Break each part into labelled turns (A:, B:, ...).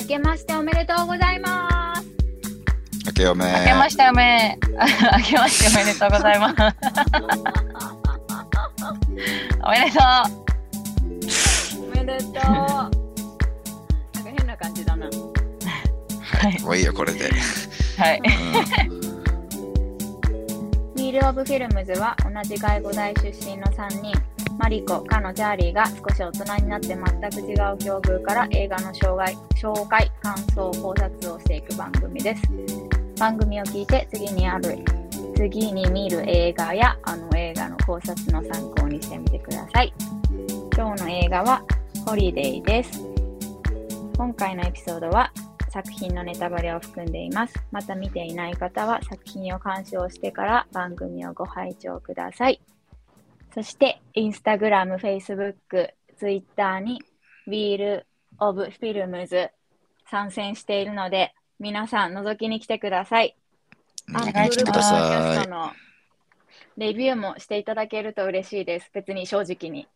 A: 明けましておめでとうございます。
B: 明けおめ
C: 明けましておめ、 あ明けましておめでとうございます。 おめでとう。
A: おめでとう。なんか変な感じだな。
C: はい、
B: もういいよこれで、
C: はい、
A: ニール・オブ・フィルムズは同じ外語大出身の3人マリコ、カノ、チャーリーが少し大人になって全く違う境遇から映画の障害紹介、感想、考察をしていく番組です番組を聞いて次にある次に見る映画やあの映画の考察の参考にしてみてください今日の映画はホリデイです今回のエピソードは作品のネタバレを含んでいます。また見ていない方は作品を鑑賞してから番組をご拝聴ください。そして、インスタグラム、フェイスブック、ツイッターに Wheel of Films 参戦しているので、皆さん覗きに来てください。
B: うん、
A: ア
B: 見
A: ップ
B: に
A: ル
B: 来てくだ
A: ポッドキャ
B: さ
A: ストのレビューもしていただけると嬉しいです。別に正直に。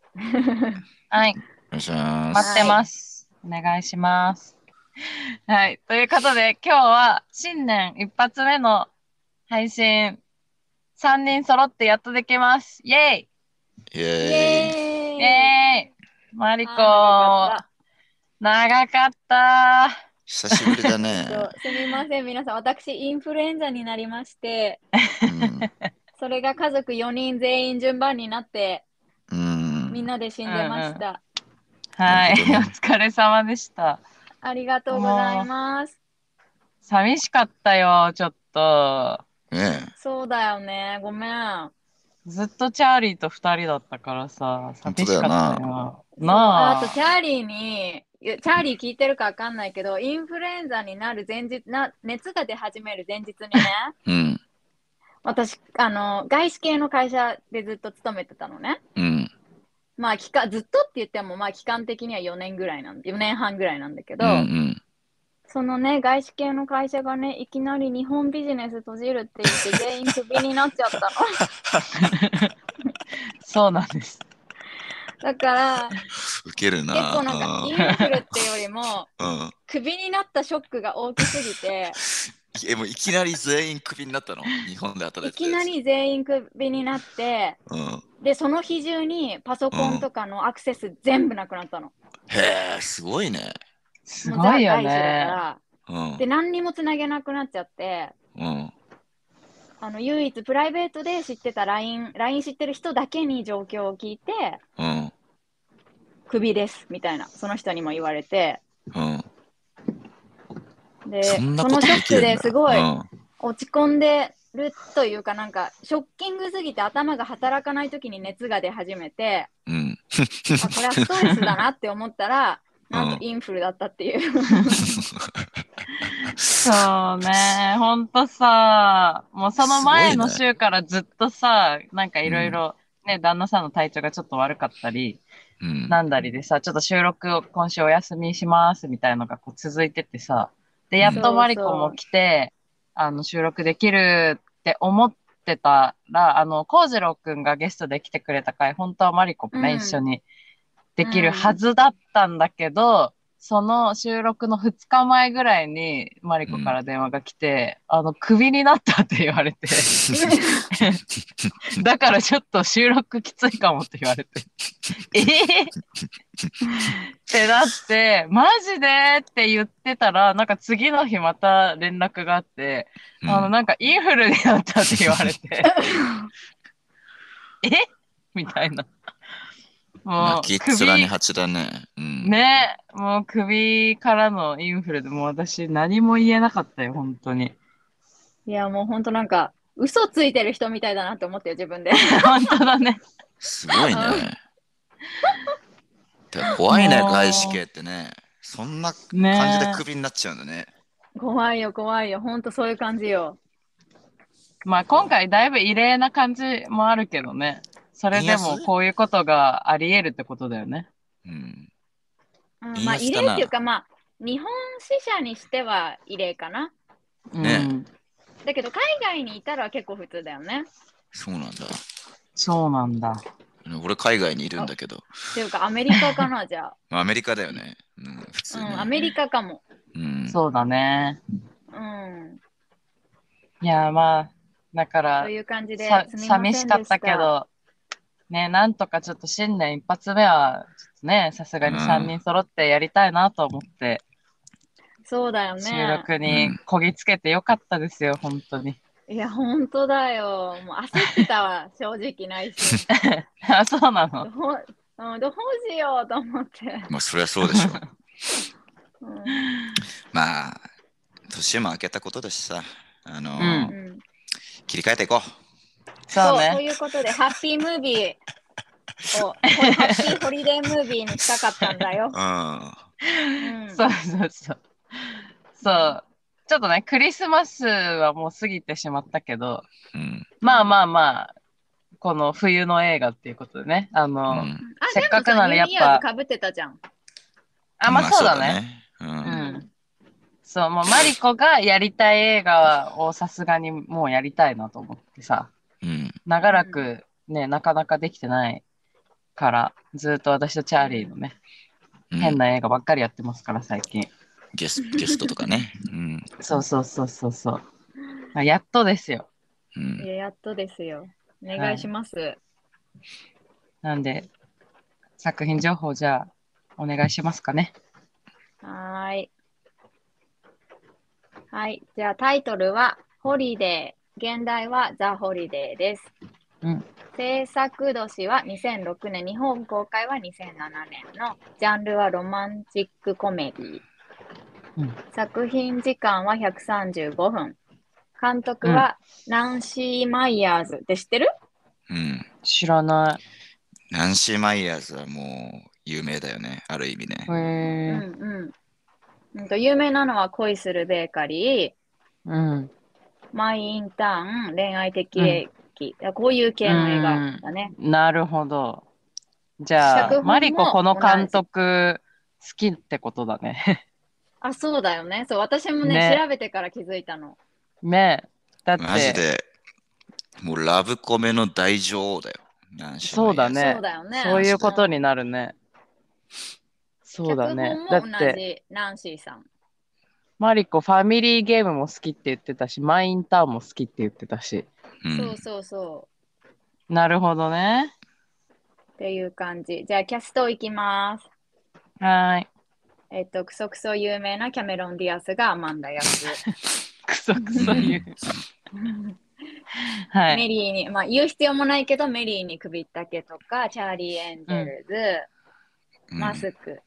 C: はい、
B: いお願いします
C: 待ってます。お願いします。はい、ということで、今日は新年一発目の配信。三人揃ってやっとできます。イェイ、
B: イ
A: イ
B: エーイ
C: イ
A: ー
C: ェイ。マリコ、
A: あ
C: 長かった。
B: 久しぶりだ
A: ーよ
B: ね
A: かっ、たそうすみません、皆さん。私、インフルエンザになりまして、
B: う
A: それが家族4人全員順番になって、
B: んうん、
A: みんなで死んでました。
C: はい、
B: な
C: お
B: るほ
C: 疲れ様でした。
A: ありがとうございます。
C: 寂しかったよ、ちょっと。
B: ね
A: そうだよね。ごめん。
C: ずっとチャーリーと二人だったからさ、寂しか
B: 本
C: っ
B: 当
C: た
B: だ
C: よ。
A: あ
C: な
A: と、チャーリーに、いやチャーリー聞いてるかわかんないけど、インフルエンザになる前日、な熱が出始める前日に ね、
B: うん
A: 私、あの、外資系の会社でずっと勤めてたのね。
B: うん
A: まあ、期間、ずっとって言っても、まあ、期間的には4年ぐらいなん、4年半ぐらいなんだけ
B: う
A: ど、
B: ん
A: そのね、外資系の会社がね、いきなり日本ビジネス閉じるって言って、全員クビになっちゃったの。
C: そうなんです。
A: だから、
B: ウケるな
A: 結構なんか、インフルってよりも、
B: うん
A: クビになったショックが大きすぎて、
B: えもういきなり全員クビになったの日本で働
A: い
B: いて
A: きなり全員クビになって、
B: たやつ、うん、
A: で、その日中にパソコンとかのアクセス全部なくなったの。
B: へえすごいね
C: す
A: もうザ
C: ごいよ
A: 外資だか
C: ね。
A: ら
B: うん
A: で、何にもつなげなくなっちゃって、
B: うん
A: あの唯一プライベートで知ってた LINE、LINE 知ってる人だけに状況を聞いて、
B: うん
A: クビですみたいな、その人にも言われて、
B: うん
A: で、
B: そ
A: そ
B: んなこと
A: のショ
B: で
A: ッ
B: き
A: ク
B: るんだ
A: ですごい
B: うん
A: 落ち込んでるというか、なんか、ショッキングすぎて頭が働かないときに熱が出始めて、
B: うん、
A: あ、これはストレスだなって思った ら、なんとインフルだったっていう。
C: そうね、ほんとさ、もうその前の
B: す
C: 週からずっとさ、なんかいろいろ、ね、旦那さんの体調がちょっと悪かったり、
B: うん、
C: なんだりでさ、ちょっと収録を今週お休みしますみたいのがこう続いててさ、で、やっ
A: そうそ
C: と
A: う
C: マリコも来て、あの、収録できるって思ってたら、あの、コウジロウくんがゲストで来てくれた回、本当はマリコも
A: う
C: ね、
A: ん
C: 一緒にできるはずだったんだけど、その収録の2日前ぐらいにマリコから電話が来て、あの、クビになったって言われて、だからちょっと収録きついかもって言われて。えーってなって、マジでって言ってたら、なんか次の日また連絡があって、
B: うん
C: あの、なんかインフルになったって言わ れて、えみたいな。もう
B: 泣、きっ面に
C: 首、
B: 蜂だね。うん、
C: ね、もう首からのインフルで、もう私何も言えなかったよ、本当に。
A: いや、もう本当なんか、嘘ついてる人みたいだなって思ってよ、自分で。
C: 本当だね。
B: すごいね。てか怖いね、
C: もう
B: 外資系ってね。そんな
C: ね
B: 感じでクビになっちゃうんだね。
A: 怖いよ、怖いよ。本当そういう感じよ。
C: まあ今回だいぶ異例な感じもあるけどね。それで
B: いや
C: も
B: それ
C: こういうことがあり得るってことだよね。
B: うん。
A: うん、
B: 言い
A: まあ、
B: ま
A: 異
B: した
A: 例
B: な
A: っていうか、まあ、日本支社にしては異例かな。
C: うん
B: ね
A: だけど、海外にいたら結構普通だよね。
B: そうなんだ。
C: そうなんだ。
B: 俺、海外にいるんだけど。
A: ていうか、アメリカかな、じゃあ。
B: まあアメリカだよね。うん、普通
A: う
B: に、
A: ん、アメリカかも。
B: うん。
C: そうだね。
A: うん。
C: いやー、まあ、だか
A: と
C: ら、
A: いう感じで、
C: さ
A: すみませんで
C: 寂しかったけ。ど、ね、なんとかちょっと新年一発目は、ちょっとね、さすがに
B: うん
C: 3人揃ってやりたいなと思って、
A: そうだよ
C: 収
A: ね。
C: 録にこぎつけてよかったですよ、本当に。
A: いや、本当だよ。もう焦ってた わ、正直ないし。
C: あ、そうな
A: どう
C: の。
A: うんどうしようと思って。
B: まあ、そりゃそう でしょ。
A: うん
B: まあ、年も明けたことだしさ、あの
C: うん
A: うん
B: 切り替えていこう。
C: そう
A: と
C: ね。
A: いうことで、ハッピームービーを、これハッピーホリデームービーにしたかったんだよ。
B: うん。
A: うん
C: そうそうそう。そう。ちょっとね、クリスマスはもう過ぎてしまったけど、
B: うん。
C: まあまあまあ、この冬の映画っていうことでね、あ
B: う
C: の、
B: ん
A: あ
C: せっかくならやっぱ
A: でもさニューイヤーズかぶってたじゃん。
C: あ、まあそうだね。。
B: そうだ
C: う
B: ね
C: ん。そう、もうマリコがやりたい映画をさすがにもうやりたいなと思ってさ、
B: うん。うん。
C: 長らくね、なかなかできてないから、ずっと私とチャーリーのね、
B: うん
C: 変な映画ばっかりやってますから、最近。
B: ゲスゲストとかね。うん。
C: そうそうそうそうそう。あやっとですよ。
B: う
A: い
B: ん、
A: ややっとですよ。お願いします。
C: なんで、作品情報じゃあ、お願いしますかね。
A: はーい。はい。じゃあタイトルは、ホリデー。現代はザ・ホリデーです。
C: うん
A: 制作年は2006年、日本公開は2007年のジャンルはロマンチックコメディ、
C: うん
A: 作品時間は135分。監督はナンシー・マイヤーズって知ってる
B: うん。
C: 知らな
B: ナンシー・マイヤーズはもう有名だよね。ある意味ね
C: い。へ。
A: うん
C: え。
A: うんうんと有名なのは恋するベーカリー、
C: うん。
A: マイ・インターン、恋愛的益、いやこういう系の映画だね。
C: なるほど。じゃ
A: 脚
C: あ、
A: 本も
C: マリコこの
A: 同じ
C: 監督、好きってことだね。
A: あ、そうだよね。そう、私もね、
C: ね
A: 調べてから気づいたの。
C: ねだっ
B: マジ
C: て、
B: で、もうラブコメの大女王だよ。ナンシー
C: そうだね
A: そうだよね。
C: そういうことになるね。そうだね。だ
A: 脚本
C: っ
A: も同
C: て、
A: じ、ナンシーさん。
C: マリコファミリーゲームも好きって言ってたし、マイインターンも好きって言ってたし。
B: マイヤーズ。
A: そうそうそ
C: なるほどね。
A: う。っていう感じ。じゃあ、キャストいきます。
C: はーい。
A: えっと、クソクソ有名なキャメロン・ディアスがアマンダ 役。
C: クソクソ言う。 は
A: メ
C: い。
A: リーに、まあ、言う必要もないけど、メリーに首ったけとか、チャーリー・エンジェルズ、
B: うん。
A: マスク。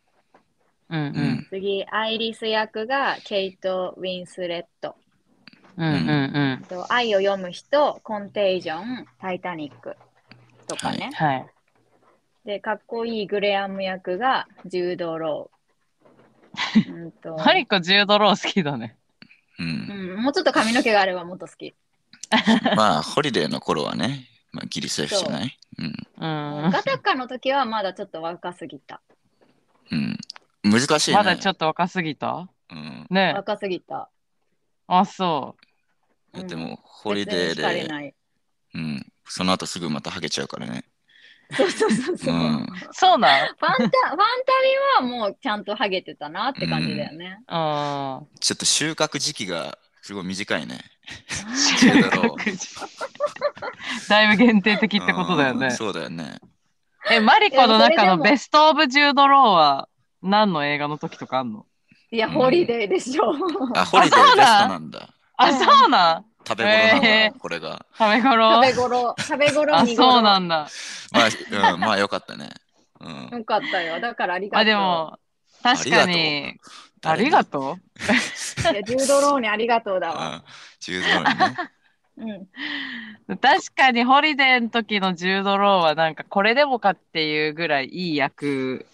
C: う
B: う
C: ん
B: ん。うん
A: 次、アイリス役がケイト・ウィンスレット。
C: うんうんうん
A: えっと愛を読む人、コンテージョン、タイタニックとかね
C: う。ん。はい。
A: で、かっこいいグレアム役がジュード・ロー。うん と
C: マリコ10ドロー好きだね。
A: う
B: う
A: んん、もうちょっと髪の毛があればもっと好き。
B: まあ、ホリデーの頃はね、まあ、ギリセーフじゃないうん。
C: う
A: ガ
C: ん。
A: タカの時はまだちょっと若すぎ た。
B: うん。難しいね。
C: まだちょっと若すぎた
B: うん。
C: ね
A: 若すぎた。
C: あ、そ
A: うん
B: でも、ホリデー
A: 別に惹かれ
B: で、
A: ない。
B: うん。その後すぐまたハゲちゃうからね。
A: そうそうそうそうう。ファン
B: ん。
C: う。そうなん
A: タ、ファンタビはもうちゃんとハゲてたなって感じだよね。
C: うん。
B: ちょっと収穫時期がすごい短いね。
C: 収穫時 だいぶ限定的ってことだよ
B: うん
C: ね。
B: そうだよね。
C: え、マリコの中
A: いやそれで
C: の
A: も
C: ベストオブ10ドローは何の映画の時とかあんの
A: いや、ホリデーでしょ。
B: あ、ホリデーベストなん だ。
C: あ、そうなん
B: 食べ頃なんだ、
C: へー
B: これが。
C: 食べ頃
A: 食べ頃、食べ頃
C: あ、
A: に頃。
C: そうなんだ。
B: まあ、うん、まあよかったね。うん。
A: よかったよ。だからありがとう。
C: あ、でも、確かに、ありが
B: と
C: と
A: いや、ジュード・ローにありがとうだ
B: う
A: わ。
B: ん。十分ね。
A: うん。
C: う確かに、ホリデーの時の10ドローは、なんか、これでもかっていうぐらいいい役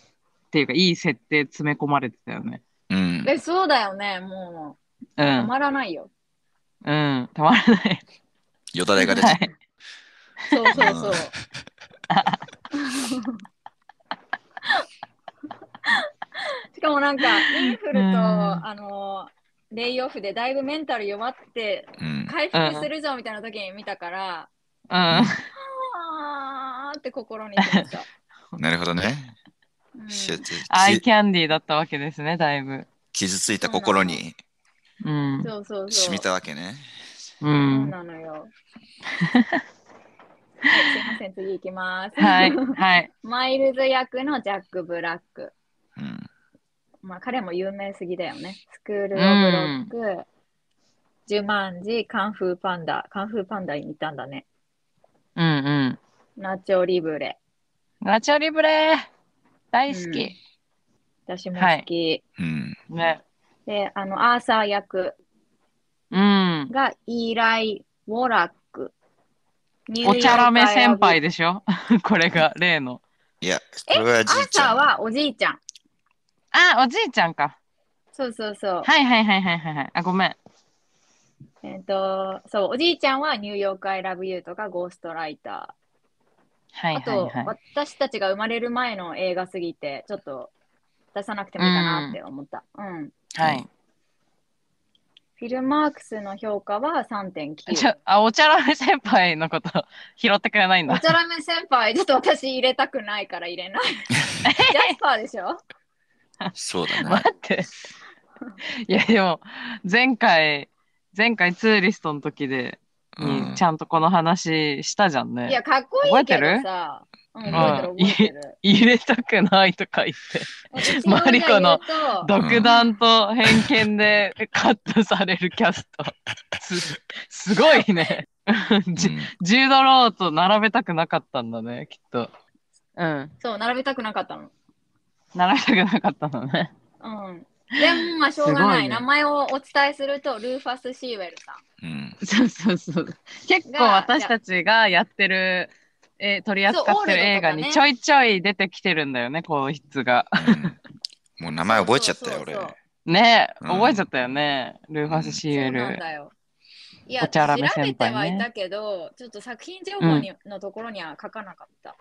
C: っていうか、いい設定詰め込まれてたよね。
B: うん。
A: え、そうだよね。も
C: う
A: う、た
C: ん。
A: まらないよ。
C: うん。たまらない。
B: よだれが出ちゃう。
A: そうそうそう。 しかもなんか、インフルと、
C: うん
A: あの、レイオフでだいぶメンタル弱って、
B: うん。
A: 回復するぞみたいな時に見たから、
C: うん。
A: あーって心に来ました。
B: なるほどね。
A: うん
B: シェッ
C: アイ
B: き
C: キャンディーだったわけですね、だいぶ。
B: 傷ついた心に
C: うん。
A: そうそうそう。
B: 染みたわけね。
C: う。
A: そうんなのよ。はいすいません、次行きます。
C: はい、はい。
A: マイルズ役のジャック・ブラック。
B: うん。
A: まあ、彼も有名すぎだよね。スクール・オブ・ロック、ジュマンジ、カンフー・パンダ。カンフー・パンダにいたんだね。
C: うんうん。
A: ナチョ・リブレ。
C: ナチョリブレ大好き。
A: 私も好き。
B: うん。
C: ね。
A: で、あの、アーサー役
C: うん。
A: がイーライ・ウォラック。
C: おちゃらめ先輩
A: で。
C: でしょ これが例の。
B: いや、これは
A: ア
B: じ
A: ー
B: いち
A: サ
B: ゃ
A: ー
B: ん。
A: はおじいちゃん。
C: あ、おじいちゃんか。
A: そうそうそう。
C: はいはいはいはいはいはい。あ、ごめん。
A: えっ、と、そう、おじいちゃんはニューヨーク・アイ・ラブ・ユーとかゴーストライタ
C: は
A: ー。あ
C: いはい
A: と、
C: はい。
A: 私たちが生まれる前の映画すぎて、ちょっと出さなくてもいいかなって思った。うん。
C: はい。
A: フィルマークスの評価は3.9。
C: ちょ、あ、おちゃらめ先輩のこと 拾ってくれないん
A: お
C: だ。
A: ちゃらめ先輩、ちょっと私入れたくないから入れ ない。ジャスパーでしょ
B: そうだね。
C: 待って。いや、でも、前回、前回ツーリストの時で、
B: うん
C: にちゃんとこの話したじゃん
A: い
C: ね。
A: や、かっこいいけどさ。うん
B: えてる
A: 覚えてる覚えてる。
C: 入れたくないとか言って、
A: 一応
C: マリコの
A: じゃあ言うと
C: 独断と偏見で カットされるキャスト。すすごいね。 じ
B: うん
C: ジュード・ローと並べたくなかったんだね、きっと。うん。
A: そう、並べたくなかったの。
C: 並べたくなかったのね。
A: うん。でも、まあ、しょうが
C: すご
A: ない
C: いね
A: 名前をお伝えすると、ルーファス・シーウェルさん。
B: うん。
C: そうそうそう。結構
A: が
C: 私たちがやってる、えー取り扱ってる
A: そうオールド
C: 映
A: とか
C: 画
A: ね
C: にちょいちょい出てきてるんだよね、こう質が。
B: うんもう名前覚えちゃったよ、俺
A: そう。そう
C: ねえ、
B: うん
C: 覚えちゃったよね、ルーファス・シー
A: そ
C: エ
A: うなん
C: ル。
A: だよ。いや、
C: おちゃらめ
A: 調べ
C: 先
A: て
C: 輩ね
A: はいたけど、ちょっと作品情報に、のところには書かなかった。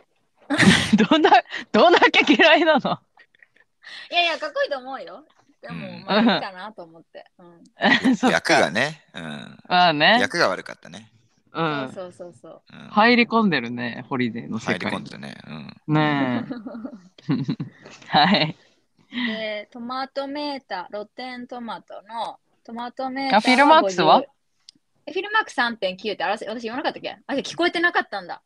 C: どんな、どんだけ嫌いなの
A: いやいや、かっこいいと思うよ。でも、
B: うん
A: まあ、いいかなと思って。うん。
C: そっか
B: 役がね、うん。
C: まあね。
B: 役が悪かったね。
C: うん。
A: そうそうそう
B: うん
C: 入り込んでるね、ホリデーの世
B: 入り
C: 界
B: 込ん
C: に。
B: でね。うん。
C: ね
A: そう。
C: え。はい。
A: で、トマトメーター、ロテントマトのトマトメーター。
C: あフィルマークスは
A: えフィルマークス3.9ってあらせ私言わなかったっけあ、じゃあ聞こえてなかったんだ。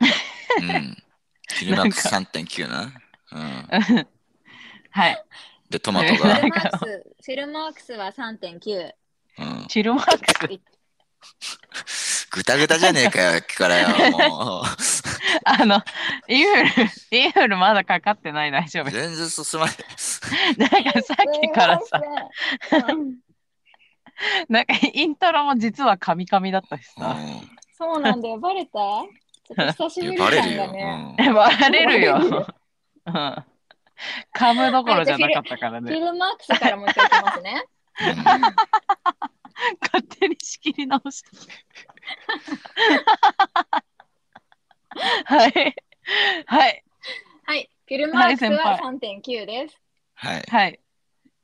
B: うん。フィルマークス3.9な。うん。
C: はい。
B: で、トマト
A: フィ
B: が。
A: ルマークス、フィルマークスは3.9。
B: うん。
C: チルマックス。
B: ぐたぐたじゃねえかよ、からよ、も
C: あの、インフル、インフルまだかかってない、大 丈夫
B: う。。全然進まない。
C: なんかさっきからさ、
A: すいません。うん
C: なんかイントロも実はカミカミだったし
B: う
C: さ。
A: そうなんだよ、バレたちょっと久し
B: んい
A: ぶ
B: や
A: り
B: バ
A: 感
B: レ
A: が。
B: るよ
A: ね。
B: うん
C: え、バレる
A: バレる
C: よ
A: よ。
C: うん。カムどころじゃなかったから
A: フ
C: ね。
A: ィルマークスからもう一回いきます ね。
C: 勝手に仕切り直して きた。はい。はい。
A: はい、フィルマークス
C: はい
A: は
C: 先
A: 3.9です。
B: はい。
C: はい。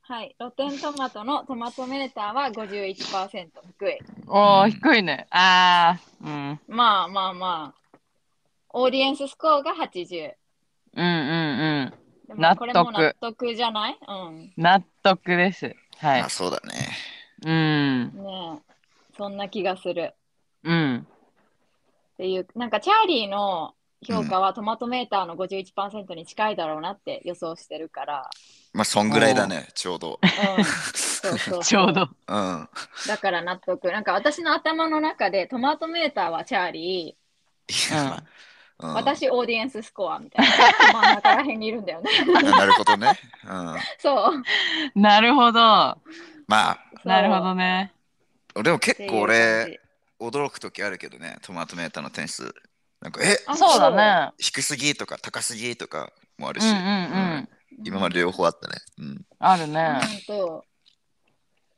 A: はい、ロテントマトのトマトメーターは51%低い。
C: おー、
B: うん
C: 低いね。あー、うん。
A: まあまあまあ。オーディエンススコアが80。で
C: うんうんうん。
A: も
C: 納得
A: これも納得じゃないうん。
C: 納得です。はい
B: まあ、。そうだね。
C: うん。
A: ねえ。そんな気がする。
C: うん。
A: っていう、なんかチャーリーの評価はトマトメーターの51%に近いだろうなって予想してる から。
B: まあ、そんぐらいだね、ちょうど。
A: うん。そうそうそう
C: ちょうど。
B: うん。
A: だから納得。なんか私の頭の中でトマトメーターはチャーリ
B: う
A: ー、
B: ん、
A: 私オーディエンススコアみたいな。真ん中らへんにいるんだよね。
B: あなるほどね。うん。
A: そう。
C: なるほど。
B: まあ、
A: そう
C: なるほど。ね。
B: でも結構
A: ってい
B: 俺
A: う、
B: 驚くときあるけどね、トマトメーターの点数。なんか、え
A: あ
C: そうだね。
B: 低すぎとか高すぎとかもある
C: うん
B: し、
C: うんうん。
A: 感じ
B: 今まで両方あったね。うん。
C: ある
A: うん
C: ね。
A: と、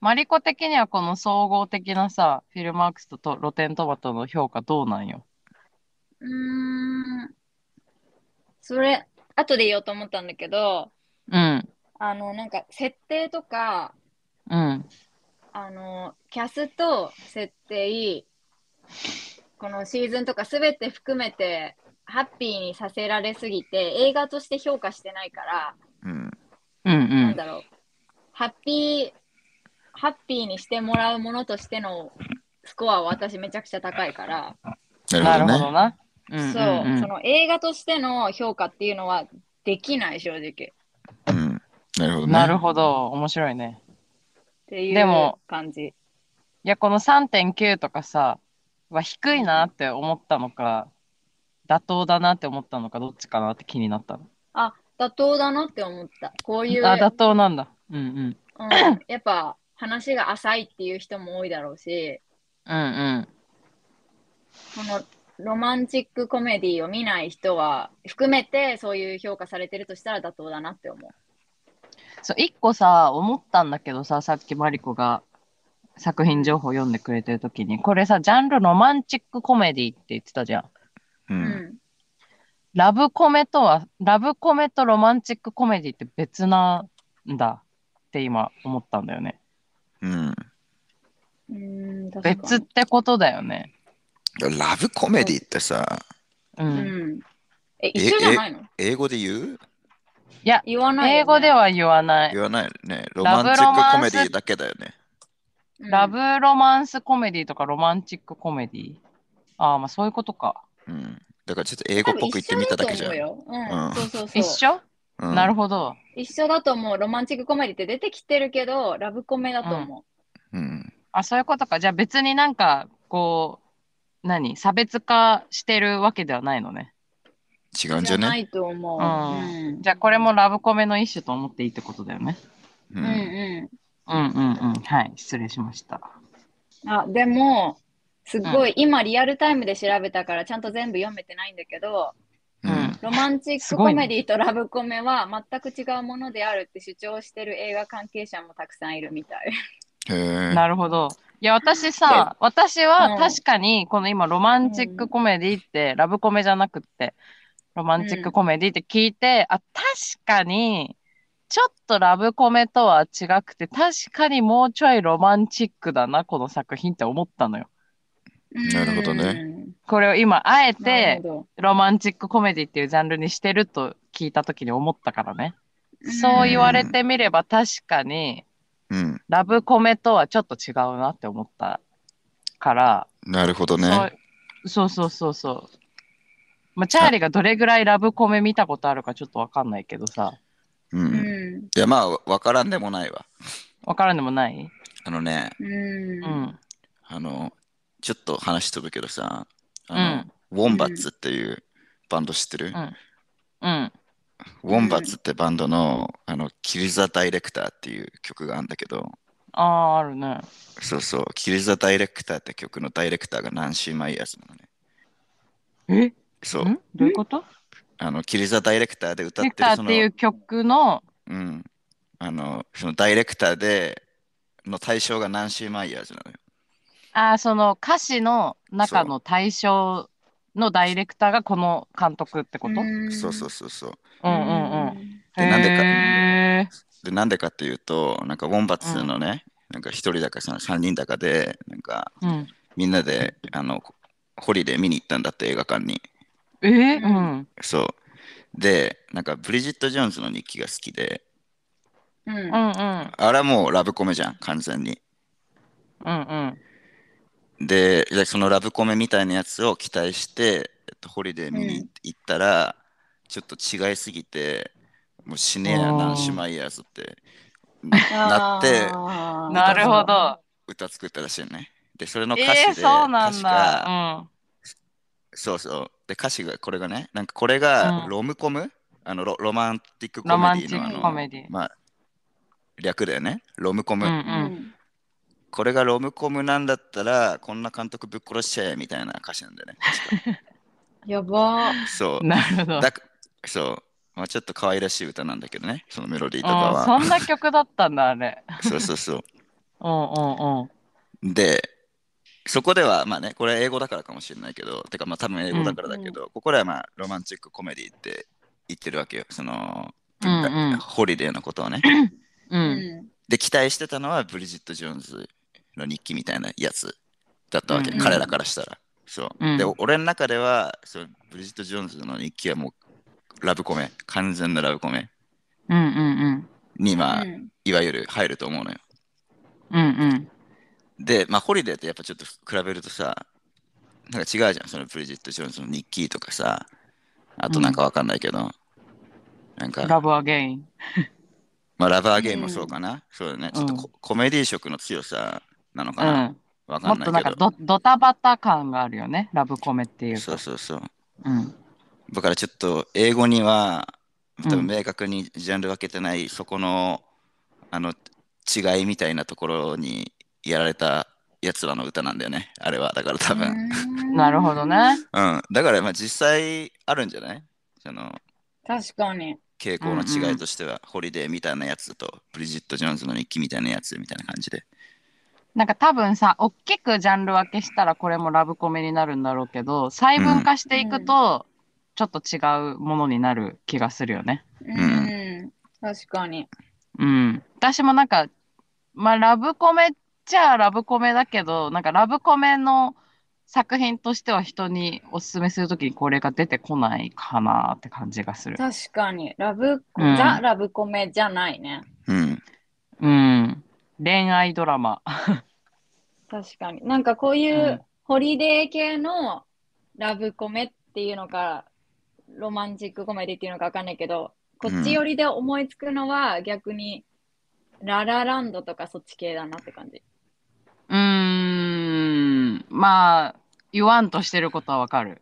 C: マリコ的にはこの総合的なさ、フィルマークスととロテントマトの評価どうなんよ。
A: うーん。それ、後で言おうと思ったんだけど、
C: うん。
A: あの、なんか設定とか、
C: うん。
A: あの、キャスト、設定、このシーズンとかすべて含めて、ハッピーにさせられすぎて、映画として評価してないから、
B: うん。
C: うんう
A: なん
C: ん。
A: だろう、ハッピー、ハッピーにしてもらうものとしてのスコアは私めちゃくちゃ高いから、
B: な
C: な
B: る
C: る
B: ほ
C: ほ
B: どね。
C: どな。
A: そ
C: ん
A: う、
C: ん
A: そ
C: ん
A: の映画としての評価っていうのはできない、正直。っ
B: うん。なるほどね。
C: なるほど。面白いね。
A: てい
C: で
A: う
C: も
A: 感じ。
C: いや、この3.9とかさ、は低いなって思ったのか、妥当だなって思ったのか、どっちかなって気になったの。
A: あ、妥当だなって思った。こういう、
C: あ、妥当なんだ。うんうん。
A: うん、やっぱ話が浅いっていう人も多いだろうし、
C: うんうん。
A: このロマンチックコメディを見ない人は含めてそういう評価されてるとしたら妥当だなって思う。
C: そう、一個さ、思ったんだけどさ、さっきマリコが作品情報読んでくれてるときに、これさ、ジャンルロマンチックコメディって言ってたじゃん。
B: う。
A: うんん。
C: ラブコメとは、ラブコメとロマンチックコメディって別なんだって今思ったんだよね。
B: うん。
A: うーん、確かに
C: 別ってことだよね。
B: ラブコメディってさ、
C: う。
A: うんん。え、一緒じゃないの
B: 英語で言う
A: 言わないよね、
C: 英語では言わない。
B: 言わないよね。ロマ
C: ラ
B: ン
C: ブ
B: チッ
C: ロ
B: ク
C: マンス
B: コメディだけだよね。
A: うん、
C: ラブロマンスコメディとかロマンチックコメディああ、まあそういうことか。
B: うん。だからちょっと英語
A: 多
B: っ
A: 分
B: ぽく言ってみただけじゃん。
A: 一緒だと思うよ。
B: うん
A: うん、そうそう
C: 一
A: そう。
C: 緒、
B: うん、
C: なる
B: ほ
C: ほど。
A: 一緒だと思う。ロマンチックコメディって出てきてるけど、ラブコメだと思
B: ど。うん。
C: あ、そういうことか。じゃあ別になんか、こう、何差別化してるわけではないのね。
B: 違
A: う。
B: うんじ
A: じ
B: ゃ
A: ゃな
B: ね
A: いと思う。
C: うん
A: うん
C: じゃあこれもラブコメの一種と思っていいってことだよね。
B: う
A: うん
B: ん。
A: う
C: うんうんうん。はい、失礼しました。
A: ん。あ、でも、すごい、今リアルタイムで調べたから、ちゃんと全部読めてないんだけど、
B: うん。うん
A: ロマンチッ
C: す
A: ク
C: ご
A: コ
C: い
A: メ
C: ね
A: ディとラブコメは全く違うものであるって主張してる映画関係者もたくさんいるみたい。
B: へえ。
C: なるほど。いや、私さ、私
A: うん
C: は確かに、この今、ロマンチックコメディって、ラブコメじゃなくって、ロマンチックコメディって聞いて、あ、確かに、ちょっとラブコメとは違くて、確かにもうちょいロマンチックだな、この作品って思ったのよ。
B: なるほどね
A: うん。
C: これを今、あえ
A: なる
C: て、
A: ほ
C: ロマンチックコメディっていうジャンルにしてると聞いた時に思ったからね。
A: ど
C: そう言われてみれば、確かに、
B: うん。
C: ラブコメとはちょっと違うなって思ったから、
B: なるほど
C: そ
B: ね。
C: うそうそうそうそう。まあ、チャーリーがどれぐらいラブコメ見たことあるかちょっとわかんないけどさ、
B: う。
A: うんん。
B: いや、まあ、わからんでもないわ。
C: わからんでもない
B: あのね、
A: うん。
C: うん。うん。
B: あの、ちょっと話飛ぶけどさ、
C: う
B: あ
C: ん。
B: の、ウォンバッツっていうバンド知ってる
C: うん。
B: ウォンバッツってバンドの、あの、キリザ・ダイレクターっていう曲があるんだけど、
C: ああ、あるね。
B: そうそう、キリザ・ダイレクターって曲のダイレクターがナンシー・マイヤーズなのね。
C: え
B: そう、
C: んどういうこと
B: あの、キリザ・ダイレクターで歌っ
C: セク
B: て
C: タ
B: る
C: ー
B: そ
C: っ
B: の
C: て、いう曲の、
B: うん、あの、そのダイレクターで、の対象がナンシー・マイヤーズなのよ。
C: ああ、その歌詞の中の対象のダイレクターがこの監督ってことうん
A: ん
B: そうそうそうそう。
C: うんうん。
B: でなんでか
C: へ
B: で、なんでかっていうと、なんかウォンバッツのね、なんか一人だかさ三人だかで、なんか
C: ーうん。
B: みんなで、あの、ホリデー見に行ったんだって映画館に。
C: えーうん。
B: そう。で、なんかブリジット・ジョーンズの日記が好きで、
A: うん。うん
C: うんうん。
B: あれはもうラブコメじゃん、完全に。
C: うんうん。
B: で、でそのラブコメみたいなやつを期待して、えっと、ホリデー見
A: う
B: に
A: ん
B: 行ったら、ちょっと違いすぎて、もう死ね
C: あ
B: や、
C: ー
B: ナンシマイヤーズってなって、
A: あー
C: なるほど。
B: 歌作ったらしいね。で、それの歌詞
C: ええー、
B: で、
C: そうなん
B: 歌詞が
C: だ。うん。
B: そうそう。で、歌詞がこれがね、なんかこれが
C: うん
B: ロムコム、あのロ、ロマンティックコ
C: ロマン
B: メ
C: チ
B: ディのあ
C: ック
B: の、
C: コメディ。
B: まあ、略だよね。ロムコム。
C: うん
A: う
C: う。
A: んん。
B: これがロムコムなんだったら、こんな監督ぶっ殺しちゃえみたいな歌詞なんだ よね。
A: やばー。
B: そう。
C: なるほ ど。
B: だそう。まあ、ちょっと可愛らしい歌なんだけどね、そのメロディーとか
C: うん、そ
B: は。
C: んな曲だったんだ、あれ。
B: そうそうそ
C: うんうんうん。
B: う。で、そこでは、まあね、これは英語だからかもしれないけど、てかまあ多分英語だからだけど、ここではまあロマンチックコメディって言ってるわけよ。その、
C: うんうん
B: ホリデーのことをね。
C: う。
A: うんん。
B: で、期待してたのはブリジット・ジョーンズの日記みたいなやつだったわけ、
C: うん
A: うん
B: 彼らからしたら。そうう。
C: ん
B: で、俺の中では、そうブリジット・ジョーンズの日記はもう、ラブコメ、完全なラブコメ
C: うんうん
B: に、まあ、
A: うん
B: いわゆる入ると思うのよ。
C: うん。うんうん。
B: で、まあ、ホリデーってやっぱちょっと比べるとさ、なんか違うじゃん、そのブリジット・ジョーンズの日記とかさ、あとなんかわかんないけど、なんか、
C: ラブアゲイン。
B: まあ、ラバーゲームもそうかな。そうだね。ちょっと
C: うん
B: コ,、コメディ色の強さなの
C: う
B: かな。
C: ん。
B: わか
C: も
B: ん
C: っ
B: ない
C: となん
B: け
C: か
B: ど。
C: ドドタバタ感があるよね。ラブコメっていうか。
B: そうそうそう。
C: うん。
B: だからちょっと英語には
C: うん
B: 多分明確にジャンル分けてない、そこのあの違いみたいなところにやられたやつらの歌なんだよね。あれは。だから多分。
C: なるほど。ね。
B: うん。だからまあ実際あるんじゃないその
A: 確かに。
B: 傾向の違いとしては、ホリデーみたいなやつとブリジット・ジョーンズの日記みたいなやつみたいな感じで。
C: なんか多分さ、おっきくジャンル分けしたらこれもラブコメになるんだろうけど、細分化していくと、ちょっと違うものになる気がするよね。
A: うん。確かに。
C: うん。私もなんか、まあラブコメっちゃラブコメだけど、なんかラブコメの作品としては人におすすめするときにこれが出てこないかなって感じがする。
A: 確かに。ラブコ、
C: うん
A: ザ・ラブコメじゃないね。
B: うん。
C: うん。恋愛ドラマ。
A: 確かに。なんかこういう、
C: うん
A: ホリデー系のラブコメっていうのか、ロマンチックコメディっていうのかわかんないけど、こっち寄りで思いつくのは逆に、ララランドとかそっち系だなって感じ。
C: うーん。まあ、言わんとしてることはわかる。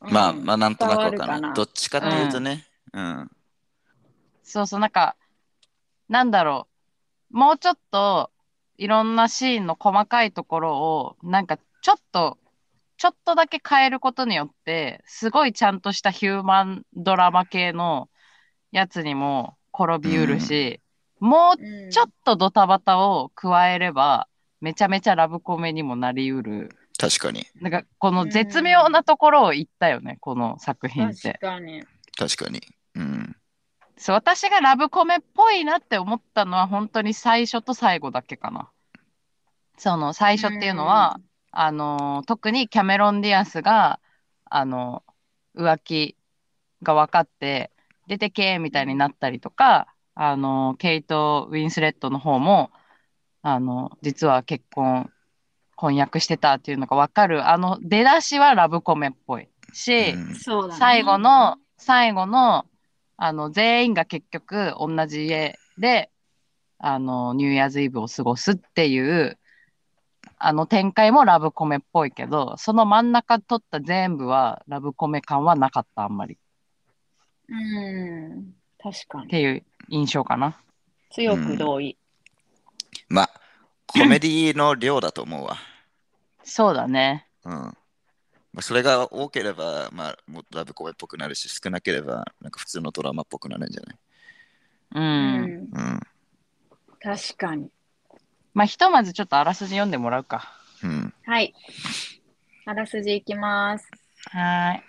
B: まあ
A: うん
B: まあなんとなくわか
A: 伝わ
B: ら
A: るか
B: ない。
A: な
B: どっちかっていうとね。うん。
C: そうそう、なんか、なんだろう。もうちょっと、いろんなシーンの細かいところを、なんか、ちょっと、ちょっとだけ変えることによって、すごいちゃんとしたヒューマンドラマ系のやつにも転びうるし、もう
A: うん
C: ちょっとドタバタを加えれば、めちゃめちゃラブコメにもなりうる。
B: 確かに。
C: なんか、この絶妙なところを言ったよね、この作品って。
A: 確かに。
B: 確かに。うん。
C: そう、私がラブコメっぽいなって思ったのは本当に最初と最後だけかな。その最初っていうのは、あのー特にキャメロン・ディアスが、あの浮気が分かって出てけみたいになったりとか、あのケイト・ウィンスレットの方も、あの実は結婚婚約してたっていうのが分かるあの出だしはラブコメっぽいし、
B: うん
A: そうだね
C: 最後の、最後の、あの、全員が結局同じ家で、あの、ニューイヤーズイブを過ごすっていう、あの展開もラブコメっぽいけど、その真ん中取った全部はラブコメ感はなかった、あんまり。
A: うん。確か
C: っ
A: に。
C: ていう印象かな。
A: 強く同意。
B: まあ、コメディの量だと思うわ。
C: そうだね。
B: うん。まあ、それが多ければ、まあ、もっとラブコメっぽくなるし、少なければ、なんか普通のドラマっぽくなるんじゃない
C: うん。
A: うん。
B: う
A: 確かに。
C: まあ、ひとまずちょっとあらすじ読んでもらうか。
B: ん。うん。
A: はい。あらすじいきます。
C: はーい。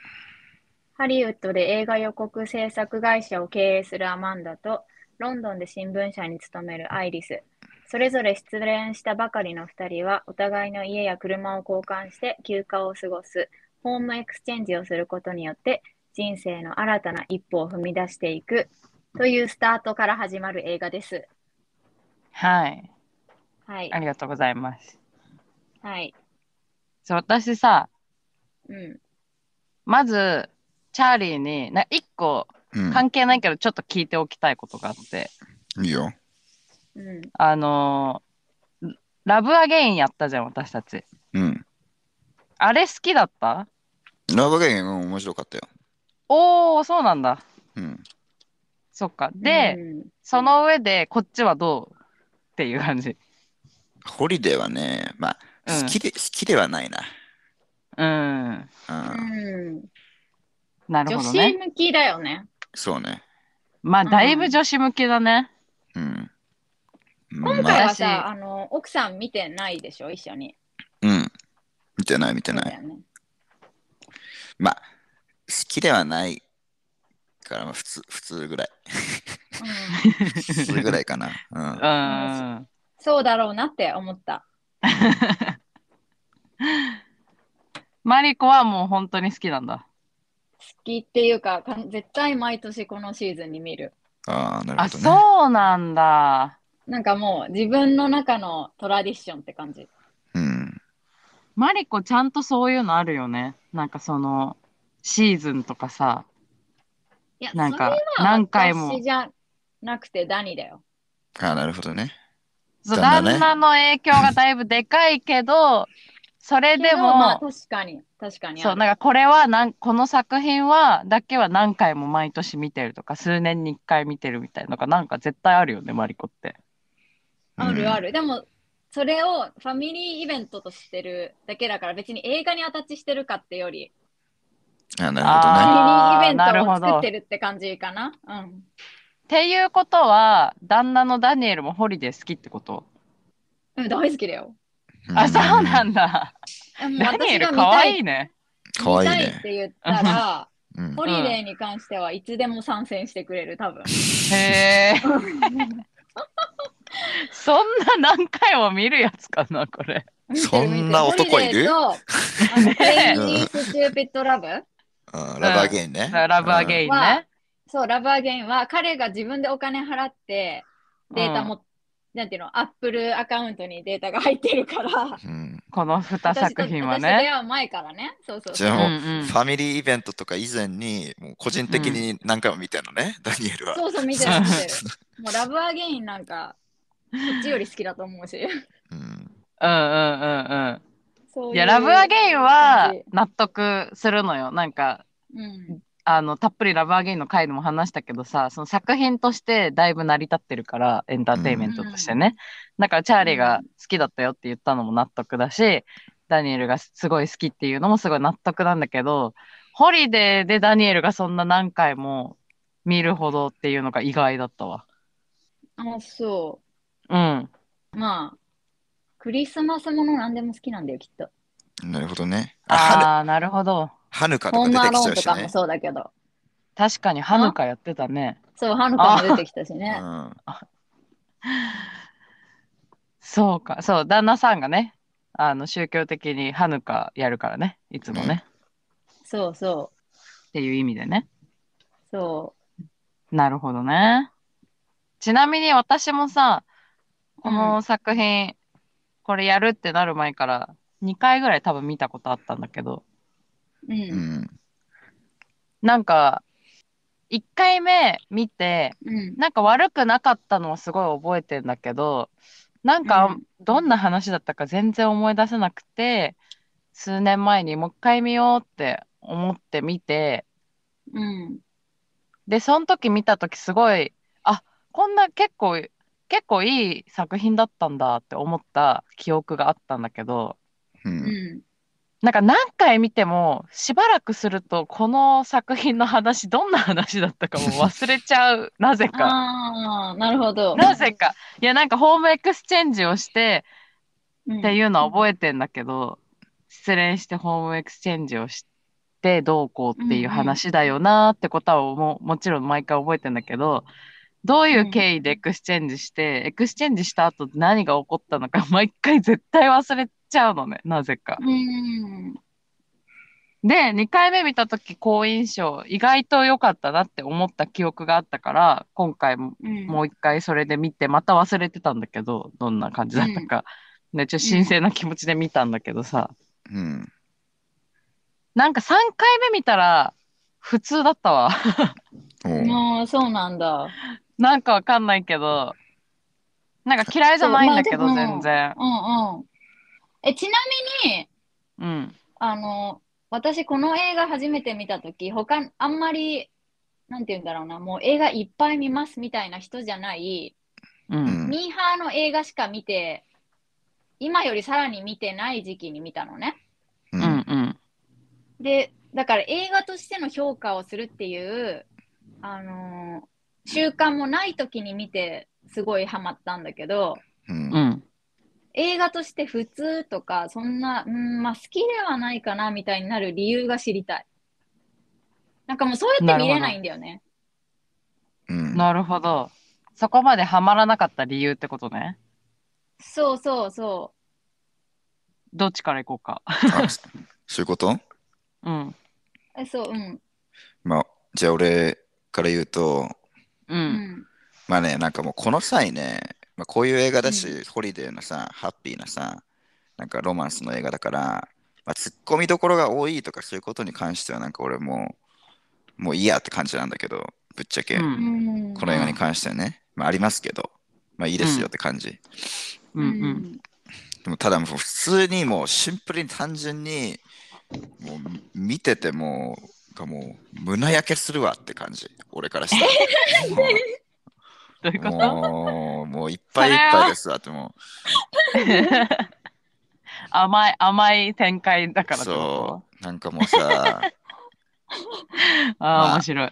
A: ハリウッドで映画予告制作会社を経営するアマンダと、ロンドンで新聞社に勤めるアイリス。それぞれ失恋したばかりの2人は、お互いの家や車を交換して休暇を過ごす、ホームエクスチェンジをすることによって、人生の新たな一歩を踏み出していく、というスタートから始まる映画です。
C: はい。
A: はい
C: あ。りがとうございます。
A: はい。
C: そう、私さ、
A: うん。
C: まず、チャーリーに、な、一個、
B: うん
C: 関係ないけどちょっと聞いておきたいことがあって
B: いいよ。
A: うん。
C: あのーラブアゲインやったじゃん私たち
B: うん。
C: あれ好きだった
B: ラブゲーム面白かったよ。
C: おおそうなんだ
B: うん。
C: そっかで、
A: うん
C: その上でこっちはどうっていう感じ
B: ホリデーはね、ま
C: う
B: あ、
C: ん
B: 好きで、好きではない
C: うん
B: な。うん。
A: うん
C: なる
A: 女
C: ほど
A: 子
C: ね
A: 向きだよね。
B: そうね。
C: まあだいぶ女子向けだね、
B: うん。
A: 今
B: ま
A: 回
B: あ、
A: はさ、
C: 私
A: あの奥さん見てないでしょ、一緒に。
B: うん。見てない、見て
A: そう
B: ない
A: だ。よね。
B: まあ、好きではないから、まあ、普通、普通ぐらい。
A: うん
B: 普通ぐらい かな。うん。
C: うん
A: そうだろうなって思った。
C: マリコはもう本当に好きなんだ。
A: きっていうか、かん絶対毎年このシーズンに見る。
B: ああ、な
C: あ、
B: るほどね。
C: そうなんだ。
A: なんかもう自分の中のトラディションって感じ。
B: うん。
C: マリコちゃんとそういうのあるよね。なんかその、シーズンとかさ。
A: いや、
C: なんか
A: それは
C: 何回も
A: 私じゃなくてダニだよ。
B: ああ、なるほどね。
C: そう
B: だ
C: 旦
B: んだね
C: 那の影響がだいぶでかいけど、それで
A: けどまあ
C: も、
A: 確かに、確かにある。
C: そう、なんかこれはなん、この作品は、だけは何回も毎年見てるとか、数年に一回見てるみたいなのが、なんか絶対あるよね、マリコって。
A: あるあ
B: る。
A: る。でも、それをファミリーイベントとしてるだけだから、別に映画にアタッチしてるかってより、
B: あなる
A: ファミリ
B: ほどね。
C: あー
A: ーイベン
C: なる
A: ト
C: ほ
A: を
C: ど
A: 作ってるって感じかな。うん。
C: っていうことは、旦那のダニエルもホリデー好きってこと、
A: うん、大好きだよ。
C: あ、そうなんんだ。
A: えもう
C: ダニエル
A: 私が見
C: かわ
A: た
C: い
A: い
C: いね。
B: かわいい
A: 見たいっ
B: ね。
A: て言ったら、
B: うん
A: ホリデーに関してはいつでも参戦してくれる、多 分。
C: へえ、そんな何回も見るやつかな、これ。
B: そんな男いる
A: ホリデーと、
C: ね
A: あ の、Crazy Stupid Love?
B: あラブアゲインね。
C: ラブアゲインね。
A: そう、ラブアゲインは彼が自分でお金払ってデータも、なんていうの、アップルアカウントにデータが入ってる から、
B: イン。うん
C: この2作品は
A: 私と私と
C: ね
A: 出。会う前からね。そうそう
B: じ
A: そう。
B: ゃあもう、
C: うんうん
B: ファミリーイベントとか以前に、もう個人的に何回も見てるのね、ダニエルは。
A: そうそう、見てる見てる。もうラブアゲインなんか、こっちより好きだと思うし。
B: うん
C: うんうんうんうん。
A: そうう
C: いや、ラブアゲインは
A: 感じ
C: 納得するのよ。なんか、
A: うん、
C: あの、たっぷりラブアゲインの回でも話したけどさ、その作品としてだいぶ成り立ってるから、エンターテインメントとしてね。だから、チャーリーが好きだったよって言ったのも納得だし、ダニエルがすごい好きっていうのもすごい納得なんだけど、ホリデーでダニエルがそんな何回も見るほどっていうのが意外だったわ。
A: あ、そ
C: うん。
A: う。まあ、クリスマスもの何でも好きなんだよ、きっと。
B: なるほどね。あ、は
C: ああー、なるほど。
B: はぬかと
A: ホー
B: か出
A: ムア
B: てき
A: ローン
B: ちゃ
A: と
B: うし
A: かも
B: ね。
A: そうだけど。
C: 確かに、ハヌカやってたね。
A: そう、ハヌカも出てきたしね。
B: うん
C: そうか、そう、旦那さんがね、あの宗教的にハヌカやるからね、いつもね、
A: そうそ
C: っていう意味でね。
A: う。そ
C: なるほどね。ちなみに私もさ、この作品、これやるってなる前から、2回ぐらい多分見たことあったんだけど、
A: う。うん。
B: うん。
C: なんか、1回目見て、
A: うん。
C: なんか悪くなかったのはすごい覚えてんだけど、なん
A: う
C: か
A: ん
C: どんな話だったか全然思い出せなくて、数年前にもう一回見ようって思って見て、
A: うん。
C: で、その時見た時すごい、あ、こんな結構、結構いい作品だったんだって思った記憶があったんだけど、
B: う。
A: うんん。
C: なんか何回見てもしばらくするとこの作品の話どんな話だったかも忘れちゃう、なぜか。
A: ああ、なるほど。
C: なぜか。いや、なんかホームエクスチェンジをして
A: っ
C: っていうのは覚えてんだけど、失恋してホームエクスチェンジをしてどうこうっていう話だよなーってことはもうもちろん毎回覚えてんだけど、どういう経緯でエクスチェンジして、エクスチェンジした後何が起こったのか毎回絶対忘れちゃうのね、なぜか。
A: うん。
C: で、2回目見た時好印象、意外と良かったなって思った記憶があったから、今回も
A: うん。
C: もう一回それで見て、また忘れてたんだけど、どんな感じだったか。ね、ちょっと神聖な気持ちで見たんだけどさ、
B: うん。
C: なんか3回目見たら、普通だったわ。
B: おう
A: もうそうなんだ。
C: なんかわかんないけど、なんか嫌いじゃないんだけど、
A: そうまあでも
C: 全然。
A: うんうん。え、ちなみに、
C: うん。
A: あの、私この映画初めて見たとき、他、あんまり、なんて言うんだろうな、もう映画いっぱい見ますみたいな人じゃない、
C: う。
B: うんん。
A: ミーハーの映画しか見て、今よりさらに見てない時期に見たのね。
B: う
C: うんん。うん。
A: で、だから映画としての評価をするっていう、あのー習慣もない時に見て、すごいハマったんだけど、
B: うん
C: うん。
A: 映画として普通とか、そんな、うん、まあ好きではないかなみたいになる理由が知りたい。なんかもうそうやって見れないんだよね。
B: うん
C: なるほど。そこまでハマらなかった理由ってことね。
A: そうそうそ
C: どっちから行こうか。
B: あそういうこと
C: うん。
A: え、そう、うん。
B: まあ、じゃあ俺から言うと、
C: う。
A: うんん。
B: まあね、なんかもうこの際ね、まあ、こういう映画だし、
A: う
B: ホリデーのさ、ハッピーなさ、なんかロマンスの映画だから、まあ、ツッコミどころが多いとかそういうことに関しては、なんか俺もう、もういいやって感じなんだけど、ぶっちゃけ、
A: う
C: う。
A: んん。
B: この映画に関してはね、まあありますけど、まあいいですよって感じ。
C: うん。うん。
B: でもただもう普通にもうシンプルに単純にもう見ててもうがもう胸焼けするわって感じ俺からした
C: どういう
B: ら
C: こと
B: もうもういっぱいいっぱいですわっても
C: 甘い、甘い展開だからってこ
B: うなんかもう さ
C: とあ
B: まあ
C: あ、面白い。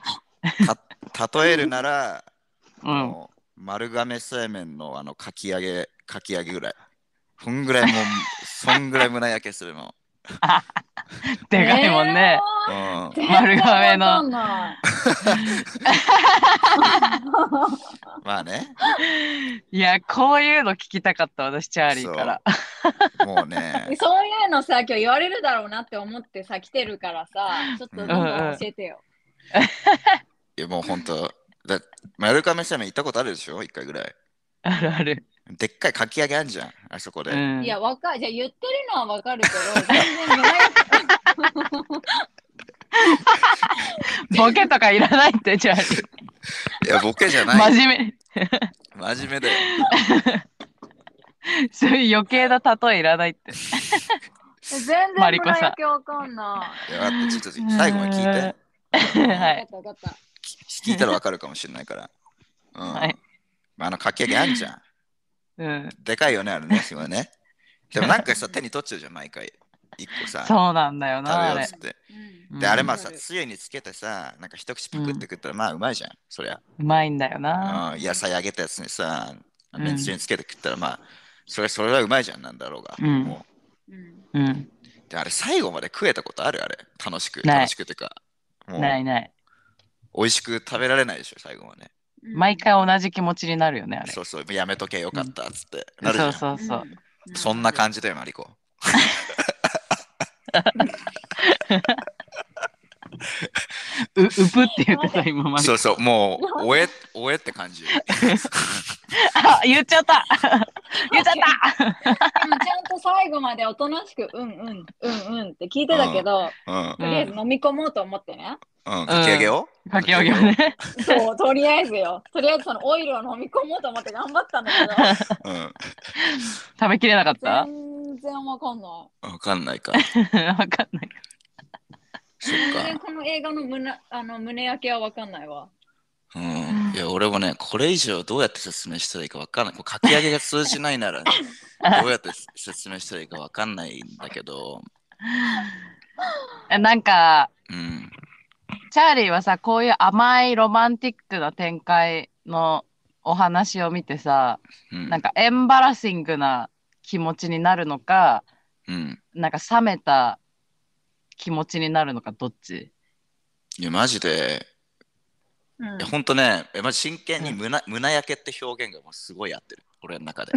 B: た例えるなら、
C: うん。
B: もう丸亀製麺のあのかき揚げかき揚げぐらいそんぐらいもうそんぐらい胸焼けするの、
C: でかいもんね。
B: うん
A: えー。
C: 丸亀の
A: 全然わかんない
B: まあね
C: いや、こういうの聞きたかった、私、チャーリーから。
B: もうね
A: えそういう のさ、今日言われるだろうなって思ってさ、来てるからさ、ちょっとどんどん教えてよ。
B: いやもう本当だ丸亀製麺行ったことあるでしょ一回ぐらい。
C: あるある。
B: でっかいかき揚げあんじゃん、あそこで。
C: うん
A: いや、わかじゃあ言ってるのはわかるけど、全然見ない
C: ボケとかいらないって、チャーリー。
B: いや、ボケじゃ ない。
C: 真面
B: 真面目だよ。
C: 目。そういう余計な例えいらな いって。
A: 全然
C: マリコさん
A: 村焼わかんない
B: や、待ってちょっと最後まで聞いて。
C: うん。
A: い。
C: はい。
A: わかったわかっ
B: 聞いたらわかるかもしれないから。うん。
C: はい
B: まあ、あのかき揚げあんじゃん。
C: うん。
B: でかいよね、あれね、すごいね。でもなんかさ、手に取っちゃうじゃん、毎回。一個さ、食
C: そうなんだよ
B: べ
C: な、あ
B: ようっ
C: れ
B: つ。って。
A: た。うん
B: で、あれまあさ、
A: うん
B: つゆにつけてさ、なんか一口パクって食ったら、まあうまいじゃん、そりゃ。
C: うまいんだよな。
B: うん野菜揚げたやつにさ、
C: うん
B: めんつゆにつけて食ったら、まあ、それそれはうまいじゃんなんだろうが。
C: うん
B: も
A: うん
C: うん。
B: うであれ、最後まで食えたことあるあれ、楽しく。
C: ない
B: 楽しくてか、もう、
C: ないない。
B: 美味しく食べられないでしょ、最後まで。
A: うん
C: 毎回同じ気持ちになるよね、あれ。
B: そうそう、やめとけよかったっつって。なるじゃ
C: そ
B: ん
C: うそうそう。
A: う
B: そんな感じだよ、マリコ。
C: う、うぷって言ってた、今まで
B: そ。うそう、もう、おえ、 おえって感じ。
C: あ、言っちゃった 言っちゃった
A: でもちゃんと最後までおとなしく「うんうんうんうん」って聞いてたけど、
B: うん、うん、
A: とりあえず飲み込もうと思ってね、
B: かき揚げを
C: かき揚げをね。
A: そうとりあえずよとりあえずそのオイルを飲み込もうと思って頑張ったんだ
B: うん。
C: 食べきれなかっ
A: けど
C: た
A: 全然わかんない
B: わかんないか。
C: わかんない。
B: そっ
A: 全
B: か
A: 然。この映画の胸あの胸焼けはわかんないわ
B: うん、いや俺もね、これ以上どうやって説明したらいいか分かんない。こうかき上げが通じないなら、 どうやって説明したらいいか分かんないんだけど、
C: えなんか、
B: うん、
C: チャーリーはさ、こういう甘いロマンティックな展開のお話を見てさ、
B: うん、
C: なんかエンバラシングな気持ちになるのか、
B: うん。
C: なんか冷めた気持ちになるのか、どっち
B: いや、マジで、
A: うん
B: いや、ほんとね、えマジ真剣に胸,、胸焼けって表現がもうすごい合ってる、俺の 中で。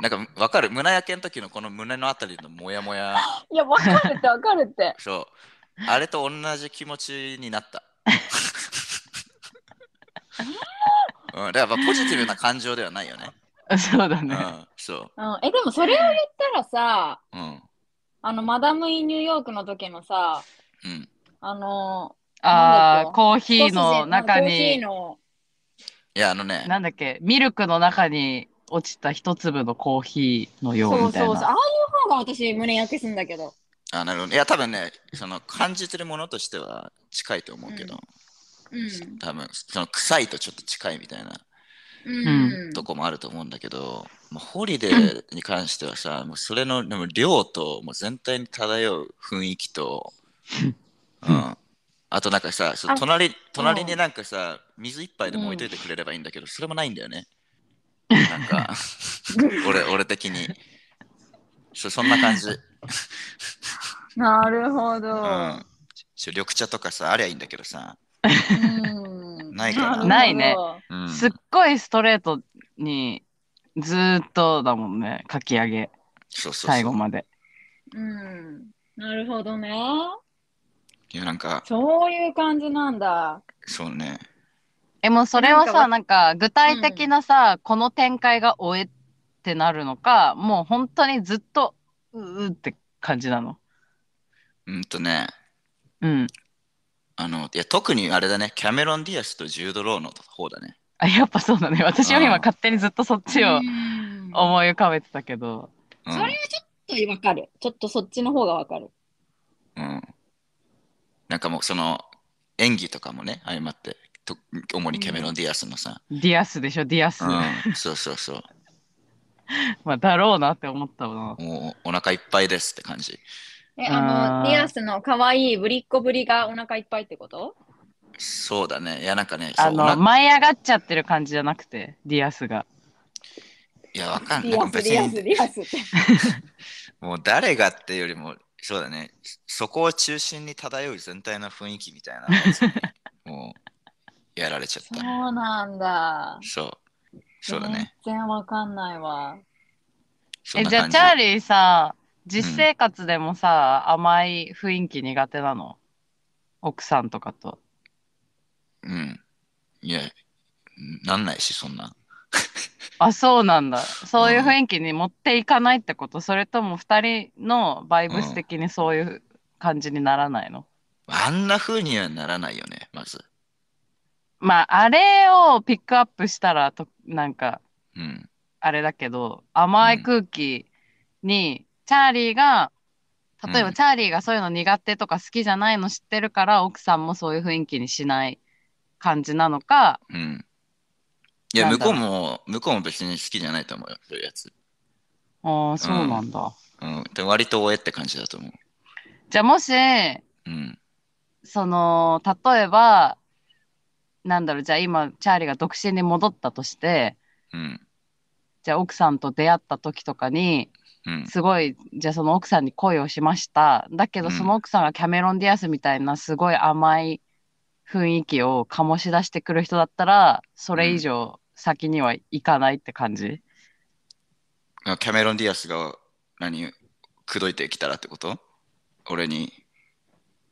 B: なんか分かる胸焼けの時のこの胸のあたりのモヤモヤ、
A: いやわかるってわかるって
B: そう、あれと同じ気持ちにな った。うん、だからやっぱポジティブな感情ではないよね。
C: そうだ
B: う
C: ね。
B: ん、そ
A: うん、えでもそれを言ったらさ
B: う。うん。
A: あのマダム・イン・ニューヨークの時のさ
B: うん。
A: あのな
C: あ
A: んだっ
C: あ、
A: け
C: コーヒーの中
A: コーヒー
C: に、
A: の
B: いや、あのね、
C: なんだっけ、ミルクの中に落ちた一粒のコーヒーのよう
A: そう
C: みたい
A: そうそうああい
C: な。
A: う方が私胸焼けすんだけど
B: あなるほどいや、多分ね、その感じてるものとしては近いと思うけど、
A: うん
B: 多分その臭いとちょっと近いみたいな
A: うん
B: とこもあると思うんだけど、まあ、ホリデーに関してはさ、もうそれのでも量と、もう全体に漂う雰囲気 と、う
C: うん
B: ん。あとなんかさ、そう
A: あ
B: 隣隣になんかさ、水一杯でも置いといてくれればいいんだけど、それもないんだよね。なんか、 俺、俺的に。そそんな 感じ。
A: なるほど。
B: うんちょ緑茶とかさ、ありゃいいんだけどさ。
A: うん
B: ないかな
C: ないね。
B: うん
C: すっごいストレートにずーっとだもんね、かき揚げ。
B: そうそうそう
C: 最後まで。
A: うん。なるほどね。
B: いや、なんか、
A: そういう感じなんだ。
B: そうね。
C: え、もうそれはさ、なんか具体
A: う
C: 的なさ、この展開が終えってなるのか、もう本当にずっと、ううって感じなの。
B: うんとね、
C: うん。
B: あの、いや、特にあれだね、キャメロン・ディアスとジュード・ローの方だね。
C: あ、やっぱそうだね。私は今
B: うん
C: 勝手にずっとそっちを
A: うん
C: 思い浮かべてたけど。
B: うん
A: それはちょっとわかる。ちょっとそっちの方がわかる。
B: うん。なんかもうその演技とかもね、相まって、と主にキャメロン・ディアスのさ、
C: ディアスでしょ、ディアス。
B: うん、そうそうそう、
C: まあ、だろうなって思ったな。
B: もうお腹いっぱいですって感じ。
A: え、あ
C: あ
A: の、
C: ー
A: ディアスの可愛いぶりっ子ぶりがお腹いっぱいってこと
B: そうだね、いやなんかね、そう
C: あ
B: お
C: の、
B: 腹
C: 舞い上がっちゃってる感じじゃなくて、ディアスが。
B: いや、わかん
A: デ
B: ない。
A: ィ
B: なん
A: アス、
B: か別
A: ディアス、
B: に、
A: ディアスって。
B: もう誰がっていうよりも、そうだね、そこを中心に漂う全体の雰囲気みたい なやつに、もう、やられちゃっ
A: そ
B: た。
A: うなんだ。
B: そう、そうだね。
A: 全然わかんないわ。
B: そん
C: え、
B: な
C: じゃあ、
B: 感
C: チ
B: じ。
C: ャーリーさ、実生活でもさ、甘い雰囲気苦手なの奥さんとかと。
B: うん。いや、なんないし、そんな。
C: あ、そうなんだ。そういう雰囲気に持っていかないってこと、それとも二人のバイブス的にそういう感じにならないの、
B: あんな風にはならないよね、まず。
C: まあ、あれをピックアップしたらと、なんか、
B: うん。
C: あれだけど、甘
B: うん
C: い空気に、チャーリーが、例えば
B: うん
C: チャーリーがそういうの苦手とか好きじゃないの知ってるから、奥さんもそういう雰囲気にしない感じなのか、
B: うん。いや、
C: な
B: 向
C: んだろ
B: こう
C: う
B: も、向こうも別に好きじゃないと思うよ、そういうやつ。
C: ああ、そうなんだ。
B: うん。で割と終えって感じだと思う。
C: じゃあもし、
B: うん。
C: その、例えば、なんだろう、じゃあ今、チャーリーが独身に戻ったとして、
B: うん。
C: じゃあ奥さんと出会った時とかに、
B: うん。
C: すごい、じゃあその奥さんに恋をしました。だけ
B: う
C: ど、
B: ん
C: その奥さんがキャメロン・ディアスみたいな、すごい甘い雰囲気を醸し出してくる人だったら、それ以上先には行かないって感じ。
B: あキャメロン・ディアスが、何、口説いてきたらってこと俺に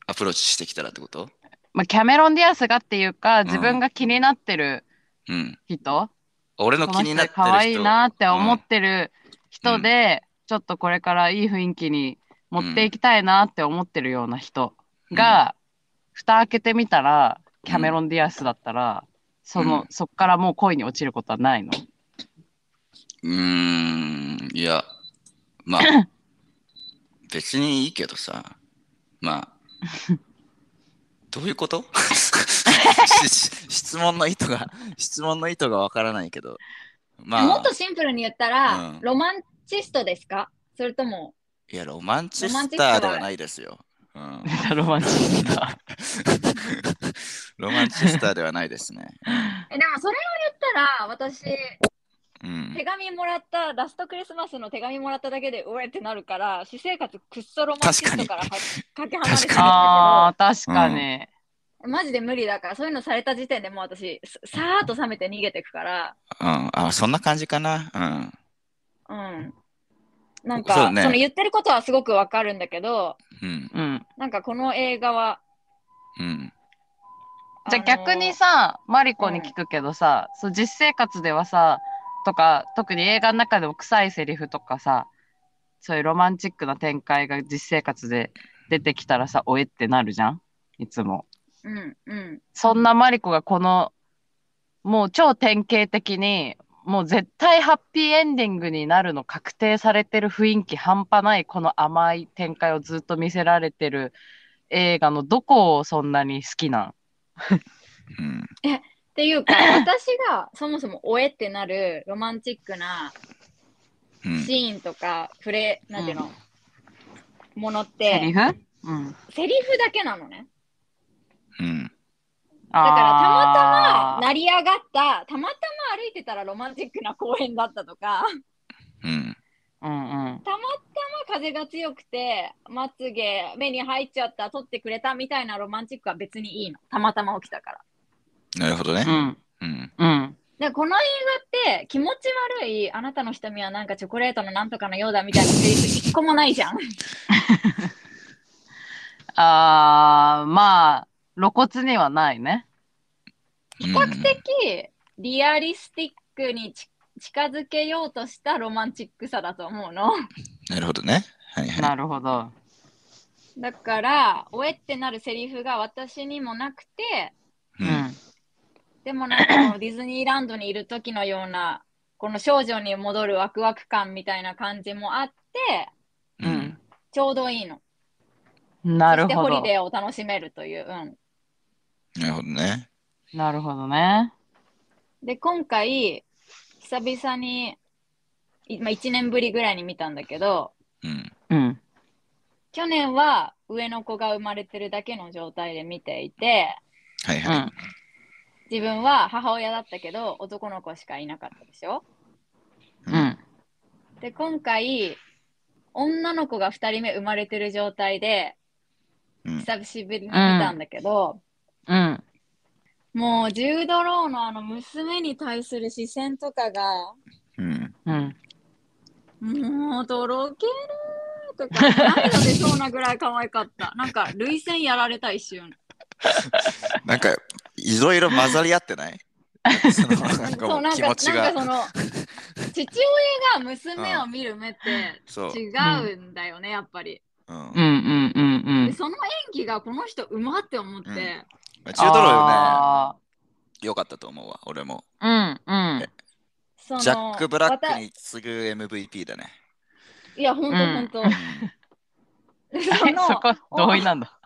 B: アプローチしてきたらってこと
C: まあ、キャメロン・ディアスがっていうか、
B: ん
C: 自分が気になってる
B: うん。
C: 人、
B: 俺の
C: こ
B: 気
C: の
B: になっ
C: 人
B: てる人。
C: 可愛いなって思
B: う
C: っ
B: ん
C: てる人で、ちょっとこれからいい雰囲気に持っていきたいなって思ってるような人が、蓋開けてみたら、キャメロン・ディアスだったら、その、
B: うん
C: そっからもう恋に落ちること はないの。
B: うーん、いや、まあ、別にいいけどさ、まあ、どういうことしし質問の意図が、質問の意図がわからないけど、まあ、
A: もっとシンプルに言ったら、
B: うん
A: ロマンチストですかそれとも、
B: いや、ロマンチ
A: ロマン
B: ス
A: チス
B: タ
A: ト
B: ー
A: は
B: ではないですよ。うん、
C: ロマンチストだ。
B: ロマンチスターではないですね。
A: えでもそれを言ったら、私、
B: うん、
A: 手紙もらった、ラストクリスマスの手紙もらっただけで、うえってなるから、私生活くっそロマンチストからかかけ離れてるんだけど、
C: ああ、確かに。
A: マジで無理だから、そういうのされた時点でもう私、ささーっと冷めて逃げてくから、
B: うん、あ、そんな感じかな。
A: うん。なん
B: そう
A: か、
B: だ
A: そ,、
B: ね
A: の言ってることはすごくわかるんだけど、
B: うん、うん、
C: うん。
A: なんかこの映画は、
B: うん、
C: じゃあ
A: の
C: 逆にさ、マリコに聞くけどさ、そう実生活ではさ、とか、特に映画の中でも臭いセリフとかさ、そういうロマンチックな展開が実生活で出てきたらさ、おえってなるじゃんいつも。
A: うん、うん。
C: そんなマリコがこの、もう超典型的に、もう絶対ハッピーエンディングになるの確定されてる雰囲気半端ないこの甘い展開をずっと見せられてる映画のどこをそんなに好きなん
B: うん、
A: っていう か、私がそもそもおえってなるロマンチックな
B: うん。
A: シーンとか、プレイ、なんていうの、ものっ
C: セリ
A: て、
C: フうん。
A: セリフだけなのね。
B: うん
C: だ
A: だから、たまたま
C: ま
A: 成り上がった、たまたま歩いてたらロマンチックな公園だったとか、
B: うん
C: たま、うんうん。
A: たまたま風が強くて、まつげ、目に入っちゃった、取ってくれたみたいなロマンチックは別にいいの。たまたま起きたから。
B: なるほどね
C: う。ん
B: うん。
C: うん。
A: でこの映画って気持ち悪いあなたの瞳はなんかチョコレートのなんとかのようだみたいなセリフ一個もないじゃん。
C: あー、まあ、露骨にはないね。
B: 比
A: 比較的リアリスティックにち近づけようとしたロマンチックさだと思うの。
B: なるほどね。はいは
C: なるほど。
A: だから、おえってなるセリフが私にもなくて、
B: い。
C: う
B: うん
C: ん。
A: でもなんかこのディズニーランドにいる時のような、この少女に戻るワクワク感みたいな感じもあって、
C: う
B: うんん。
A: ちょうどいいの。
C: なる
A: そして
C: ほど
A: ホリ。デーを楽しめるという。うん、
B: なるほどね。
C: なるほどね。
A: で、今回、久々に、いまあ、1年ぶりぐらいに見たんだけど、
B: うん。
C: うん。
A: 去年は上の子が生まれてるだけの状態で見ていて、
B: はいうは
C: ん。
A: 自分は母親だったけど、男の子しかいなかったでしょ
B: い。
C: うん。
A: で、今回、女の子が2人目生まれてる状態で、
B: うん。
A: 久しぶりに見たんだけど、
C: うん。
A: もうジュード・ローのあの娘に対する視線とかが、
B: うん。
C: うん。
A: もうとろけるとか、涙出そうなぐらい可愛か った。なんか、涙腺やられた一瞬。
B: なんか、いろいろ混ざり合ってない そのなんか
A: そ
B: も
A: う
B: う
A: なん
B: 気
A: か
B: 持ち
A: なんかそ
B: が。
A: の父親が娘を見る目って
B: そう。
A: 違うんだよね、やっぱり。
B: うん。ま
C: うん。うん。うん。う
A: で
C: ん。
A: その演技がこの人うまって思って、
B: うんあ中トロね、
C: あ
B: 良かったと思うわ、俺も。
C: ーうん。うん。
A: その
B: ジャック・ブラッ
A: わた
B: クに次ぐ MVP だね。
A: いや、ほんと
C: うん
A: ほんと。
C: え
A: その
C: そこ同意なんだ。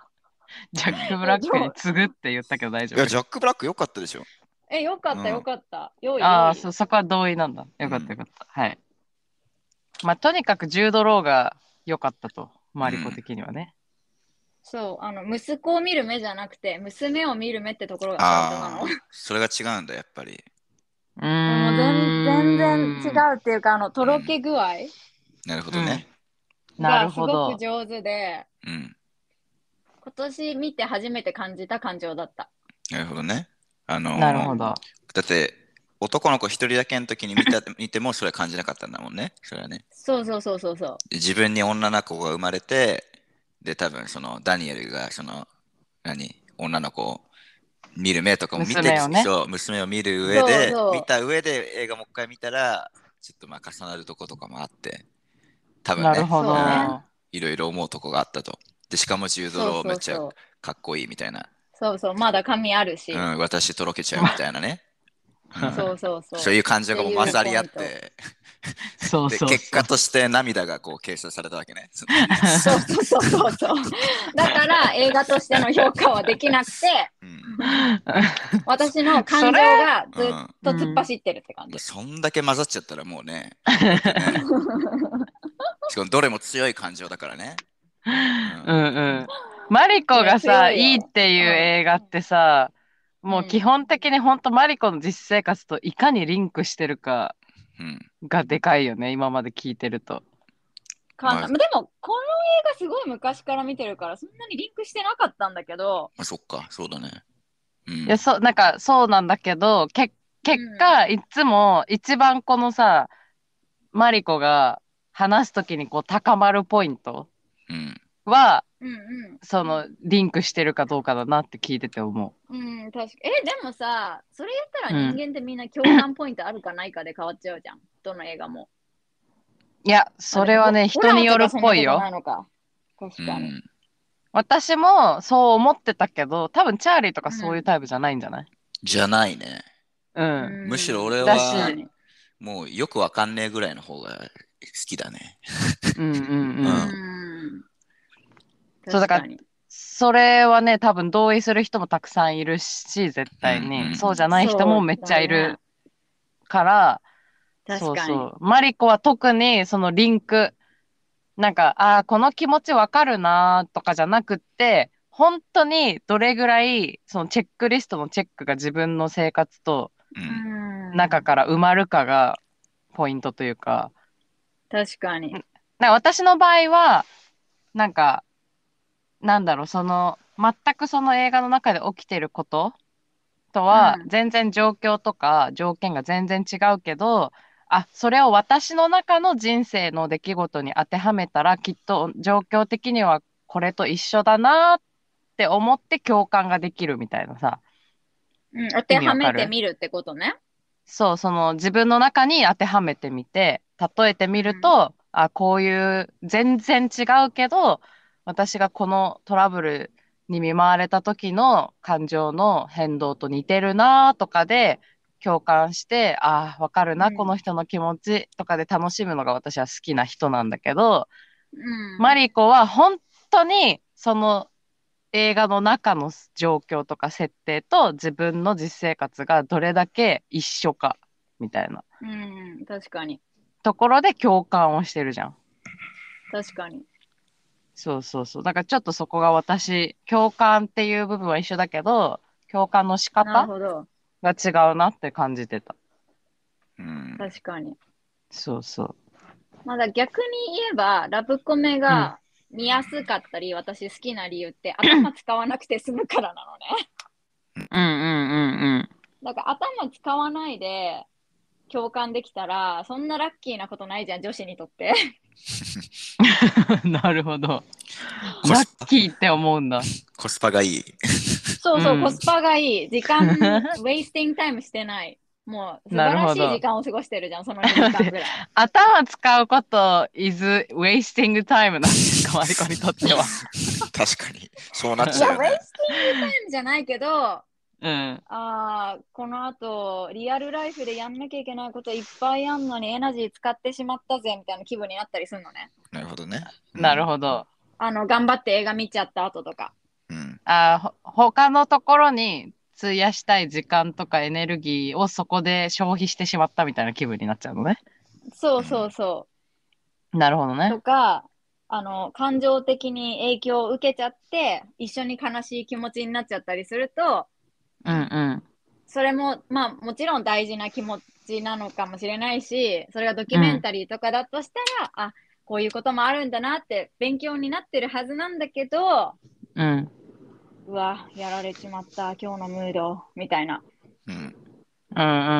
C: ジャック・ブラックに次ぐって言ったけど大
B: い
C: 丈
B: や、
C: 夫。
B: ジャック・ブラック良かったで しょ。
A: え、よかったよかった。よい
C: あ
A: よ
C: あ、
A: い
C: そうそこは同意なんだ。よかったよかった。はい。まあ、とにかくジュード・ローが良かったと、マリコ的にはね。
A: そう、あの、息子を見る目じゃなくて、娘を見る目ってところが
B: あ
A: ポイン
B: あ、それが違うんだ、やっぱり。
C: うー
A: ト
C: ん。
A: なの。もう全全然違うっていうか、あの、とろけ具合
B: なるほどね。
C: な
A: が
C: る
A: す
C: ほ
A: ご
C: ど
A: く。上手で、
B: うん。
A: 今年見て初めて感じた感情だった。
B: なるほどね。あのー
C: なるほど。
B: だって、男の子一人だけの時に見た 見てもそれは感じなかったんだもんね。それはね。
A: そうそうそうそうそう。
B: で自分に女の子が生まれて、で、多分そのダニエルがその、何、女の子を見る目とかも見て
C: 娘をね
B: そう、娘を見る上
A: そ
B: で、
A: うそう
B: 見た上で映画もう一回見たら、ちょっとまあ重なるとことかもあって、多分
C: なる
B: ね、
C: ほど。
A: そう
B: ねいろいろ思うとこがあったと。で、しかも柔
A: そう
B: 道
A: そ
B: めっ
A: う
B: ちゃ
A: そう。
B: かっこいいみたいな。
A: そうそう、まだ髪あるし。
B: うん、私とろけちゃうみたい なね。うん
A: そうそうそう。
B: そういう感情がもう混ざり合っ
A: そういう
B: て、
C: そう
B: で
C: そうそう。
B: 結果として涙がこう計算されたわけね。その
A: そうそうそうそうそう。だから映画としての評価はできなくて、
B: うん
A: 私の感情がず
B: う
A: っ
B: ん
A: と突っ走ってるって感じ。
B: そんだけ混ざっちゃったらもうね。 ねしかもどれも強い感情だからね。
C: う
B: うん
C: うん。マリコがさ、
A: いや強いよ
C: いいっていう映画ってさ、もう基本的に本当マリコの実生活といかにリンクしてるか
B: うん
C: がでかいよね、今まで聞いてると。
A: か
B: まあ
A: でも、この映画すごい昔から見てるから、そんなにリンクしてなかったんだけど、
B: まあ、そっか、そうだね。うん
C: いや、そう、なんかそうなんだけど、け結果、いつも一番このさ、マリコが話すときにこう高まるポイント
B: うん
C: は、
A: うんうん。
C: そのリンクしてるかどうかだなって聞いてて思
A: うん、確かえ、でもさ、それ言った
C: う
A: ら
C: ん
A: 人間ってみんな共感ポイントあるかないかで変わっちゃうじゃん。どの映画も。
C: う。いや、それはね、人によるっぽいよ。
A: オラフとかそんなことないのか確かに。
C: 私もそう思ってたけど、多分チャーリーとかそういうタイプじゃないんじゃない
B: じゃないね。
C: うん。
A: うん
B: むしろ俺
C: だ
B: は
C: し
B: もうよくわかんねえぐらいの方が好きだね。
C: うんうんう。
A: うんん。
C: そうだから
A: 確に
C: それはね、多分同意する人もたくさんいるし、絶対
B: うんうんう
C: に。
B: ん
C: そうじゃない人もめっちゃいるから、
A: そうだね。確
C: そう
A: かに。
C: そう。マリコは特にそのリンク、なんか、ああ、この気持ちわかるなーとかじゃなくって、本当にどれぐらい、そのチェックリストのチェックが自分の生活と
B: うん
A: うん
C: 中から埋まるかがポイントというか、
A: 確かに。
C: なんか私の場合は、なんか、なんだろう、その、全くその映画の中で起きてることとは
A: うん
C: 全然状況とか条件が全然違うけど、あ、それを私の中の人生の出来事に当てはめたら、きっと状況的にはこれと一緒だなって思って共感ができるみたいなさ。
A: うん、当てはめてみるってことね。
C: そう、その自分の中に当てはめてみて、例えてみると、あ、こういう全然違うけど、私がこのトラブルに見舞われた時の感情の変動と似てるなとかで共感して、あ、わかるな、
A: うん
C: この人の気持ちとかで楽しむのが私は好きな人なんだけど、
A: うん。
C: マリコは本当にその映画の中の状況とか設定と自分の実生活がどれだけ一緒かみたいな
A: うん、確かに。
C: ところで共感をしてるじゃん。
A: 確かに。
C: そうそうそう。だからちょっとそこが私、共感っていう部分は一緒だけど、共感の仕
A: なる
C: 方
A: ほど。
C: が違うなって感じてた。
B: うん。
A: 確かに。
C: そうそう。
A: まだ逆に言えば、ラブコメが見やすかったり、私好きな理由って、頭使わなくて済むからなの ね。
C: うんうんうんうん。
A: だから頭使わないで共感できたら、そんなラッキーなことないじゃん、女子にと って。
C: なるほど。
B: コ
C: ラ
B: ス
C: ッキーって思うんだ。
B: コスパがいい。
A: そうそう、
C: うん
A: コスパがいい。時 間、ウェイスティングタイムしてない。もう素晴らしい
C: なるほど
A: 時間を過ごしてるじゃん、その2時間ぐ らい。
C: 頭使うこと、is wasting time なんですか、マリコにとって は。
B: 確かに。そうなっ
A: い
B: ち
A: や、
B: ゃ
A: ウ
B: う、
A: ェイ
B: ね。
A: スティングタイムじゃないけど、あ
C: うん。
A: あー、この後、リアルライフでやんなきゃいけないこといっぱいあんのにエナジー使ってしまったぜみたいな気分になったりするのね。
B: なるほどね。
C: なる
B: ほ
C: ほど。
A: あの、頑張って映画見ちゃった後とか。
B: ど。うん。
C: あーほ他のところに費やしたい時間とかエネルギーをそこで消費してしまったみたいな気分になっちゃうのね。
A: そうそうそ
C: なるほど
A: う。
C: ね
A: と。か、あの、感情的に影響を受けちゃって、一緒に悲しい気持ちになっちゃったりすると、
C: うんうん。
A: それも、まあ、もちろん大事な気持ちなのかもしれないし、それがドキュメンタリーとかだとしたら、あ、こういうこともあるんだなって勉強になってるはずなんだけど、
C: うん。
A: うわ、やられちまった、今日のムード、みたいな。
B: うん。
C: うんう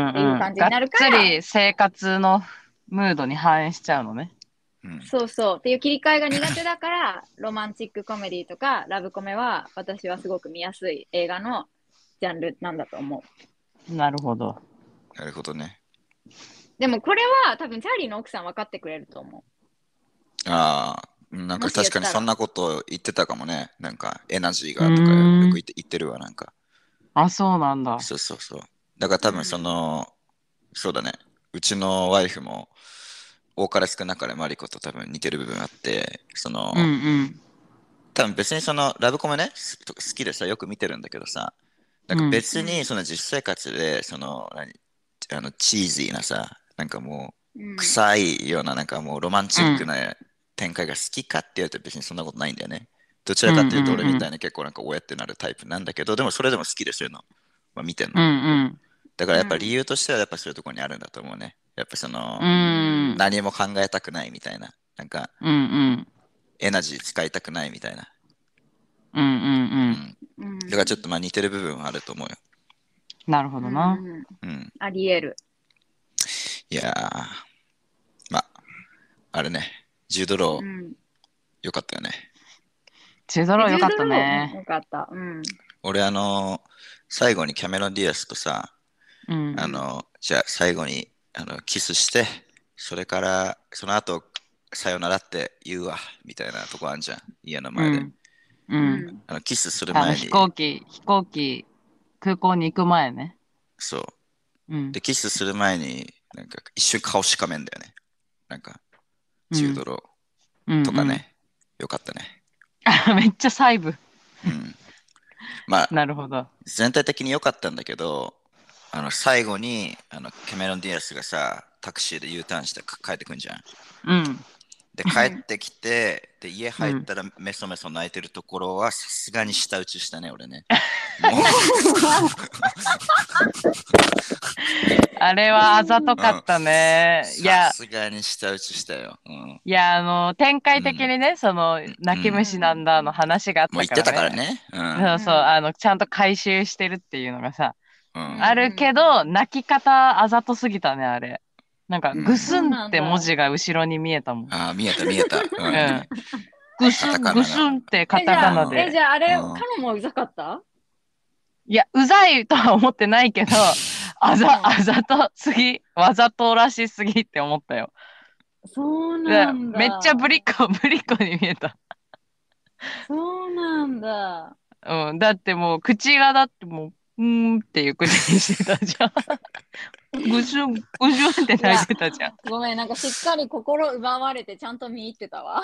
C: ん
A: ってい
C: うん。
A: う感じ
C: が
A: に
C: っ
A: なるか
C: つ
A: ら
C: り生活のムードに反映しちゃうのね。
B: うん。
A: そうそう。っていう切り替えが苦手だから、 ロマンチックコメディとか、ラブコメは、私はすごく見やすい映画のジャンルなんだと思う。
C: なるほど。
B: なるほどね。
A: でもこれは、多分、チャーリーの奥さん分かってくれると思う。
B: ああ。なんか
A: もし言っ
B: 確
A: た
B: からにそんなこと言ってたかもね。なんかエナジーがとか
C: うーん
B: よく言って言ってるわ。なんか。
C: あ、そうなんだ。
B: そうそうそう。だから多分その、そうだね。うちのワイフも多から少なかれマリコと多分似てる部分あって、その、
C: うんうん。
B: 多分別にそのラブコメね、す好きでさ、よく見てるんだけどさ、なん
C: う
B: か
C: ん
B: 別にその実生活で、その、何、あの、チーズィーなさ、なんかも
A: う、
B: うん臭いような、なんかもうロマンチックな展開が好きかって言うと別にそんなことないんだよね。どちらかっていうと
C: うんうんうん
B: 俺みたいな結構なんか親ってなるタイプなんだけど、でもそれでも好きでそういうの、まあ、見てん
C: う
B: の。
C: ん
B: だからやっぱ
A: うん
B: 理由としてはやっぱそういうところにあるんだと思うね。やっぱその
C: うん。うん。
B: 何も考えたくないみたいな。なんか
C: うんうん。
B: エナジー使いたくないみたいな。
C: うんうん
B: う
C: う。
B: ん
A: う
B: ん。
A: ん
B: だからちょっとまあ似てる部分はあると思うよ。
C: なるほどな。
A: うん
B: うん。
A: あり得る。
B: いやー。まあ、あれね。10ドロ
A: う
B: ー
A: ん
B: よかったよね。
C: チェドロよかっ
A: ジュ
C: たね。
A: ードローよかった。うん。
B: 俺あのー最後にキャメロン・ディアスとさ、
C: うん。
B: あのーじゃあ最後にあのキスして、それからその後さよならって言うわみたいなとこあるじゃん。家の
C: う
B: 前で。
C: ん。う。。
A: うん
B: あのキスする
C: あの
B: 前
C: 飛
B: に。
C: 行機、飛行機、空港に行く前ね。
B: そう。
C: うん。
B: で、キスする前に、なんか一瞬顔しかめんだよね。なんか、
C: うん
B: 10ドロ
C: うん
B: とかね。よかったね。
C: うん めっちゃ細部。
B: うん。まあ、
C: なるほど。
B: 全体的に良かったんだけど、あの、最後に、あの、キャメロン・ディアスがさ、タクシーで U ターンしてか帰ってくんじゃん。
C: うん。
B: で、帰ってきて、で、家入ったらメソメソ泣いてるところは、さすがに舌打ちしたね、 俺ね。も
C: あれはあざとかったね
B: う、。
C: いや
B: さ、すがに舌打ちしたよ。うん。
C: いや、あの、展開的にね、その、泣き虫なんだの話があった
B: もう言ってたからね。うん。
C: そうそう、あの、ちゃんと回収してるっていうのがさ、
B: うん
C: あるけど、泣き方あざとすぎたね、あれ。なんか、
B: うん
C: ぐすんって文字が後ろに見えたもん。うん。
B: あー見えた見え た。うん
C: ぐす
B: カタカナ
C: ん、
B: だ
C: ぐすんってカタカナ
A: え、
C: で。
A: じゃああれ、
B: うん
A: カノもうざかった
C: いや、うざいとは思ってないけど、あざ、あざとすぎ、わざとらしすぎって思ったよ。
A: そう
C: で
A: なんだ。
C: めっちゃぶりっ子、ぶりっ子に見えた。
A: そうなんだ。
C: うん、だってもう、口がだってもう、うーんっていう口にしてたじゃん。ぐしゅん、ぐしゅんって泣いてたじゃん。
A: ごめん、なんかしっかり心奪われてちゃんと見入ってたわ。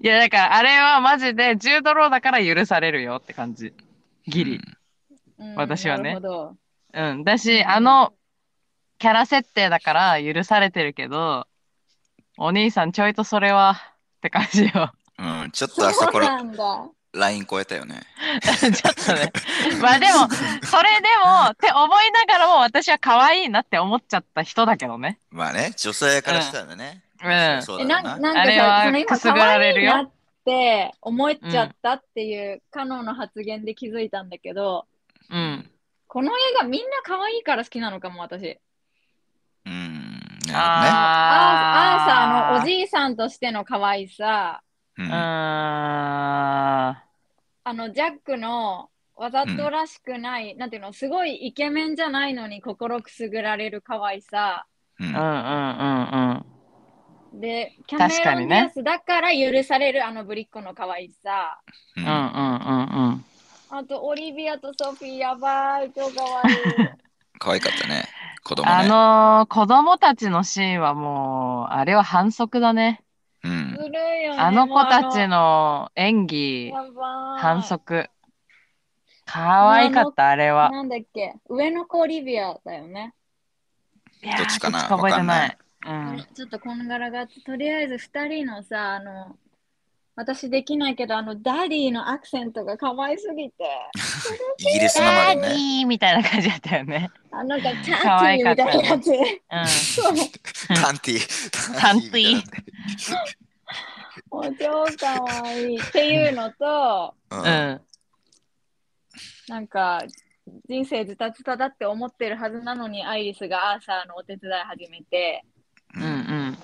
C: いや、だからあれはマジで10ドローだから許されるよって感じ。ギリ。。
A: うん
C: 私はね
A: なるほど。
C: うん。だし、あの、キャラ設定だから許されてるけど、お兄さんちょいとそれは、って感じよ。
B: うんうんちょっとあそ
A: そう
B: こら
A: なんだ。
B: ライン超えたよね。
C: ちょっと ね。まあでも、それでも、って思いながらも私は可愛いなって思っちゃった人だけどね。
B: まあね、女性からしたらね。
C: うん
B: そ
A: え、
B: うそう
A: な
B: だ
A: んな
B: よな。
A: んか
C: あれ
A: さ、
C: は
A: その今
C: くすぐられるよ
A: 可愛いなって思っちゃったっていう、カノの発言で気づいたんだけど、
C: うん。
A: この映画みんな可愛いから好きなのかも、私。
B: うん。な
A: アーアーサーのお
C: い。
A: じいさんとしての可愛さ、
B: るほど
C: う
B: ね。
C: ーん。
A: あの、ジャックのわざとらしくない、なんていうの、すごいイケメンじゃないのに心くすぐられる可愛さ。
B: うん。
C: うんう
B: うん
C: んうんうん。
A: で、キャ
C: 確
A: メ
C: か
A: ロン・
C: に
A: ディ
C: ね
A: アスだから許されるあのぶりっ子の可愛さ。
B: う
C: うん
B: ん
C: うんうんうん。
A: あと、オリビアとソフィー、やばい、超可愛い。
B: 可愛かったね。子供ね。
C: あのー、子供たちのシーンはもう、あれは反則だね。
B: うん
A: ずるいよね。
C: あの子たち
A: も
C: の演
A: う
C: 技、
A: あの。やばい
C: 反則。可愛かった、あれは。
A: なんだっけ上の子オリビアだよね。
C: いやー
B: どっちかな
C: 覚えてない。
A: あれちょっとこんがらがって、とりあえず2人のさ、あの、私できないけど、あの、ダディのアクセントが可愛すぎて、
B: イギリスのま
C: うん。
B: で
C: ダーデ
B: ね。
C: ィーみたいな感じだったよね。
A: あなん か、チャ
C: 可
A: ー
C: 愛
A: チー
C: かっ
A: み
C: た
A: たいなやつ。
C: う
A: そう、
B: タンティ。
C: タンティ。
A: もう超可愛いっていうのと、
B: うん
C: うん。
A: なんか、人生ズタズタだって思ってるはずなのに、アイリスがアーサーのお手伝い始めて、
C: うん
B: ん。
C: うん。
A: っ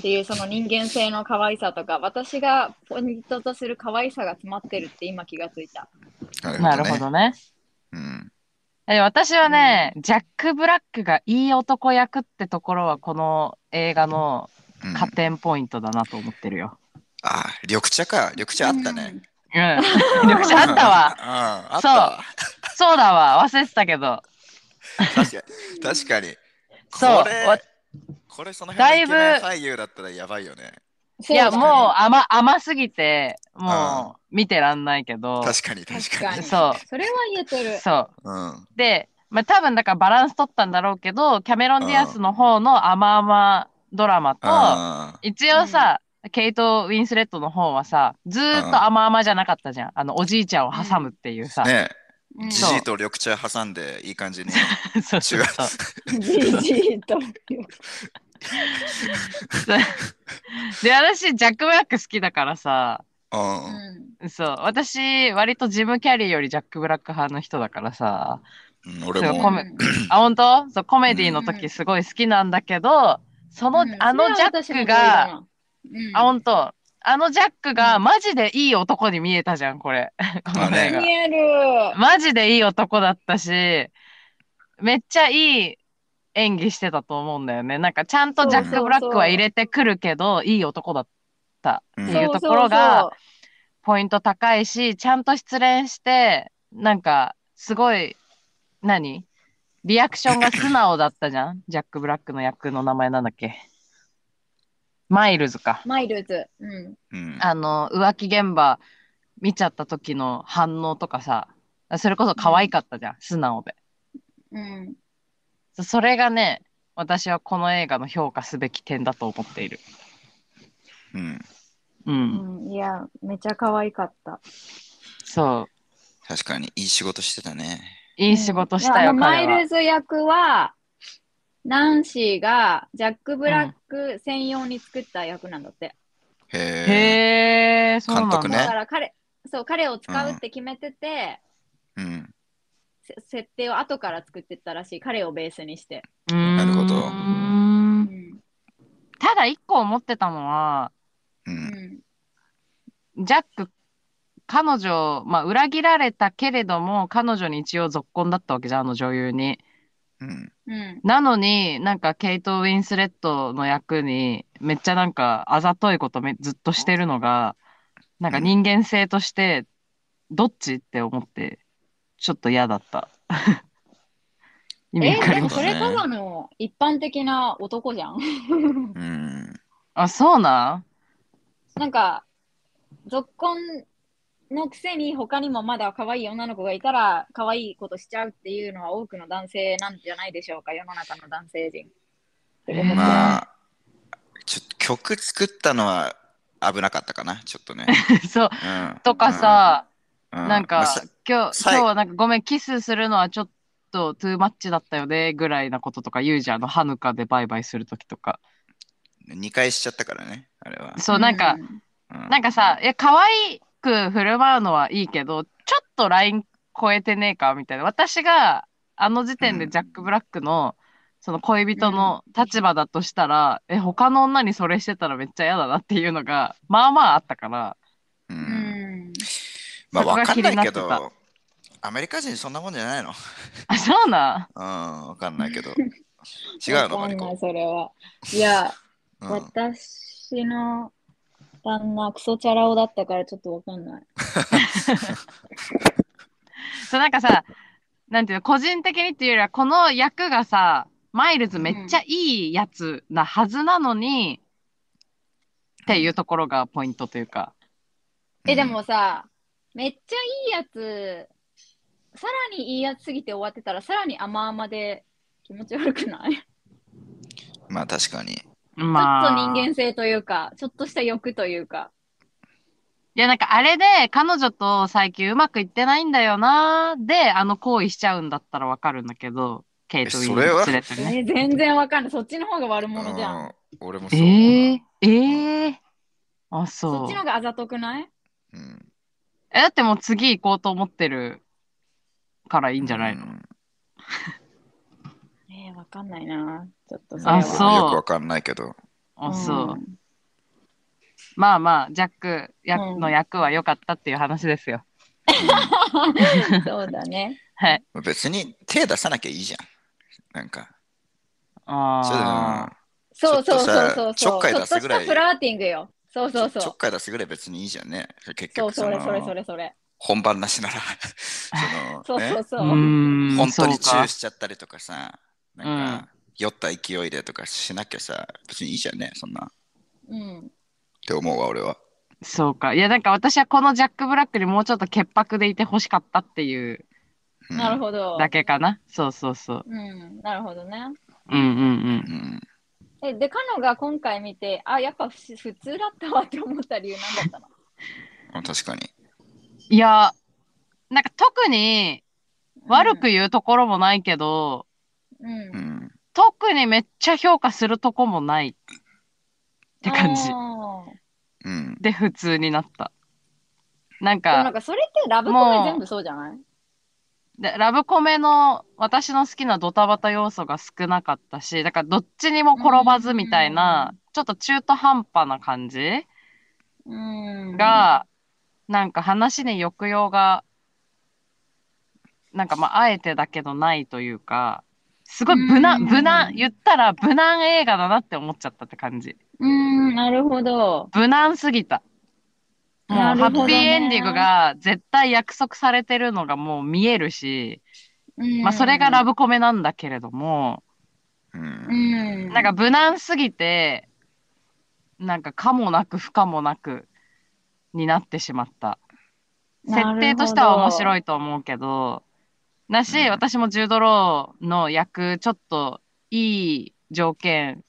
A: ていうその人間性の可愛さとか私がポイントとする可愛さが詰まってるって今気がついた。
C: なるほ
B: ね。
C: どね。
B: うん。
C: え私はね、ジャック・ブラックがいい男役ってところは、この映画の
B: うん
C: 加点ポイントだなと思ってるよ。
B: あー、緑茶か。緑茶あったね。
C: うん。 緑茶あったわ。
B: わ。うん、あっ
C: そ
B: た
C: う
B: わ。
C: そうだわ。忘れてたけど。
B: 確かに。確かに。
C: そう
B: これ
C: わ
B: これその辺のイケメ
C: だ
B: ン
C: いぶ
B: 俳優だったらやばいよね。
C: いや、もう
A: うだね
C: 甘、甘すぎて、もう見てらんないけど。
B: 確かに確かに。
C: そ
A: それは言えて
C: う。
A: る。
C: そう。
B: うん。
C: で、まあ、多分だからバランス取ったんだろうけど、キャメロン・ディアスの方の甘々ドラマと、
B: あ
C: 一応さ、ケイト・ウィンスレットの方はさ、ずーっと甘々じゃなかったじゃん。あの、おじいちゃんを挟むっていうさ
B: あ。。ね
A: うん
B: じじいと緑茶挟んでいい感じに。
C: そうそう
B: 違う
C: そう。
A: じじいと。
C: で、私、ジャック・ブラック好きだからさ、
B: う。
A: うんん
C: そう、私、割とジム・キャリーよりジャック・ブラック派の人だからさ、
B: うん俺
C: そうコ
B: も。
C: メあ、本当そう、コメディの
A: うん
C: 時すごい好きなんだけど、その、あのジャックが、、
A: うん
C: あ、本当。あのジャックがマジでいい男に見えたじゃん、これ。 この
B: あね
C: 映
A: 見える
C: 画。。マジでいい男だったし、めっちゃいい演技してたと思うんだよね。なんかちゃんとジャック・ブラックは入れてくるけど、いい男だった
B: うん
C: っていうところがポイント高いし、ちゃんと失恋して、なんかすごい、何リアクションが素直だったじゃ んジャック・ブラックの役の名前なんだっけマイルズか。
A: マイルズ。うん。
B: うん
C: あの浮気現場見ちゃった時の反応とかさそれこそ可愛かったじゃん、素直で
A: うん。
C: そそれがね私はこの映画の評価すべき点だと思っている
B: うん。
C: う、
A: うんんいや、めちゃ可愛かった。
C: そう
B: 確かにいい仕事してたね。
C: いい仕事した
A: う
C: よ
A: ん
C: 彼
A: マイ
C: は
A: ルズ役は、ナンシーがジャック・ブラック専用に作った役なんだって。
B: へえ。
C: へえそうなん
B: 監督
C: だ
B: ね
A: だから彼、そう、彼を使うって決めてて、
B: うん。
A: せ設定を後から作ってったらしい彼をベースにして、
C: な
B: るほど
A: うん
C: ただ一個思ってたのは、
B: う。
A: うんん
C: ジャック、彼女、まあ、裏切られたけれども、彼女に一応続婚だったわけじゃん、あの女優に。
B: うん。
A: うん
C: なのに、なんか、ケイト・ウィンスレットの役に、めっちゃなんか、あざといことめずっとしてるのが、なんか
B: うん
C: 人間性として、どっちって思って、ちょっと嫌だった。意味
A: え
C: わか
A: で
B: なる
C: り
A: もそ
B: ほど
C: ます
B: ね
A: れただの一般的な男じゃん
B: うん。
C: あ、そうなん
A: なんか続婚のくせに他にもまだ可愛い女の子がいたら可愛いことしちゃうっていうのは多くの男性なんじゃないでしょうか世の中の男性陣って思って
B: まあ、ちょっと曲作ったのは危なかったかな、ちょっと ね。
C: そう。
B: うん、
C: とかさ、
B: う
C: なん
B: まあ
C: か
B: さ、
C: 今日、
B: 最
C: 今日はなんかごめん、キスするのはちょっとトゥーマッチだったよね、ぐらいなこととか言うじゃん。あの、ハヌカでバイバイするときとか。
B: 2回しちゃったからね、あれは。
C: そう、なんか、
B: うん
C: なんかさ、いや、可愛く振る舞うのはいいけど、ちょっとライン超えてねえかみたいな。私が、あの時点でジャック・ブラックの、その恋人の立場だとしたら、え、他の女にそれしてたらめっちゃ嫌だなっていうのが、まあまああったから。
A: う
B: う
A: んん
B: まあ、
C: そこ
B: わ
C: が
B: かん
C: 気に
B: な
C: なっ
B: い
C: て
B: け
C: た
B: ど、アメリカ人そんなもんじゃないの。
C: あ、そうな
B: うん、わかんないけ ど。違うの、
A: わ
B: マ
A: か
B: リ
A: んない
B: コ。
A: それはいや
B: うん、
A: 私の旦那クソチャラ男だったからちょっとわかんない。
C: んそう、なんかさ、なんていうの、個人的にっていうよりは、この役がさ、マイルズめっちゃいいやつなはずなのに、っていうところがポイントというか。
B: う
A: え、
B: ん
A: で、もさ、めっちゃいいやつ、さらにいいやつすぎて終わってたら、さらに甘々で気持ち悪くないち
B: まあ確かに。
A: ょ
C: ま
A: っと
C: あ、
A: 人間性というか、ちょっとした欲というか。
C: いや、なんかあれで、彼女と最近うまくいってないんだよなーで、あの行為しちゃうんだったらわかるんだけど、ケイト・ウ
B: え
C: ィ
B: そ
C: ンレ
B: れは
C: ットね。
A: え全然わかんない。そっちの方が悪者じゃん。
B: うん俺も
C: え
B: そう思うな。
C: ー、えー、あ、
A: そ
C: そ
A: っ
C: う
A: ち。の方があざとくない
B: うん
C: え、だってもう次行こうと思ってるからいいんじゃないの、
B: うん
A: えー、わかんないな。ちょっとそれは。
C: あそう
B: よくわかんないけど。
C: あ、そう。
A: ん
C: まあまあ、ジャックや
A: うん
C: の役は良かったっていう話ですよ。
A: そうだね。
C: はい。
B: 別に手出さなきゃいいじゃん。なんか。そう
C: ああ。
A: そうそうそう
B: ちょ
A: そう
B: っとさちょ
A: そ
B: っ
A: う。
B: かい
A: ちょ
B: 出
A: っとし
B: すぐら
A: た
B: い
A: フラーティングよ。そうそうそう。
B: ちょっかい出すぐらい別にいいじゃんね。結
A: そう
B: 局
A: それ
B: の
A: それそれそれ。
B: 本番なしならそ
A: そ
B: の、
A: う
B: ね、
A: そうそうう。
C: ーん、
B: 本当にチュ
C: そうか
B: ー。しちゃったりとかさ、なんか、酔った勢いでとかしなきゃさ、別にいいじゃんね、そんな。っ
A: うん。
B: て思うわ、俺は。
C: そうか。いや、なんか私はこのジャック・ブラックにもうちょっと潔白でいてほしかったっていう
B: うん、
A: なるほど。
C: だけかな。そうそうそう。
A: うん。なるほどね。
C: うんうん
B: うん。
A: え、で、カノが今回見て、あ、やっぱふし普通だったわって思った理由なんだったの
B: 確かに。
C: うん。いや、なんか特に悪く言うところもないけど、
A: うん。う。
B: うんん。
C: 特にめっちゃ評価するとこもないって感じ
A: あ。ー
B: うん。
C: で、普通になった。なん
A: でも
C: か
A: なん、かそれってラブコメ全部そうじゃない
C: でラブコメの私の好きなドタバタ要素が少なかったし、だからどっちにも転ばずみたいな、ちょっと中途半端な感じ
A: うん。、
C: が、なんか話に抑揚が、なんかまあ、あえてだけどないというか、すごい無
A: う
C: 難、
A: ん
C: 無難、言ったら無難映画だなって思っちゃったって感じ。
A: うん、なるほど。
C: 無難すぎた。もう
A: な
C: ハ
A: るほ
C: ッ
A: どね
C: ピーエンディングが絶対約束されてるのがもう見えるし、
A: うん、
C: まあそれがラ。ブコメなんだけれども、
B: う。
A: うんん。
C: なんか、無難すぎて、なんか可もなく不可もなくになってしまった。設定としては面白
A: い。
C: いと思うけど、だし、
B: うん
C: 私もジュードローの役、ちょっといい条件、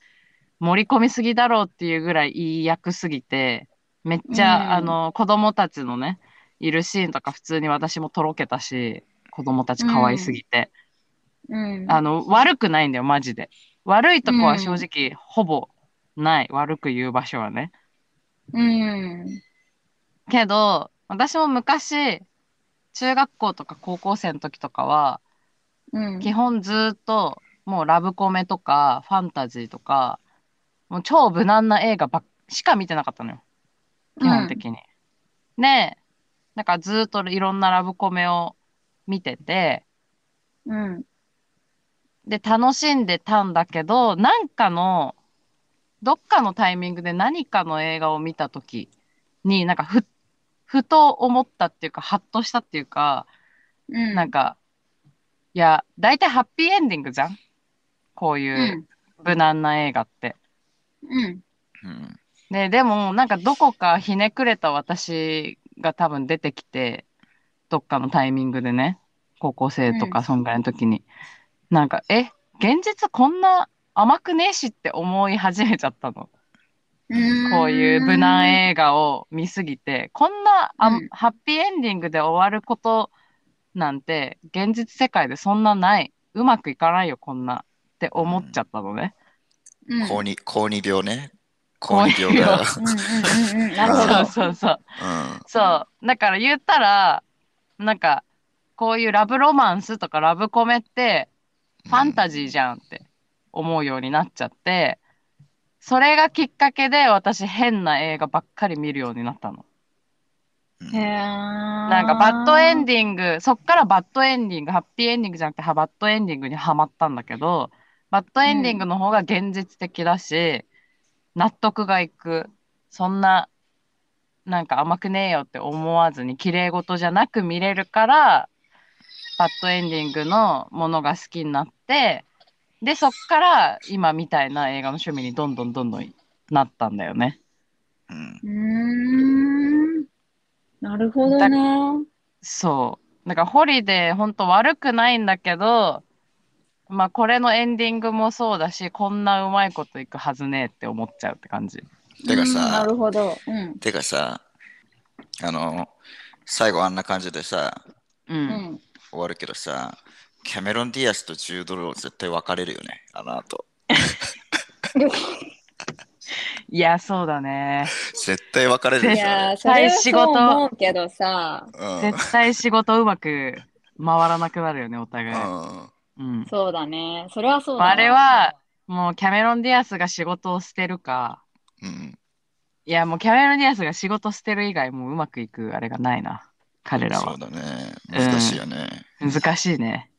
C: 盛り込みすぎだろうっていうぐらいいい役すぎて、めっちゃ、
A: うん
C: あの、子供たちのね、いるシーンとか普通に私もとろけたし、子供たち可愛すぎて。
A: うん。
C: あの、悪くないんだよ、マジで。悪いとこは正直、ほぼない。悪く言う場所はね。
A: うん。
C: けど、私も昔、中学校とか高校生の時とかは、
A: うん。
C: 基本ずっともうラブコメとかファンタジーとかもう超無難な映画ばっしか見てなかったのよ基本的に。でなんかずっといろんなラブコメを見てて
A: うん。
C: で楽しんでたんだけどなんかのどっかのタイミングで何かの映画を見た時になんかふふと思ったっていうかハッとしたっていうか
A: うん。
C: なんかいや大体ハッピーエンディングじゃんこういうう。
A: ん。
C: 無難な映画って。
A: うん。
B: うん。
C: ね、でも、なんかどこかひねくれた私が多分出てきて、どっかのタイミングでね、高校生と
A: う
C: かそんぐらいの時に、なんか、え、現実こんな甘くねえしって思い始めちゃったの。
A: うん
C: こういう無難映画を見すぎて、こんなあ、
A: うん
C: ハッピーエンディングで終わることなんて、現実世界でそんなない。うまくいかないよ、こんな。って思っちゃったのね。
A: うん
B: 高二高二病ね。
C: 高
B: 高
C: 二
B: 二
C: 病
B: 病が。
A: うんうんうんうん。なるほ
C: そう
A: ど。
C: そうそう。
B: うん。
C: そう。だから言ったら、なんか、こういうラブロマンスとかラブコメって、ファンタジーじゃんって思うようになっちゃって、それがきっかけで私変な映画ばっかり見るようになったの。
B: うん
A: へー
C: なんかバッドエンディング、そっからバッドエンディング、ハッピーエンディングじゃなくてはバッドエンディングにはまったんだけど、バッドエンディングの方が現実的だし、納得がいく。そんな、なんか甘くねえよって思わずに綺麗事じゃなく見れるから、バッドエンディングのものが好きになって、で、そっから今みたいな映画の趣味にどんどんどんどんなったんだよね。
B: うん
A: うーん。なるほどね。
C: そう。なんかホリデー、ほんと悪くないんだけど、まあこれのエンディングもそうだし、こんなうまいこといくはずねえって思っちゃうって感じ。
B: てか
A: うんな
B: さ、
A: るほど。うん。
B: てかさ、あの、最後あんな感じでさ、
C: う。
A: うんん。
B: 終わるけどさ、キャメロン・ディアスとジュードロー絶対別れるよね、あの後。
C: いや、そうだね。
B: 絶対別れる
A: い
B: でしょあ
A: や
B: れ
A: ー、それは
C: 絶対仕事
A: そう思うけどさ、
B: うん
C: 絶対仕事うまく回らなくなるよね、お互い。
B: うん。
C: うん。
A: そうだね。それはそうだわ
C: あれは、もうキャメロン・ディアスが仕事を捨てるか、
B: うん。
C: いや、もうキャメロン・ディアスが仕事捨てる以外もううまくいくあれがないな。彼ら
B: そ
C: は
B: う。だね。難しいよね。
C: 難しいね。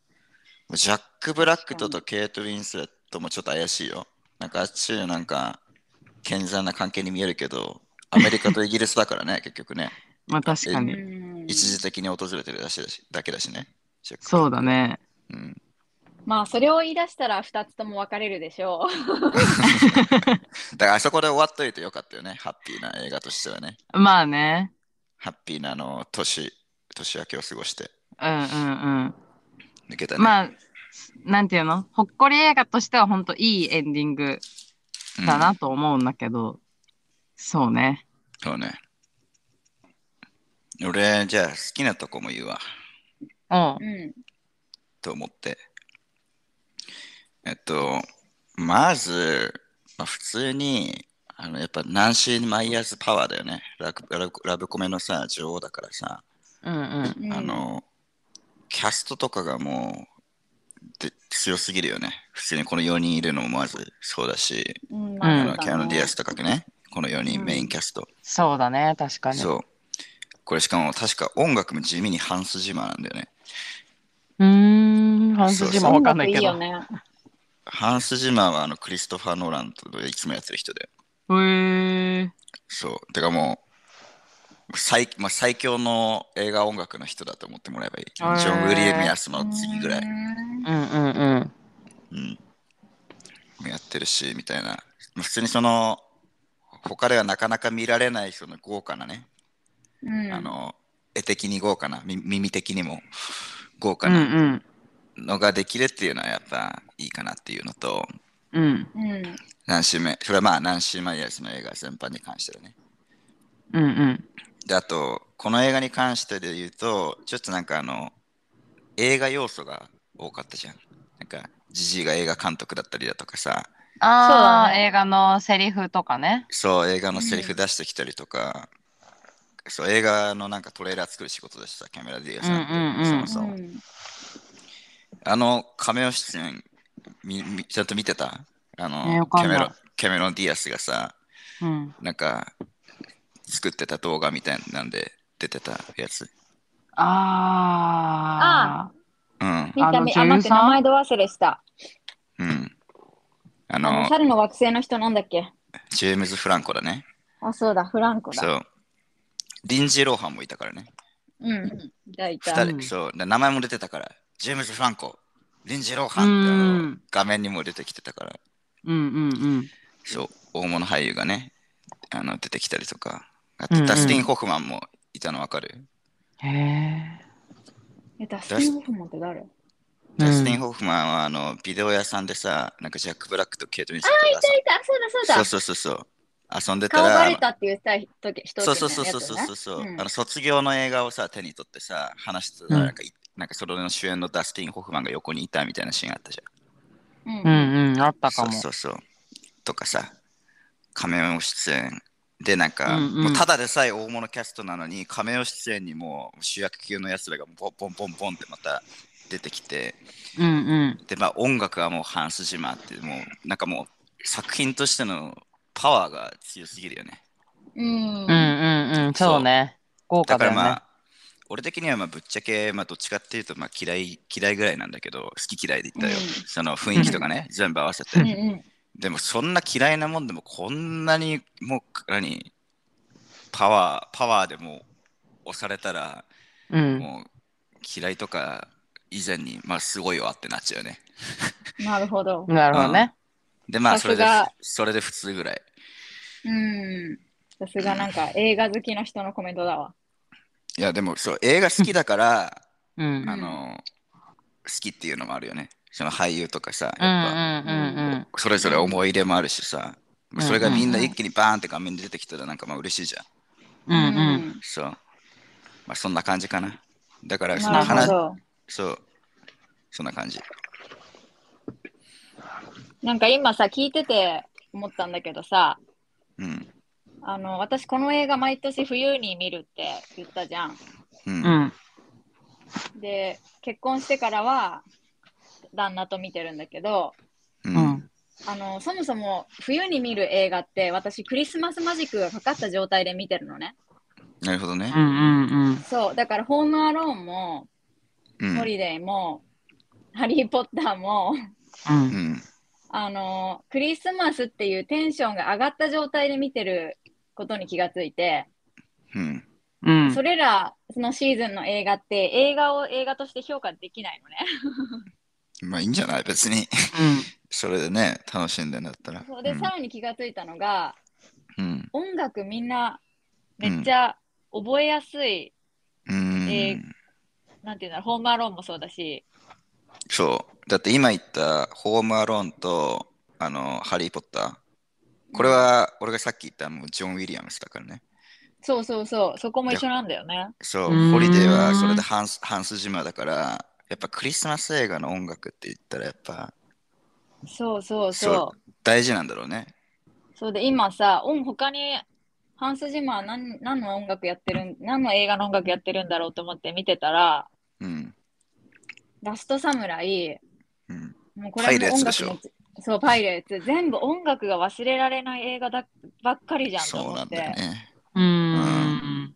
B: ジャック・ブラックととケイト・ウィンスレットもちょっと怪しいよ。なんかあっちなんか健全な関係に見えるけど、アメリカとイギリスだからね、 結局ね。
C: まあ確か
A: う
C: に。
A: ん。
B: 一時的に訪れてるだしだしだけだしね。ジャック
C: そうだ。ね。
B: うん、
A: まあ、それを言い出したら2つとも分かれるでしょ
B: だからあそこで終わっといてよかったよね。ハッピーな映画としてはね。
C: まあね。
B: ハッピーなあの年、年明けを過ごして
C: うんうん
B: 抜けた
C: う
B: ね。
C: ん。まあ、なんていうのほっこり映画としては本当いいエンディング
B: うん
C: だなと思うんだけど、そうね。
B: そうね。俺、じゃあ好きなとこも言うわ。
C: うん
A: う。。うん。
B: と思って。えっと、まず、まあ、普通に、あの、やっぱ、ナンシー・マイヤーズ・パワーだよね。ラブラブラブコメのさ、女王だからさ、
C: うんうん。
A: うん
B: あの、キャストとかがもう、で強すぎるよね。普通にこの4人いるのもまずそうだし、
A: うん、
C: うん
B: あのキャノン・ディアスとかね、この4人
A: うん
B: メインキャスト。
C: そうだね。確かに。
B: そう。これしかも確か音楽も地味にハンス・ジマーなんだよね。
C: うーん。半筋もわかんないけ
A: いい
C: ど。
A: よね。
B: ハンス・ジマーはあのクリストファー・ノーランといつもやってる人で。
C: うー
B: そう。てかもう、最,、まあ、最強の映画音楽の人だと思ってもらえばいい。ジ
C: へー
B: ョン・ウィリアム・アスの次ぐらい、
A: うん
C: うんうんうん。
B: うん、やってるし、みたいな。まあ普通にその、他ではなかなか見られないその豪華なね、
A: うん
B: あの、絵的に豪華な、み耳的にも豪
C: う
B: 華
C: んう。
B: なんのができるっていうのはやっぱいいかなっていうのと、
C: うん
A: うん
B: ナンシーメそれはまあナンシー・マイヤーズの映画全般に関してはね。
C: うんうん。
B: で、あと、この映画に関してで言うと、ちょっとなんかあの、映画要素が多かったじゃん。なんか、ジジイが映画監督だったりだとかさ、
C: あ
A: そうだ
C: あ、
A: ね
C: 映画のセリフとかね。
B: そう、映画のセリフ出してきたりとか、そう、映画のなんかトレーラー作る仕事でした、キャメラ・ディアさんって、
C: うんうんうん
B: そもそも。
A: うん
B: あの、カメオ出演、みみちゃんと見てたあ
C: え
B: の、
C: わか
B: キャ
C: ん
B: メ
C: ない
B: ロン、キャメロン・ディアスがさ、
C: うん。
B: なんか、作ってた動画みたいなんで出てたやつ。
C: あ
B: うん、
A: 見た目、あ、
C: あ
A: 待
C: の女優
A: って、
C: さん
A: 名前ど忘れした。
B: うん。あ
A: あの、
B: の、
A: 猿の惑星の人なんだっけ
B: ジェームズ・フランコだね。
A: あ、そうだ、フランコだ。
B: そう。リンジー・ローハンもいたからね。
A: うん。大
B: 二
A: 体。
B: 人、
C: うん
B: そう。で名前も出てたから、ジェームズ・フランコ、リンジー・ロー
C: あ。
B: ハ
C: う
B: ンってあの
C: ん。
B: 画面にも出てきてたから、
C: うんうんうん。
B: そう、大物俳優がね、あの出てきたりとか、あ
C: うん
B: と
C: うん
B: ダスティン・ホフマンもいたのわかる、
C: へ
A: え、ダスティン・ホフマンって誰
B: ダスティン・
C: ン
B: ホフマンはあのビデオ屋さんでさ、なんかジャック・ブラックとケイト・ウィンセット
A: いた、そうだ、そう
B: が
A: だ。
B: そうそうそうそう、遊んでた
A: 顔
B: ら、
A: バ
B: あ
A: レ
B: の
A: たって言った人と人
B: そうそうそうそうそうそう、
A: うん
B: あの卒業の映画をさ手に取ってさ話してたらなんか,、なんかそれの主演のダスティン・ホフマンが横にいたみたいなシーンあったじゃん。
A: うん
C: う。んうん、あった
B: そ
C: か
B: う
C: も。
B: そうそうとかさ仮面を出演でなんか、
C: うんうん
B: もうただでさえ大物キャストなのに仮面を出演にもう主役級のやつらがボンボンボンボンってまた出てきて
C: うんうん。
B: でまあ音楽はもうハンス・ジマーってもうなんかもう作品としてのパワーが強すぎるよね
A: うん。
C: うんうんうん、そうね。豪華
B: だか
C: だ
B: ら
C: よ
B: ま
C: ね
B: あ。俺的にはまあぶっちゃけ、まあ、どっちかっていうとまあ嫌い嫌いぐらいなんだけど好き嫌いで言ったよ、
A: う
B: その雰囲気とかね全部合わせて、
A: うんうん
B: でもそんな嫌いなもんでもこんなにもう何パワーパワーでもう押されたら
C: うん。
B: もう嫌いとか以前にまあすごいわってなっちゃうね。
A: なるほど。
C: なるほどね。
B: でまあ
A: さ
B: それ
A: す
B: で
A: が
B: それで普通ぐらい。
A: うん。さすがなんか映画好きな人のコメントだわ。
B: いやでもそう映画好きだから
C: うん。 うん
B: あの好きっていうのもあるよね。その俳優とかさ
C: う
B: やっ
C: んうん
B: ぱそれぞれ思い入れもあるしさ
C: ん
B: それがみんな一気にバーンって画面に出てきたらなんかまあ嬉しいじゃん。
C: うん。うんうん。
B: そう。まあそんな感じかな。だからその
A: なるほ
B: 話
A: ど。
B: そう。そんな感じ。
A: なんか今さ、聞いてて思ったんだけどさ、
B: うん。
A: あの、私この映画毎年冬に見るって言ったじゃん。
B: うん。
C: うん。
A: で、結婚してからは旦那と見てるんだけど、
B: う。
C: うんん。
A: あの、そもそも冬に見る映画って私クリスマスマジックがかかった状態で見てるのね。
B: なるほどね
C: う。んうん
A: そう、だからホームアローンも、
B: うん。
A: ホリデーも、ハリー・ポッターも、
C: う。
B: うんん。
A: あのクリスマスっていうテンションが上がった状態で見てることに気がついて、
B: うん。
C: うん。
A: それらそのシーズンの映画って映画を映画として評価できないのね。
B: まあいいんじゃない別に。
C: うん。
B: それでね、楽しんでんだったら。
A: そうで、
B: うん
A: さらに気がついたのが
B: うん。
A: 音楽みんなめっちゃ覚えやすい、
B: うん
A: えなんていうんだろうホームアローンもそうだし、
B: そう。だって今言った、ホームアローンと、あの、ハリー・ポッター。これは、俺がさっき言った、もう、ジョン・ウィリアムスだからね。
A: そうそうそうそこも一緒なんだよね。
B: そうう、
C: ん
B: ホリデーは、それでハンス、ハンス・ジマーだから、やっぱクリスマス映画の音楽って言ったら、やっぱ、
A: そうそう
B: そ、
A: そう
B: 大事なんだろうね。
A: う。そうで今さ音他にハンス・ジマー何何の音楽やってるん何の映画の音楽やってるんだろうと思って見てたら
B: うん。
A: ラストサムライ、
B: うん。
A: もうこれはもう
B: パイレーツ
A: 音
B: で
A: 楽
B: しょ
A: もそう、パイレーツ。全部音楽が忘れられない映画だばっかりじゃんと
B: そう
A: 思
B: な
A: っ
B: ん
A: て。
B: だ
A: だ
B: よね。
C: うん。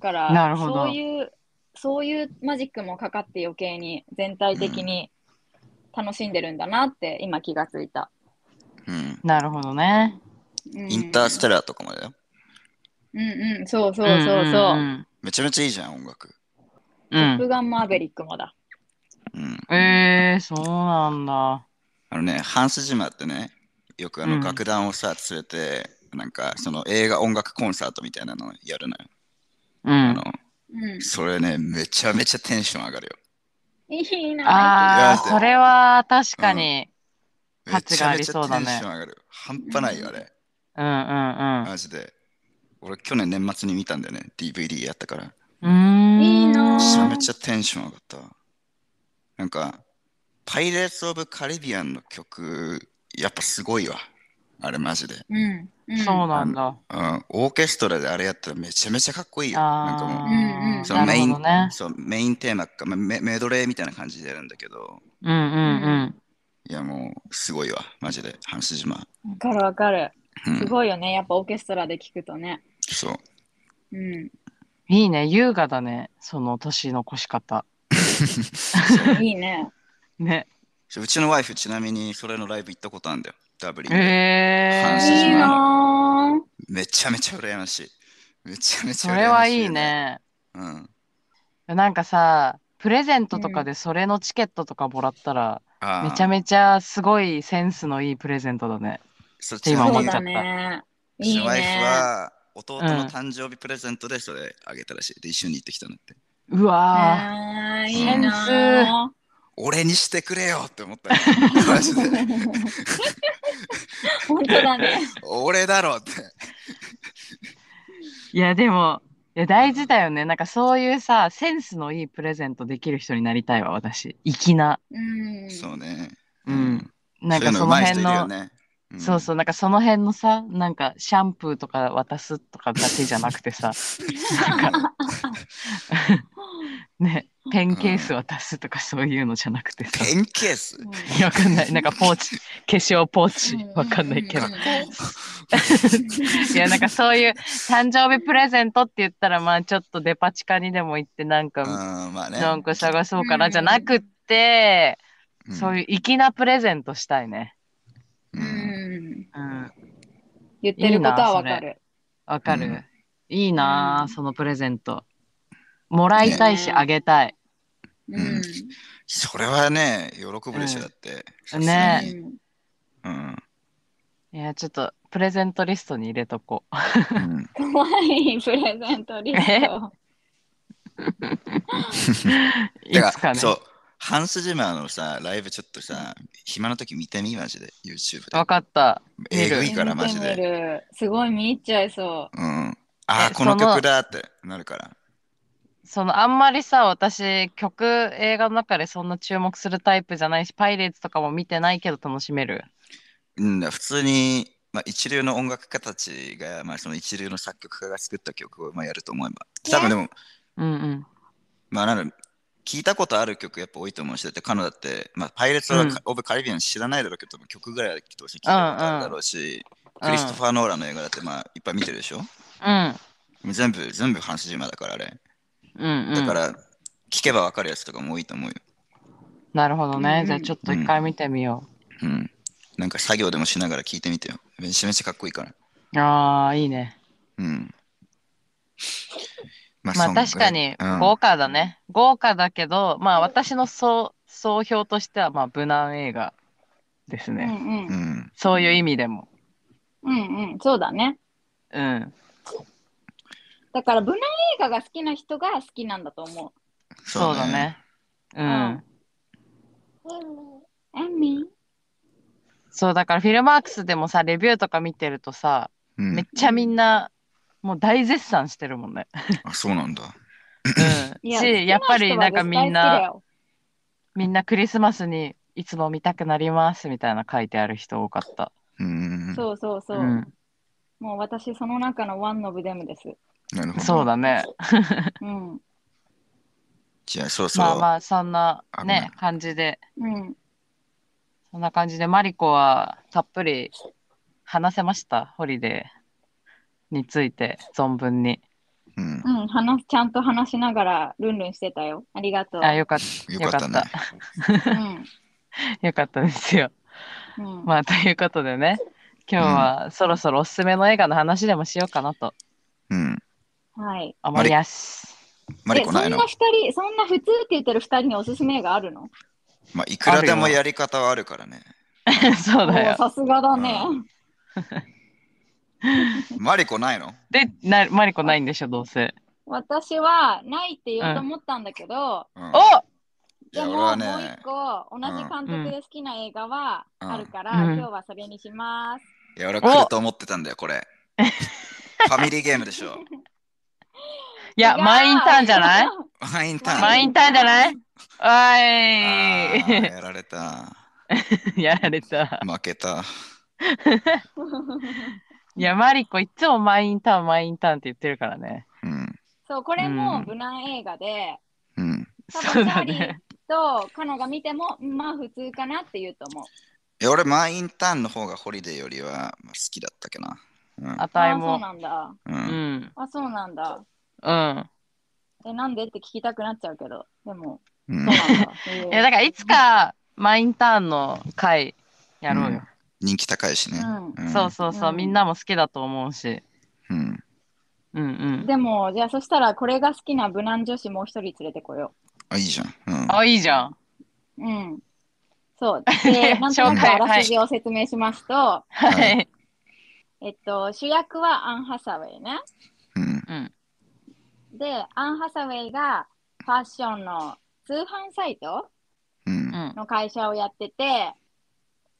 A: から
C: なるほど
A: そういう、そういうマジックもかかって余計に全体的に楽しんでるんだなって今気がついた。
B: うん。
C: なるほどね。
A: うん
B: インターステラーとかまでよ。
A: うんうん、そうそうそうそう。
B: めちゃめちゃいいじゃん、音楽。
C: う
A: トップ
C: ん。
A: ガンマーベリックもだ。
B: うん。
C: ええ、そうなんだ。
B: あのね、ハンス・ジマーってね、よくあ
C: う
B: の
C: ん
B: 楽団をさ、連れて、なんかその映画音楽コンサートみたいなのやるのよ。
C: う
B: あ
C: ん
B: の。
A: うん、
B: それね、めちゃめちゃテンション上がるよ。
A: いいな。
C: ああ、それは確かに。
B: め
C: 価値
B: ち
C: が
B: ゃ
C: あ
B: め
C: り
B: ちゃ
C: そう
B: テ
C: だね
B: ンション上がる。半端ないよ、あれ。
C: うんうん
B: マジで。俺、去年年末に見たんだよね、DVD やったから。
C: うん。うーん。
A: いいな
B: め
A: ー
B: ちゃめちゃテンション上がったわ。なんか、パイレーツ・オブ・カリビアンの曲、やっぱすごいわ。あれマジで。
A: うん。うん。
C: そうなんだ。
B: うん、オーケストラであれやったらめちゃめちゃかっこいいよ。なんかも
C: あ
B: う
A: ううんうん
C: ー
B: そ
C: な
B: のメ
C: る
B: イ
C: ほ
B: ン
C: どね。
B: そうメインテーマか、まあメメドレーみたいな感じでやるんだけど、
C: うんうん
B: いやもうすごいわ、マジで、阪神島。
A: わかるわかる。
B: うん、
A: すごいよね。やっぱオーケストラで聴くとね。
B: そ
A: う
B: う。
A: ん。
C: うん。いいね、優雅だね、その年の越し方。
A: いいね。
C: ね。
B: そううちのワイフ、ちなみにそれのライブ行ったことあるんだよ、ダブリンで。
C: え
B: 阪神
A: いい
B: 島
C: ー。
A: なぁ。め
B: めちゃめちゃ羨ましい。めちゃめち
C: そ
B: ゃ羨ましい、
C: れはいい。ね。
B: うん。
C: なんかさ、プレゼントとかでそれのチケットとかもらったら、
B: あ
C: めちゃ
B: ちゃ
C: めちゃすごいセンスのいいプレゼントだね。
B: そっ
C: ち今思
A: そ
C: っ
A: う
C: ちゃ
A: だ
C: った
A: ね。
B: う
A: い
B: ち
A: い
B: のワイフ
A: ね。
B: は弟の誕生日プレゼントでそれあげたらしい。で、一緒に行ってきたんだって。
C: うわ
A: あ
B: ー
A: いいな
B: 俺にしてくれよって思ったよ。 マジで。
A: ぁ。 本当だね。
B: 俺だろって。
C: ー。いや、でも、いや大事だよね。なんかそういうさ、センスのいいプレゼントできる人になりたいわ、私。粋な。
A: うん。
B: そうね。
C: うん。なん
B: そういう
C: か
B: の
C: そう
B: ま
C: の
B: い人
C: 辺
B: いる
C: の
B: よ。ね。ん
C: そうそう、なんかその辺のさ、なんかシャンプーとか渡すとかだけじゃなくてさ、なんか、ね、ペンケース渡すとかそういうのじゃなくてさ、
B: ペンケース
A: うん
C: わかんない、なんかポーチ、化粧ポーチ
A: う、
C: わかんないけど
A: う。う
C: いや、なんかそういう誕生日プレゼントって言ったら、まあちょっとデパ地下にでも行って、なん
B: うん、
C: か、
B: まあね。
C: なんか探そうかなじゃなくて、そう
B: い
C: いう粋なプレゼントしたいね。
B: うん。
A: うん。
C: うん、
A: 言ってることはわかる。
C: わかる、
B: うん
C: いいな
A: う
C: あ
A: ん
C: そのプレゼント。もらいたいし、
A: ね
C: あげたい。
B: いいな
A: うん
B: それはね、喜ぶでしょ、
C: うん
B: だって。
C: ね
B: さす がに。
C: いや、ちょっと、プレゼントリストに入れとこう。
B: うん。うん
A: うん。怖いプレゼントリスト。
C: いつかね。
B: そう。ハンスジマーのさ、ライブちょっとさ、暇な時見てみ、マジで。YouTube で
C: わ。かった。
B: えぐい
C: 見
B: から、マジ
A: 見て
B: で。
A: みるすごい見入っちゃいそ
B: うん。あー、
C: え
B: この
C: その
B: 曲だってなるから。
C: その、あんまりさ、私、曲、映画の中でそんな注目するタイプじゃないし、パイレーツとかも見てないけど楽しめる。
B: うん、普通に、まあ、一流の音楽家たちが、まあ、その一流の作曲家が作った曲を、まあ、やると思えば。
A: ね
B: 多分でも、
C: うんうん。
B: まあ、なんだろう聞いたことある曲やっぱ多いと思うし、だって彼女だって、まあ、パイレーツ・は
C: うん
B: オブ・カリビアン知らないだろうけど、多分曲ぐらいはきっと聞いたことあるだろうし、クリストファー・ノーランの映画だって、まあ、いっぱい見てるでしょも
C: うん。
B: う全部、全部、ハンス・ジマーだからあれ。
C: うんうん。
B: だから、聞けばわかるやつとかも多いと思うよ。
C: なるほど
A: うんう
C: ね。
A: ん
C: じゃあ、ちょっと一回見てみよ
B: うん。なんか作業でもしながら聞いてみてよ。めちゃめちゃかっこいいから。
C: う。ああ、いいね。
B: うん。ま
C: ま
B: そ
C: あ
B: んぐらい
C: 確かに
B: うん
C: 豪華だね。豪華だけど、まあ私の総総評としてはまあ無難映画です
A: う。う
C: ね。
A: んう。
B: うんん。
C: そういう意味でも。
A: うんうん。そうだね。
C: うん。
A: だから、無難映画が好きな人が好きなんだと思
C: そうだ。ね。う
A: うん
C: ん。
A: う。エミ
C: そうだからフィルマークスでもさ、レビューとか見てるとさ、
B: うん
C: めっちゃみんなもう大絶賛してる もんね。
B: あ、そうなんだ。
C: う
A: い
C: ん。し、やっぱりなんかみん。
A: 好き人は絶対好きだ
C: な、
A: よ
C: みんなクリスマスにいつも見たくなりますみたいな書いてある人多かった。
B: うん。
A: そうそうそうう。
C: ん。
A: もう私、その中のワンノブデムです。
B: なるほど。
C: そうだね。
A: うん。
B: じゃあ、そうそう。
C: まあまあそんな
B: あごめん
C: ね、感じで。
A: うん。
C: そんな感じで、マリコはたっぷり話せました、ホリデーについて、存分に。
B: うん
A: う。ん。話す、ちゃんと話しながら、ルンルンしてたよ。ありがとう。
C: あ、よかっ
B: よかったね
C: よ。
A: うん。
C: た、よかったですよ。
A: うん。
C: まあ、ということでね、今日はそろそろおすすめの映画の話でもしようかなと
B: うん。
A: はい。
C: 思います。
B: マリコないの
A: えそんな二人、そんな普通って言ってる二人におすすめがあるの
B: まあ、いくらでもやり方はあるからね。
C: そうだ
A: おー
C: よ。
A: さすがだね。
B: マリコないの
C: で、なマリコないんでしょ、どうせ。
A: 私はないって言おうと思ったんだけど、
B: うん
C: お
B: い
A: で
B: や、
A: も
B: 俺
A: もう
B: は
A: 一
B: ね、
A: 個同じ監督で好きな映画はあるから、
C: うん
A: 今日はそれにします。
B: いや、俺は来ると思ってたんだよ、これ。ファミリーゲームでしょ。
C: いや、
A: 違う
C: 満員ターンじゃない
B: マインターン。
C: 満員ターンじゃない
B: あ
C: お
B: ーやられた。
C: ーいやられた。
B: 負けた。
C: いや、マリコいつもマインターン、マインターンって言ってるからね。
B: うん。
A: そう、これ
C: う
A: も
C: ん
A: 無難映画で、
B: うん。
A: 多
C: そ
A: 分
C: う
A: チャ
C: だ
A: ーリー
C: ね。
A: とカノが見ても、うんまあ普通かなって言うと思う。
B: え、俺、マインターンの方がホリデーよりは好きだったけどな。
C: あ
A: あ
C: たい
A: あ、そう
C: も。
A: なんだ。
B: うん。
C: う
B: うん、
C: ん。
A: あ、そうなんだ。
C: うん。
A: え、なんでって聞きたくなっちゃうけど、でも、
B: う
A: そ
B: ん
A: うなんだ。え
C: いや、だからいつかマインターンの回やろうよ。
B: 人気高いしね。
A: う
B: うん
C: そうそうそう、
A: うん
C: みんなも好きだと思うし。
B: うん。
C: うんうん。
A: でも、じゃあそしたら、これが好きな無難女子もう一人連れてこよ
B: あ、いいじゃん。うん。
C: あ、いいじゃん。
A: う。うん。 そう。で、なんとな
B: 紹
A: く
B: 介
A: あらすじを説明しますと、
C: はいい。
A: えっと、主役はアン・ハサウェイね。
B: うん。
C: うん。
A: で、アン・ハサウェイがファッションの通販サイト
B: う。
C: うんん。
A: の会社をやってて、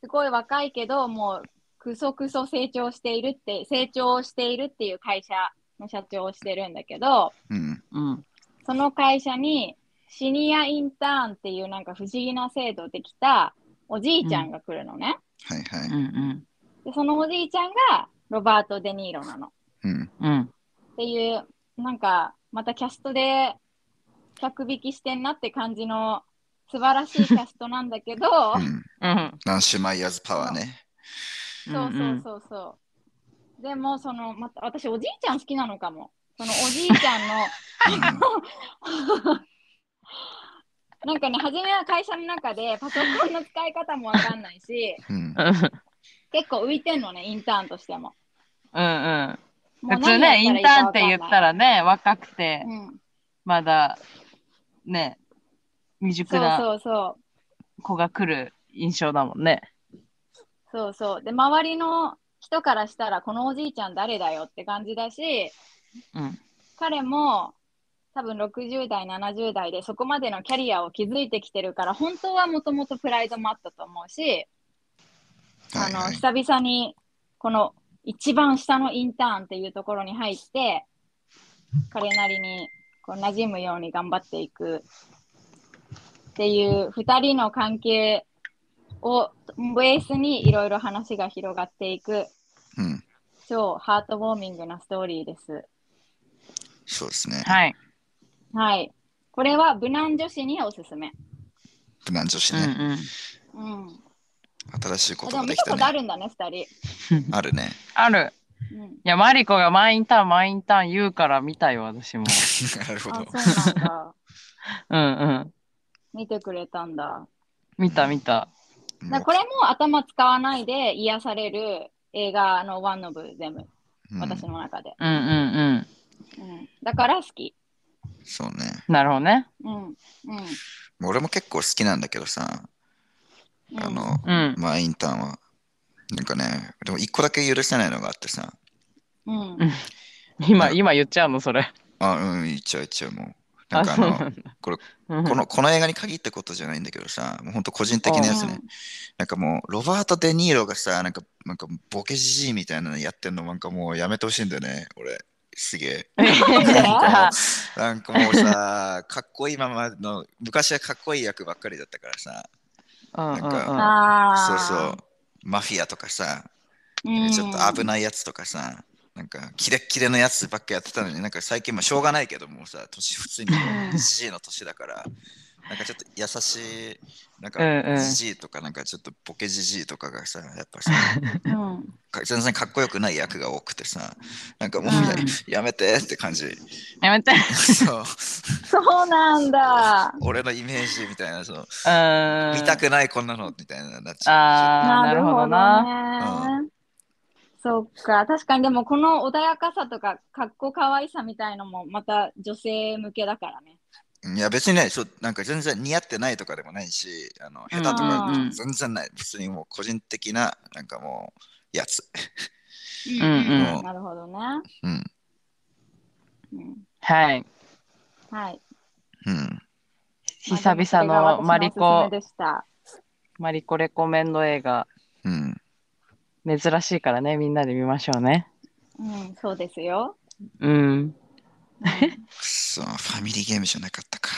A: すごい若いけど、もうクソクソ成長しているって、成長しているっていう会社の社長をしてるんだけど、
B: うん。
C: うん。
A: その会社にシニアインターンっていうなんか不思議な制度できたおじいちゃんが来るのね。
B: はいは
C: う
B: い。
C: ん。
A: で、そのおじいちゃんがロバート・デ・ニーロなの。っ
B: うん。
C: うん。
A: ていう、なんか、またキャストで客引きしてんなって感じの素晴らしいキャストなんだけ ど、
B: うん。
C: うん。
B: ランシュマイヤーズパワーね。
A: そうそうそうそう。でも、その、また、私、おじいちゃん好きなのかも。その、おじいちゃん の、なんかね、初めは会社の中で、パソコンの使い方もわかんないし、
B: うん。うん
C: うん。うん
A: 結構浮いてんのね、インターンとしても。
C: うん。
A: もう
C: 普通
A: 何
C: ね、イ
A: や
C: ン
A: っ
C: タ
A: た
C: ーンって
A: らい
C: 言
A: い
C: っ
A: かわ
C: た
A: かんない、
C: らね、若くて、
A: うん、
C: まだ、ね、未熟な
A: そうそうそう。
C: 子が来る印象だもんね。
A: そうそう。で、周りの人からしたら、このおじいちゃん誰だよって感じだし、
C: うん。
A: 彼も多分60代、70代でそこまでのキャリアを築いてきてるから、本当はもともとプライドもあったと思うし、あ
B: はい
A: の、
B: はい。
A: 久々にこの一番下のインターンっていうところに入って、彼なりにこう馴染むように頑張っていくっていう二人の関係をベースにいろいろ話が広がっていく
B: うん。
A: 超ハートウォーミングなストーリーです。
B: そうですね。
C: はい。
A: はい。これは無難女子におすすめ。
B: 無難女子
C: うん
B: ね。
C: うん。
A: うん。
B: 新しいこ
A: あで
B: と
A: も
B: がで
A: 見
B: き
A: た
B: た
A: ことあ
B: ね。
A: るんだね、二
B: あ るね。
C: ある。
A: 人。うん。
C: いや、マリコがマインターン、マインターン言うから見たよ、私も。
B: なるほ
A: あ
B: ど、。
A: そうなんだ。
C: うんうん。
A: 見てくれたんだ。
C: 見た見た。
A: だからこれも頭使わないで癒される映画のワンノブ全部、
B: うん
A: 私の中で、
C: うんうんうん。
A: うん。だから好き。
B: そうね。
C: なるほどね。
A: うん。うん。
B: 俺も結構好きなんだけどさ、
A: うん
B: あ、の、
C: うん。
B: まあインターンは。なんかね、でも一個だけ許せないのがあってさ、
A: うん。
C: 今、今言っちゃうの、それ。
B: あ、うん、一応一応もう。な
C: あ、
B: んかあ
C: そう
B: の
C: な、んだ。
B: これ
C: うん、
B: このこの映画に限ったことじゃないんだけどさ、もう本当個人的なやつね。なんかもう、ロバート・デ・ニーロがさ、なんか、なんかボケじじいみたいなのやってんの、なんかもうやめてほしいんだよね、俺。すげえ。なんかも うさ、かっこいいままの、昔はかっこいい役ばっかりだったからさ、
C: うんうん
A: う。
B: なん
C: うん
A: ああ。
B: そうそう、マフィアとかさ、
A: うん。
B: ちょっと危ないやつとかさ、なんかキレッキレのやつばっかやってたのに、なんか最近もしょうがないけどもうさ、年普通に
A: うん
B: じじいの年だから、なんかちょっと優しい、なん
C: うんう
B: か
C: ん
B: じじいとかなんかちょっとボケじじいとかがさ、やっ ぱさ、
A: うん。
B: か全然かっこよくない役が多くてさ、なんかもう
A: うん
B: ややめてって感じ。
C: やめて。
B: そう、
A: そうなんだ。
B: 俺のイメージみたいな、そう
C: うん。
B: 見たくないこんなのみたいななっちゃう。
C: ああ、なるほどな。
A: なるほどね。そっか、確かにでもこの穏やかさとか、かっこかわいさみたいのもまた女性向けだからね。
B: いや別にねそう、なんか全然似合ってないとかでもないし、あの下手とか
C: うんうん
B: 全然ない。普通にもう個人的な、なんかもう、やつ。
A: うん
C: うん
B: うん
A: なるほどね。
B: うん。
A: うん
C: はい。
A: はい。
B: うん。
C: 久々のマリ
A: まあ
C: コ
A: で、もそれが私のおすすめでした。
C: マリコレコメンド映画。
B: うん。
C: 珍しいからね、みんなで見ましょうね。
A: うん、そうですよ。
C: うん。
B: くそ、ファミリーゲームじゃなかった か。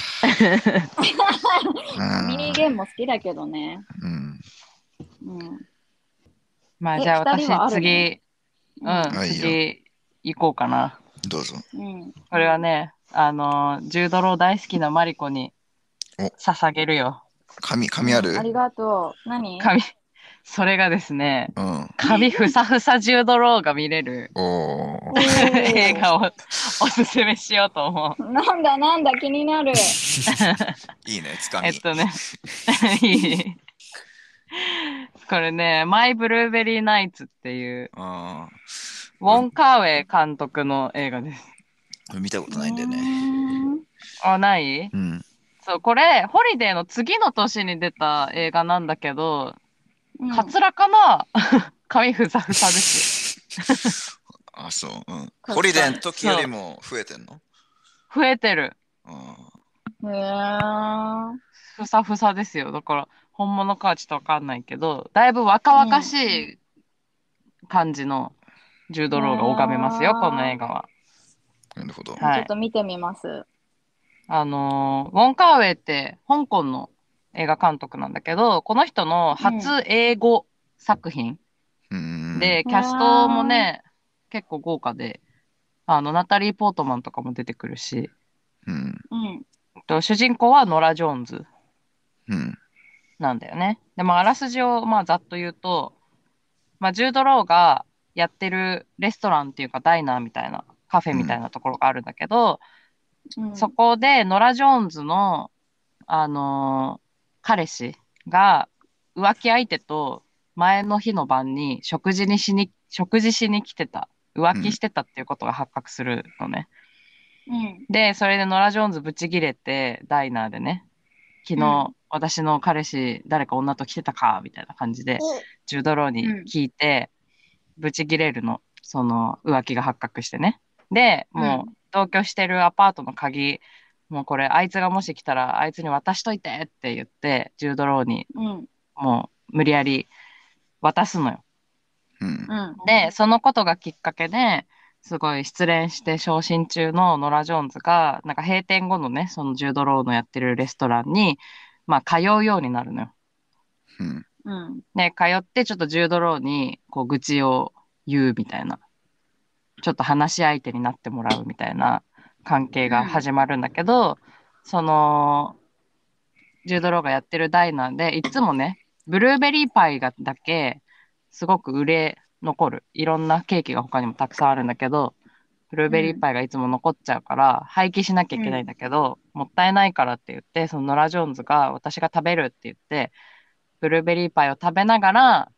A: ミニゲームも好きだけどね。
B: うん。
A: うん。
C: まあ
A: え
C: じゃあ
A: 二
C: 私
A: 人はある
C: 次、
A: うん
C: うん、
D: いいよ
C: 次行こうかな。
D: どうぞ。
A: うん。
C: これはね、あのー、ジュードロー大好きなマリコに
D: お
C: 捧げるよ。
D: 紙、紙ある
A: ありがとう。 何
C: 紙、それがですね、
D: うん。
C: 紙ふさふさジュードローが見れる
D: お ー。
C: 映画をおすすめしようと思う。
A: なんだなんだ気になる。
D: いいね、つかみ。
C: えっとね、 いいこれね、マイ・ブルーベリー・ナイツっていう、
D: あ
C: ウォン・カーウェイ監督の映画です。
D: ー見たことないんだよね。
C: あ、ない
D: うん。
C: そう、これ、ホリデーの次の年に出た映画なんだけど、
A: うん。
C: カツラか な髪ふさふさですよ。
D: あ、そう。うん。
A: た
D: ホリデーの時よりも増えてんの
C: 増えてる。
D: あ
A: へー
C: ふさふさですよ。だから、本物かはちょっとわかんないけど、だいぶ若々しい感じのジュードローが拝めますよ、
A: うん
C: この映画は。
D: ーなるほど。
C: はい
A: ちょっと見てみます。
C: あのーウォン・カーウェイって香港の映画監督なんだけど、この人の初英語作品
D: うん。
C: で、キャストもね、結構豪華で、あの、ナタリー・ポートマンとかも出てくるし、
D: うん。
A: うん。
C: えっと主人公はノラ・ジョーンズ
D: うん。
C: なんだよね。でも、あらすじを、まあ、ざっと言うと、まあ、ジュード・ローがやってるレストランっていうか、ダイナーみたいな、カフェみたいなところがあるんだけど、
A: うん
C: そこでノラ・ジョーンズの、あのー彼氏が浮気相手と前の日の晩に食事にしに食事しに来てた浮気してたっていうことが発覚するのね、
A: うん。
C: でそれでノラ・ジョーンズブチギレてダイナーでね昨日、私の彼氏誰か女と来てたかみたいな感じでジュードローに聞いて、ブチギレるのその浮気が発覚してねでもう同居してるアパートの鍵もうこれあいつがもし来たらあいつに渡しといてって言ってジュードローに
A: うん。
C: もう無理やり渡すのよ
D: うん。
A: うん。
C: でそのことがきっかけですごい失恋して昇進中のノラ・ジョーンズがなんか閉店後のねそのジュードローのやってるレストランにまあ通うようになるのよ
D: うん。
A: うん。
C: ね、通ってちょっとジュードローにこう愚痴を言うみたいな、ちょっと話し相手になってもらうみたいな関係が始まるんだけど、その、ジュードローがやってるダイナーで、いつもね、ブルーベリーパイがだけすごく売れ残る。いろんなケーキが他にもたくさんあるんだけど、ブルーベリーパイがいつも残っちゃうから廃棄しなきゃいけないんだけど、もったいないからって言って、そのノラ・ジョーンズが私が食べるって言って、ブルーベリーパイを食べながら、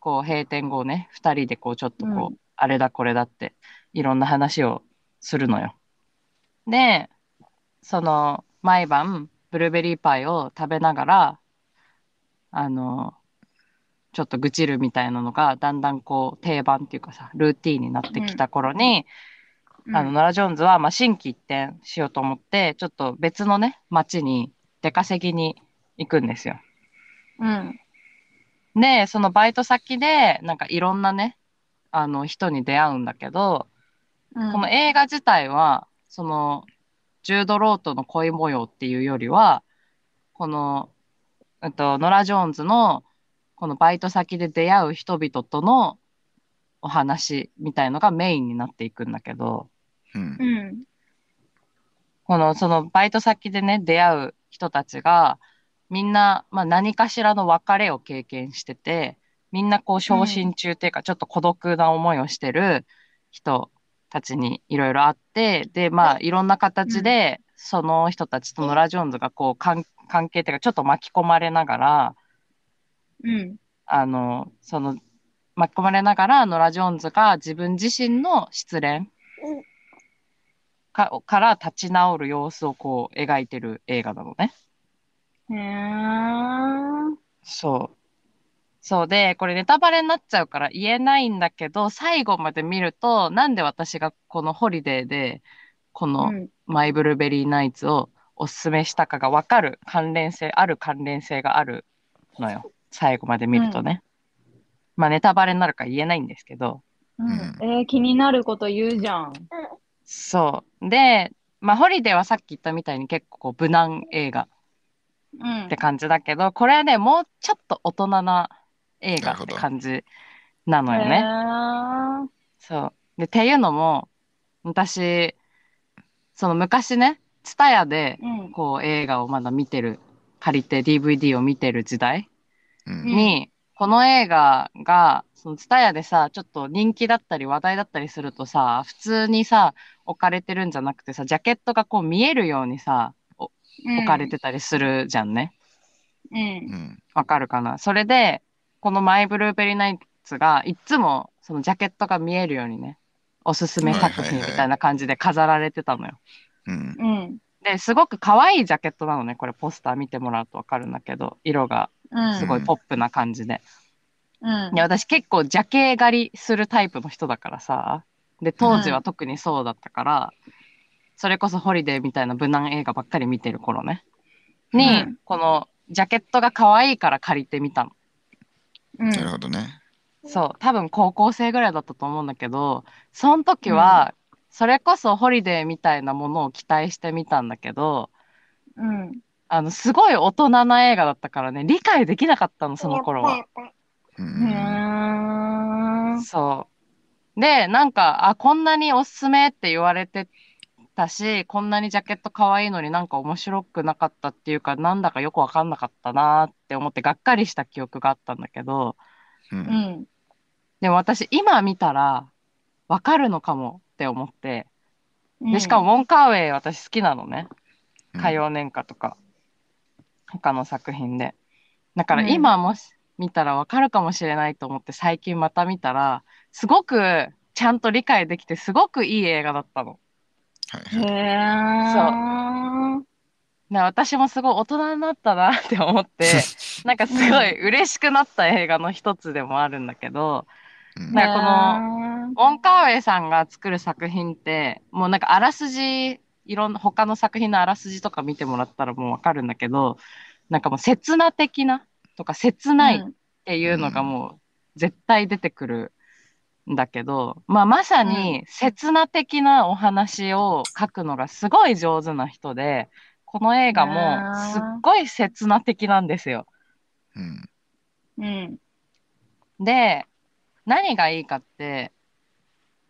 C: こう閉店後をね、二人でこうちょっとこう、
A: う
C: あれだこれだって、いろんな話をするのよ。で、その毎晩、ブルーベリーパイを食べながら、あの、ちょっと愚痴るみたいなのが、だんだんこう定番っていうかさ、ルーティンになってきた頃に、あの、ノラ・ジョーンズは、まあ、心機一転しようと思って、ちょっと別のね、町に出稼ぎに行くんですよ。
A: うん。
C: で、そのバイト先で、なんかいろんなね、あの人に出会うんだけど、
A: うん。
C: この映画自体は、その、ジュード・ローとの恋模様っていうよりは、この、うんと、ノラ・ジョーンズの、このバイト先で出会う人々とのお話みたいのがメインになっていくんだけど、
D: うん
A: う。ん。
C: この、そのバイト先でね、出会う人たちが、みんな、まあ何かしらの別れを経験してて、みんなこう昇進中っていうか、ちょっと孤独な思いをしてる人たちにいろいろあって、で、まあいろんな形で、その人たちとノラ・ジョーンズがこう関関係っていうか、ちょっと巻き込まれながら、
A: うん。
C: あの、その、巻き込まれながら、ノラ・ジョーンズが自分自身の失恋かから立ち直る様子をこう描いてる映画なのね。
A: へー
C: そう。そうで、これネタバレになっちゃうから言えないんだけど、最後まで見ると、なんで私がこのホリデーで、こ
A: う
C: の
A: ん。
C: マイブルーベリーナイツをおすすめしたかがわかる関連性、ある関連性があるのよ。最後まで見るとね。まあネタバレになるから言えないんですけど。
A: うんえー、気になること言うじゃん。
C: そう。で、まあホリデーはさっき言ったみたいに結構こう無難映画
A: うん
C: って感じだけど、これはね、もうちょっと大人な映画って感じなのよ
A: へ
C: ね。
A: ー
C: そう。で、っていうのも、私、その昔ね、ツタヤで、
A: うん。
C: こう映画をまだ見てる、借りて DVD を見てる時代
D: うん
C: に、この映画が、そのツタヤでさ、ちょっと人気だったり話題だったりするとさ、普通にさ、置かれてるんじゃなくてさ、ジャケットがこう見えるようにさ、置かれてたりするじゃんね。
A: うん。
D: うん
C: わかるかなそれで、このマイブルーベリーナイツが、いつもそのジャケットが見えるようにね、おすすめ作品みたいな感じで飾られてたのよ。
D: うん
A: うん。
C: で、すごく可愛いジャケットなのね。これポスター見てもらうとわかるんだけど、色が
A: うん。
C: すごいポップな感じで。
A: うん。
C: で、私結構ジャケ狩りするタイプの人だからさ。で、当時は特にそうだったから、それこそホリデーみたいな無難映画ばっかり見てる頃ね。に、
A: うん
C: このジャケットが可愛いから借りてみたの。
A: うん。
D: なるほどね。
C: そう、多分高校生ぐらいだったと思うんだけど、その時は、それこそホリデーみたいなものを期待してみたんだけど、
A: うん。
C: あの、すごい大人な映画だったからね、理解できなかったの、その頃は。
D: う
A: うー
D: ん
A: ん。
C: そう。で、なんか、あ、こんなにおすすめって言われてたし、こんなにジャケット可愛いのになんか面白くなかったっていうか、なんだかよくわかんなかったなって思ってがっかりした記憶があったんだけど、
D: う
A: うんん。
C: でも私今見たらわかるのかもって思って、
A: うん
C: で、しかも、ウォンカーウェイ私好きなのね。
D: うん
C: 火曜年華とか、他の作品で。だから
A: うん
C: 今もし見たらわかるかもしれないと思って最近また見たら、すごくちゃんと理解できて、すごくいい映画だったの。
D: はい
A: へ
D: は
A: ー。
D: い
A: そう。
C: で私もすごい大人になったなって思って、 なんかすごい嬉しくなった映画の一つでもあるんだけど、
D: うん
C: なんかこウォンカーウェイさんが作る作品って、もうなんかあらすじ、いろんな他の作品のあらすじとか見てもらったらもうわかるんだけど、なんかもう刹那的なとか切ないっていうのがもう絶対出てくるんだけど、まあ、まさに刹那的なお話を書くのがすごい上手な人でこの映画もすっごい刹那的なんですよ。
D: うん
A: うん。うん。
C: で何がいいかって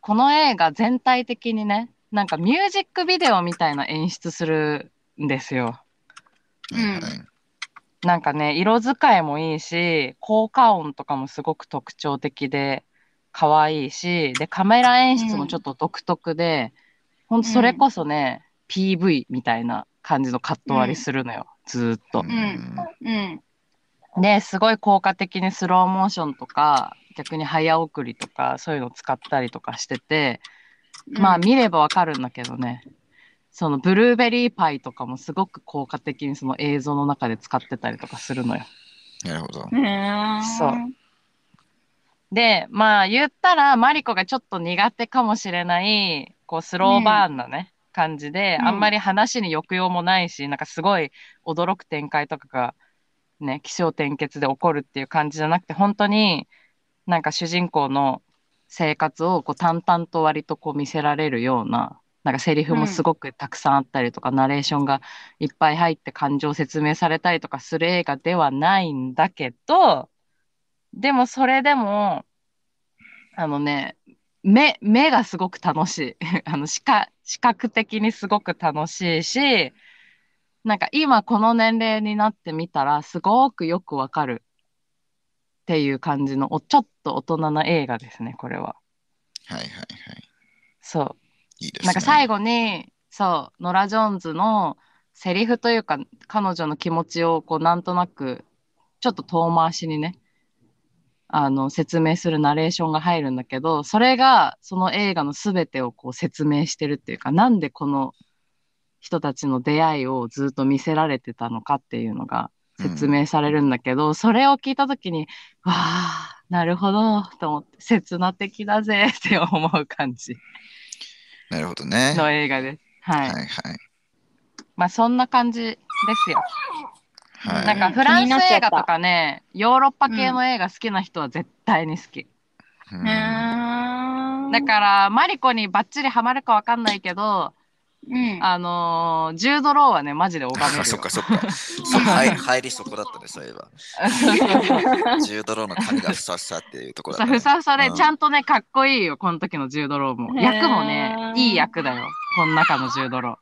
C: この映画全体的にねなんかミュージックビデオみたいな演出するんですよ。
D: はいはい
C: なんかね、色使いもいいし、効果音とかもすごく特徴的で、可愛いし、で、カメラ演出もちょっと独特で、ほんとそれこそね、PV みたいな感じのカット割りするのよ、ずーっと。
A: うん。
C: で、すごい効果的にスローモーションとか、逆に早送りとか、そういうのを使ったりとかしてて、まあ見ればわかるんだけどね、そのブルーベリーパイとかもすごく効果的にその映像の中で使ってたりとかするのよ。
D: なるほど。
A: へー。
C: そうで、まあ言ったら、マリコがちょっと苦手かもしれない、こうスローバーンなね、感じで、
A: うん
C: あんまり話に抑揚もないし、なんかすごい驚く展開とかが、ね、起承転結で起こるっていう感じじゃなくて、本当になんか主人公の生活をこう淡々と割とこう見せられるような、なんかセリフもすごくたくさんあったりとか、ナレーションがいっぱい入って感情説明されたりとかする映画ではないんだけど、でもそれでも、あのね、目、目がすごく楽しい。 あの、視覚、視覚的にすごく楽しいし、なんか今この年齢になってみたら、すごくよくわかるっていう感じの、おちょっと大人な映画ですね、これは。
D: はいはいはい。
C: そう。
D: いいですね。
C: なんか最後に、そう、ノラ・ジョーンズのセリフというか、彼女の気持ちを、こう、なんとなく、ちょっと遠回しにね、あの、説明するナレーションが入るんだけど、それが、その映画の全てをこう説明してるっていうか、なんでこの人たちの出会いをずっと見せられてたのかっていうのが説明されるんだけど、それを聞いたときに、わあ、なるほど、と思って、刹那的だぜ って思う感じ
D: なるほどね。
C: の映画です。は
D: はいい。はい。
C: まあそんな感じですよ。
D: はい。
C: なんかフランス映画とかね、ヨーロッパ系の映画好きな人は絶対に好き。
D: うん
A: へー。
C: だから、マリコにバッチリハマるかわかんないけど、
A: うん。
C: あのー、ジュード・ローはね、マジで拝めるよ。
B: あそ っかそっか。
E: そう入り入りそこだったね、そういえば。ジュードローの髪がふさふさっていうところだっ
C: さ
E: たね、
C: ふさふさで、
B: うん
C: ちゃんとね、かっこいいよ、この時のジュード・ローも。
A: へー
C: 役もね、いい役だよ、この中のジュード・ロー。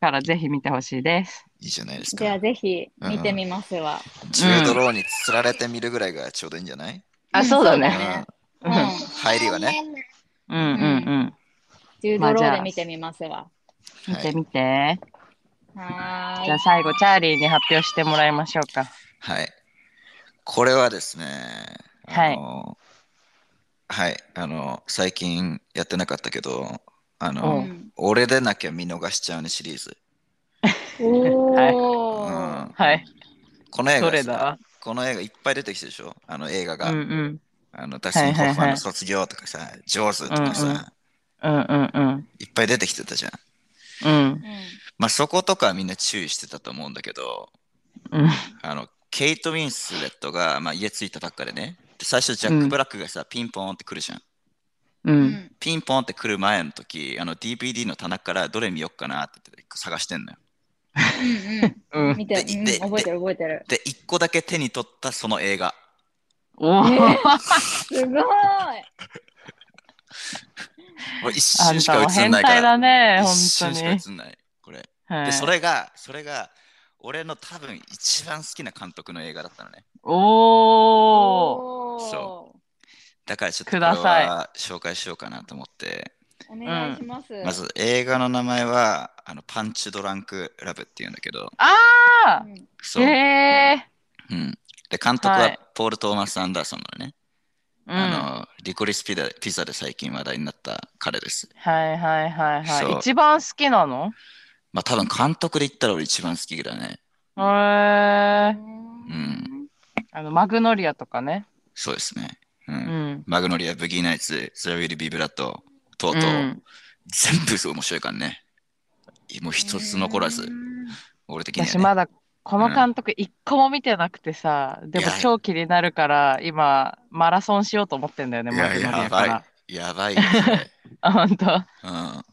C: だから、ぜひ見てほしいです。
B: いいじゃないですか
A: じゃ。あぜひ見てみますわ。
B: ジュードローに釣られてみるぐらいがちょうどいいんじゃない、
A: あそうだね
B: うん
A: う
C: うんん。
B: 入りはね。
C: うんうん
A: ジュードローで見てみますわ。
C: うん。見
B: は
C: て
B: い。
C: みて。
A: は
C: じ
A: ー
C: ゃあ
A: い。
C: 最後、チャーリーに発表してもらいましょうか。
B: はい、これはですね、
C: はい
B: あのはい、あの、最近やってなかったけど、あ
A: う
B: の、
C: うん
A: ん、
B: 俺でなきゃ見逃しちゃうねシリーズ。
A: お
B: う
A: ー。
B: ん、
C: はい。
B: この映
C: ど
B: 画
C: れ
B: さ
C: だ
B: この映画いっぱい出てきてるでしょあの映画
C: う
B: が、
C: んうん。
B: あのダスティン・ホ
C: はい
B: ッ
C: はいはい
B: フマンの卒業とかさ、ジョーズとかさ、
C: うんうんうんうんうん。
B: いっぱい出てきてたじゃん。
C: うん
B: まあそことかはみんな注意してたと思うんだけど、
C: うん。
B: あのケイト・ウィンスレットが、まあ、家着いたばっかでね、で最初ジャッ
C: う
B: ク・
C: ん
B: ブラックがさ、ピンポーンって来るじゃん。
C: う。
A: うんん。
B: ピンポーンって来る前の時、あの DVD の棚からどれ見よっかなって言って探してんのよ。
C: うん
A: うん。見て、
B: で
A: うん、
B: で
A: 覚えてる覚えてる。
B: で、一個だけ手に取ったその映画。
C: おお、
A: すごい。
B: 俺一
C: あ
B: 瞬
C: ん
B: したか
C: は
B: 映ん
C: 変
B: ないか
C: 態
B: ら。
C: だね、
B: 一
C: 本
B: 瞬し
C: 当
B: か
C: に。
B: 映んない。これ。
C: は
B: で、
C: い
B: それが、それが、俺の多分一番好きな監督の映画だったのね。
C: おお、
B: そだからちょっと
C: く
B: これ
C: ださい
B: は紹介しようかなと思って。
A: う。お願いします。
B: まず映画の名前は、あのパンチドランクラブっていうんだけど、
C: ああ
A: うん、
B: そう。
C: へえ、
B: うん、で、監督
C: は
B: はいポール・トーマス・アンダーソンのね、
C: うん、
B: あのリコリスピザピザで最近話題になった彼です。
C: はいはいはいは
B: そう
C: い。一番好きなの
B: まあ多分監督で言ったら俺一番好きだね。
C: へえ。
B: ん
C: あの、マグノリアとかね。
B: そうですね。うん
C: うん。
B: マグノリア、ブギーナイツ、スラビル・ビブラッド、とう
C: う
B: とう、
C: ん、
B: 全部そう面白いからね。もう一つ残らず、俺的には、ね。
C: 私まだこの監督一個も見てなくてさ、でも
B: いや
C: 超気になるから今マラソンしようと思ってんだよね、
B: い
C: マ
B: や
C: グノリ
B: や
C: アか
B: ば
C: ら。
B: い。やばいよ、それ
C: あ、 本当。
B: うん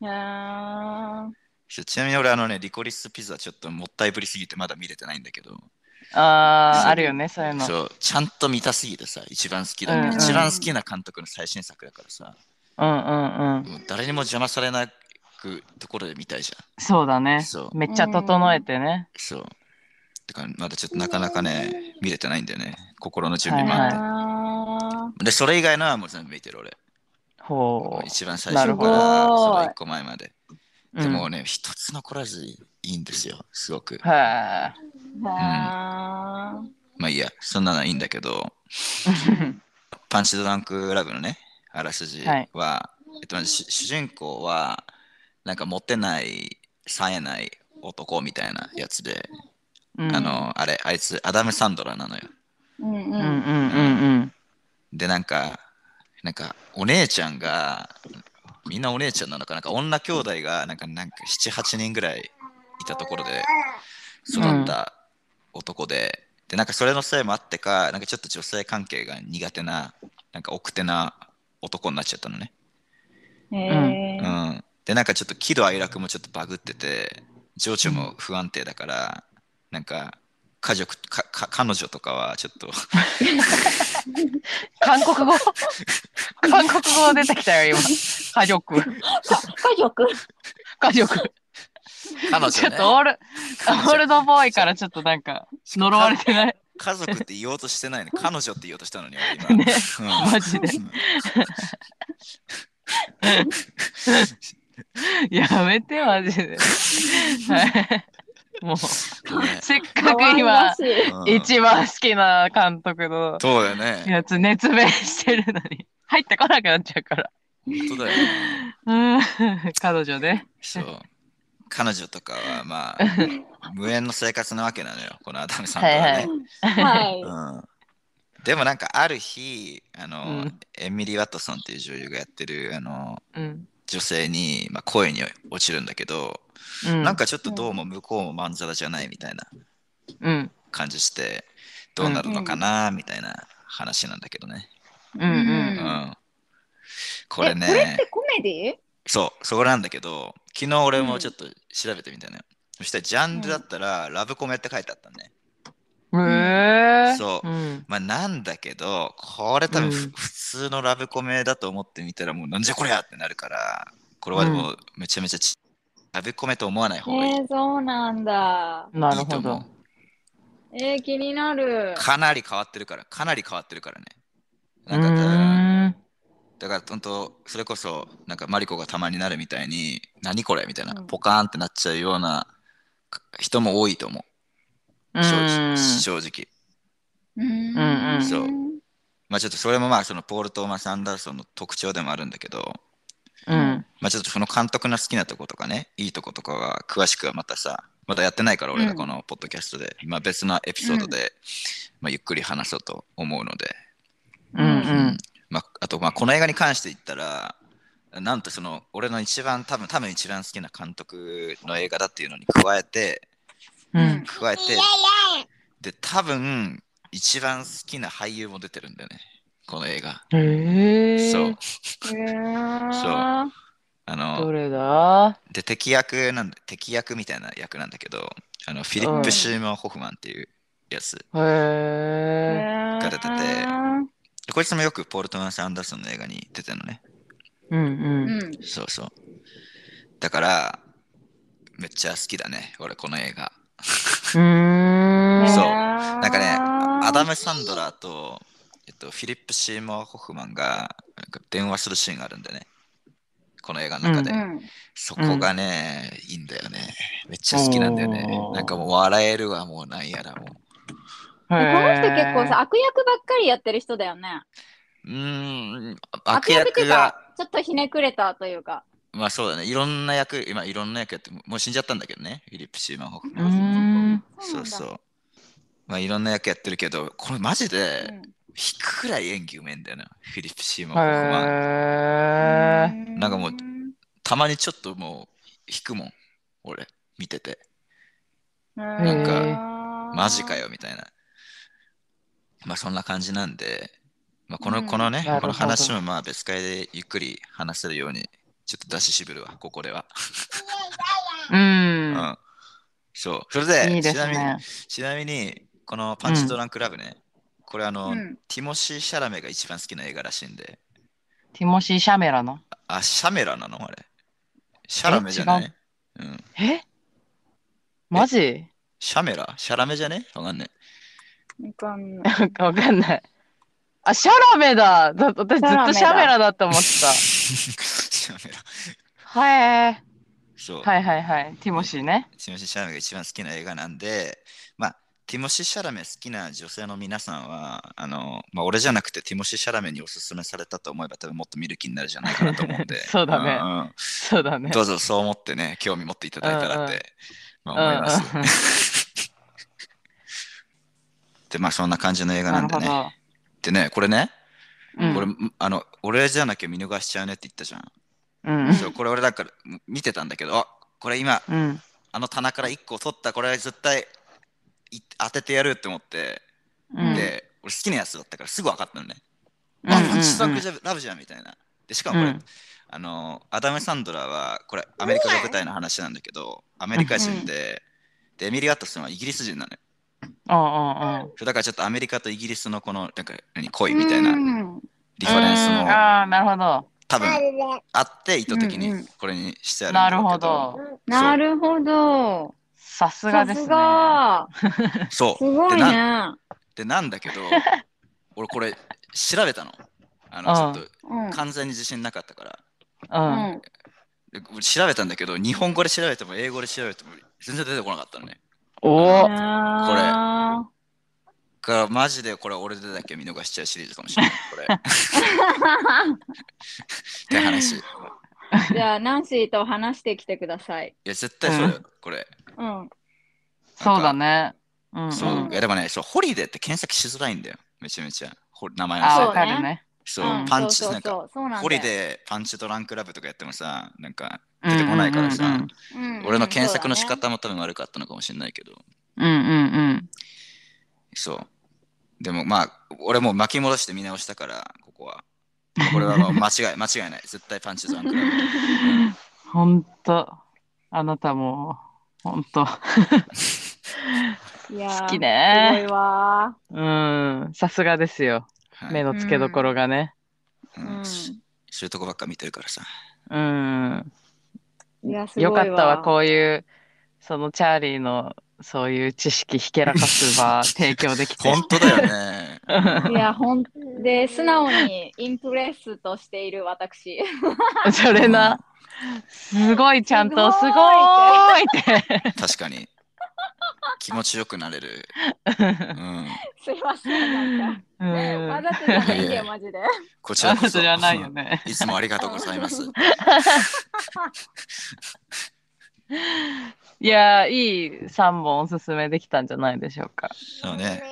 A: うん。あ
B: ちょちなみに俺、あのね、リコリスピザちょっともったいぶりすぎてまだ見れてないんだけど、
C: あ
B: そ
C: ー
B: う
C: あるよね、そういうの。
B: そう、ちゃんと見たすぎてさ、一番好きだ、
C: うんうん
B: 一番好きな監督の最新作だからさ、
C: うんうんうん。
B: もう誰にも邪魔されなくところで見たいじゃん。
C: そうだね。
B: そう
C: めっちゃ整えてね。
B: そう。だからまだちょっとなかなかね、見れてないんだよね。心の準
A: ー
B: 備もあっ
C: はい
B: て。
C: は
A: あ
B: で、それ以外のはもう全部見てる俺。
C: ほう。
B: 一番最
C: な
B: 初
C: る
B: か
C: ほ
A: ど
B: ら
A: すごい
B: その一個前まで。で
C: うん
B: もね、一つ残らずいいんですよ、すごく。
C: は
A: ー。はー。
B: まあいいや、そんなのはいいんだけど、パンチドランクラブのね、あらすじは、
C: はい
B: えっと、し主人公は、なんか持ってない、冴えない男みたいなやつで、
C: い。 うん
B: あ、の、あれ、あいつ、アダム・サンドラーなのよ。
A: うんう
C: うんう
A: ん。
C: んうん
B: で、なんか、なんか、お姉ちゃんが、みんなお姉ちゃんなのかな、なんか女兄弟が、なんか、なんか、7、8人ぐらいいたところで育った男で、で、なんか、それのせいもあってか、なんか、ちょっと女性関係が苦手な、なんか、奥手な男になっちゃったのね。
A: へ
B: う
A: ー。
B: ん。で、なんか、ちょっと喜怒哀楽もちょっとバグってて、情緒も不安定だから、なんか、家族かか 彼女とかはちょっと
C: 韓国 語韓国語出てきたよ、今。家族。
A: 家族
C: 家族。
B: 彼
C: ち
B: 女、
C: ょっ
B: ね、
C: とオール、オールドボーイからちょっとなんか、呪われてない。
B: 家族って言おうとしてないの、彼女って言おうとした のに、俺今。
C: ね
B: うん
C: マジで。やめて、マジで。はいもう、
B: ごめん
C: せっか
A: 可
C: く
A: 愛ら
C: 今
A: し、い。
B: うん
C: 一番好きな監督の
B: そうだよね。
C: やつ熱弁してるのに、入ってこなくなっちゃうから。
B: 本当だよね。
C: うん、彼女ね。
B: そう。彼女とかはまあ無縁の生活なわけなのよ、このアダムさんとはね。
C: はいはい
A: はい。
B: うん、でもなんかある日、あの、
C: うん
B: エミリー・ワトソンっていう女優がやってるあの
C: うん。
B: 女性に、まあ、恋に落ちるんだけど、
C: うん
B: なんかちょっとどうも向こうもまんざらじゃないみたいな
C: うん。
B: 感じして、どうなるのかなみたいな話なんだけどね。
C: うんうん。
B: う
A: うん
B: ん。これ
A: えこれっ
B: ね
A: て、コメデ
B: そう、そこなんだけど、昨日俺もちょっと調べてみたのよ。そしたらジャンルだったら、ラブコメって書いてあったのね。
C: へえ。
B: そう
C: うん。
B: まあなんだけど、これ多分ふ、
C: うん
B: 普通のラブコメだと思ってみたら、もうなんじゃこりゃってなるから、これはでもめちゃめちゃち、ラブコメと思わない方がいい。
A: えー、そうなんだ。
C: ないる
B: いと
C: ほ
B: 思
C: ど
B: う。。
A: えー、気になる。
B: かなり変わってるから、かなり変わってるからね。
C: う
B: なんかだ
C: ーん。
B: だから本当、それこそ、なんかマリコがたまになるみたいに、何これみたいな
A: う、ん
B: ポカーンってなっちゃうようなか人も多いと思
C: う
B: う。正直。
C: ん
B: 正直
A: うん
C: うんうん
B: そうまあちょっとそれもまあ、そのポール・トーマス・アンダーソンの特徴でもあるんだけど、
C: うん。
B: まあちょっとその監督の好きなとことかね、いいとことかは詳しくはまたさ、またやってないから俺
A: う
B: が
A: ん
B: このポッドキャストで、まあ別のエピソードで、まあゆっくり話そうと思うので、
C: うんうん。
B: まあ、あとまあこの映画に関して言ったら、なんとその俺の一番多分多分一番好きな監督の映画だっていうのに加えて、
C: うん。
B: 加えて、で多分一番好きな俳優も出てるんだよね、この映画。
C: へえ。
B: そう。。
A: へー
B: そうあの、
C: どれだ
B: で敵役なんだ敵役みたいな役なんだけどあのフィリッ
C: うん
B: プ・シーモン・ホフマンっていうやつ、
C: へえ。
A: へー
B: 出ててこいつもよくポール・トマス・アンダーソンの映画に出てるのね
C: うんうん。
A: うん。
B: そうそうだからめっちゃ好きだね俺この映画
C: うーん。
B: そう
A: な
B: なんかねアダム・サンドラーと、えっと、フィリップ・シーモン・ホフマンがなんか電話するシーンがあるんだよねこの映画の中で、
A: うん。
B: そこがね、いいんだよねめっちゃ好きなんだよね
C: おー
B: なんかもう笑えるわもうなんやらもう
C: こ
A: この人結構さ、、悪役ばっかりやってる人だよね。
B: うーん、あ悪
A: 悪役って
B: 役
A: いう
B: が、
A: か、ちょっとひねくれたというか。
B: まあそうだね、いろんな役、今いろんな役やって、もう死んじゃったんだけどね、フィリップ・シーマン・ホフマ
C: う
B: ン。
C: ーん
B: そうそうう。まあいろんな役やってるけど、これマジ
A: な
B: で
A: んだ。
B: 引くくらい演技うめえんだよな、フィリップ・シーマン・
C: へ
B: ホフマン。
C: え。
A: う
B: なんかもうたまにちょっともう引くもん、俺、見てて。
A: なん
C: か
B: マジか
A: よ。
B: よ、みたいな。まあそんな感じなんで、まあこ
A: う
B: の、
A: ん
B: このね
C: なるほ、ど
B: この話もまあ別会でゆっくり話せるように、ちょっと出し渋るわ、ここでは。
C: う。
B: うんん。そう。それで、
C: いいで
B: ちな
C: す
B: みに
C: ね。
B: ちなみに、このパンチドランクラブね、これあの、
A: うん
B: ティモシー・シャラメが一番好きな映画らしいんで、
C: ティモシー・シャメラの。
B: あ、シャメラなのあれ。シャラメじゃないうん。
C: えマジ
B: シャメラシャラメじゃねわかんね
A: わかんない。
C: わかんない。あ、シャラメだだ私ずっとシャメラだと思ってた
B: え。。 シャメラ。
C: はい、
B: そう。
C: はいはいはい。ティモシーね。
B: ティモシー・シャラメが一番好きな映画なんで、まあ、ティモシー・シャラメ好きな女性の皆さんは、あの、まあ、俺じゃなくてティモシー・シャラメにおすすめされたと思えば、多分もっと見る気になるじゃないかなと思うんで。
C: そうだね
B: んうん
C: そうだね。
B: どうぞそう思ってね、興味持っていただいたらって、まあ、思いま
C: うんうん
B: す。で、まあそんな感じの映画なんでね。
C: な
B: でね、これね、
C: るほど。
B: こ
C: う
B: れ
C: ん、
B: あの、俺じゃなきゃ見逃しちゃうねって言ったじゃん。
C: うん
B: そうこれ俺だから見てたんだけど、あこれ今、
C: うん。
B: あの棚から1個取った、これ絶対い当ててやるって思って、
C: うん。
B: で、俺好きなやつだったからすぐ分かったのね。
C: うん
B: あ、
C: うん
B: パンチドランクラブじゃんみたいな。で、しかもこれ、
C: うん
B: あの、アダム・サンドラーは、これ、アメリカが舞台の話なんだけど、アメリカ人で、で、エミリー・ワットソンはイギリス人なのよ。
C: うんうんうん。
B: そうだからちょっとアメリカとイギリスのこの、なんか、何、恋みたいなディファレンス
C: うん
B: も、
C: ああ、なるほど。
B: 多分あって、意図的
A: うんうん
B: にこれにしてあるんだ
C: な
B: ろう
C: るほ
B: けど。
C: ど。
A: なるほど。
C: さすが
A: さ
C: で
A: す
C: すね。
A: が。
B: そ
A: す
B: う。
A: ご
B: で
A: い
B: な
A: ね。
B: で、なんだけ ど、俺、これ、調べたの。あ
C: う
B: の、ちょ
C: ん
B: っと、
A: うん。
B: 完全に自信なかったから。
C: うん。
B: で調べたんだけど、日本語で調べても、英語で調べても、全然出てこなかったのね。
C: おお。
A: こ
B: からマジでこれ俺でだけ見逃しちゃうシリーズかもしれない。これ。っ
A: れ。
B: て話。い
A: じゃあ、ナンシーと話してきてください。
B: や、絶対そうだよ、これ。
A: うん。
C: そうだね。うん。
B: そ
C: ん
B: う。いや、でもね、そう、ホリデーって検索しづらいんだよ。めちゃめちゃ。ほ名前
C: あ
B: 忘
C: あ、
B: れ
C: わ
B: た
C: かるね。
B: そう
A: うん、
B: パンチ、
A: そう
B: な
A: そ
B: ん
A: うそ
B: か、
A: うそうなんだよ
B: ホリデー、パンチドランクラブとかやってもさ、なんか、
C: うん
B: 出てこないからさ、
C: うん
A: うんうん
B: 俺の検索の仕方も多分悪かったのかもしれないけど、
C: うんうん
B: そう。でもまあ、俺もう巻き戻して見直したから、ここは。これは もう間違い、間違いない。絶対パンチザンクラブ。
C: ほんと、あなたも、ほんと、
A: いやー
C: 好き
A: すご
C: ね。
A: いわ
C: うん、さすがですよ。
B: はい
C: 目の付けどころがね。
A: ー。
B: うんしそういうとこばっか見てるからさ。
C: うん。
A: うん。いや、すごい
C: よかったわ、
A: う。
C: こういう、そのチャーリーの、そういう知識ひけらか す場、提供できて。
B: 本当だよね。
A: いや、ほんで、素直にインプレッスとしている私。
C: それな。すごい、ちゃんと、す
A: す
C: ご
A: ご
C: い
A: い
C: って。
B: 確かに。気持ちよくなれ る。うん。
A: すいません、 なんか。
C: うん。
A: わ
C: あ、
A: ざとじゃないんだよ、マジで。
B: こちらこ
C: そ
B: そ。
C: れはないよね。
B: いつもありがとうございます。
C: いやー、いい3本おすすめできたんじゃないでしょうか。
B: そうね。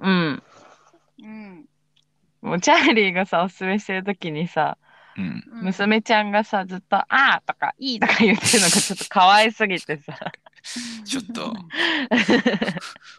C: うん。
A: うん。
C: もうチャーリーがさ、おすすめしてるときにさ、
B: うん。
A: うん。
C: 娘ちゃんがさ、ずっと、ああとか、いいとか言ってるのがちょっと可愛すぎて さ。
B: ちょっ と、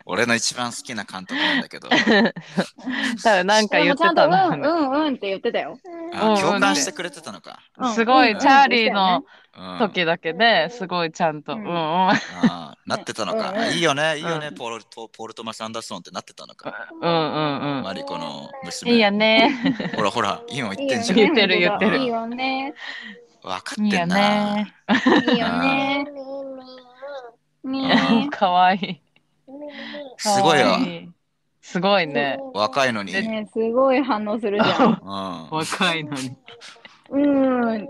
B: 俺の一番好きな監督なんだけど、
C: ただなんか
A: で
C: 言っ
A: も
C: て
A: ちゃんと
C: た
A: うん
C: の。
A: うんうんって言ってたよ。
B: あ
C: うん
B: 共感してくれてたのか。
A: うん
C: すご
A: う
C: い、
A: ん
C: チャーリーの
B: うん、
C: 時だけですごいちゃんと、う
A: うんん
C: うん、
B: あーなってたのか。
A: うんうん
B: いいよね、いいよね、
C: うん
B: ポールトポール・トマス・アンダーソンってなってたのか。
C: うんうんう
B: マリコの
C: ん。
B: 娘。
C: いいよね。
B: ほらほら、今言ってんじゃ
C: いいよ
B: ん。
C: ねてる言って
B: る
A: いいよね。
B: 分か
C: い
B: っ
C: い
B: て
C: よ
B: んな。
C: ね。
A: いいよね。
B: うん
A: ね
C: 可愛い
B: すごいわ
C: 可。愛いすごいね。
B: 若いのに。
A: え。
B: うん。
A: ねえすごい反応するじゃん。
C: 若いのに。
A: うん。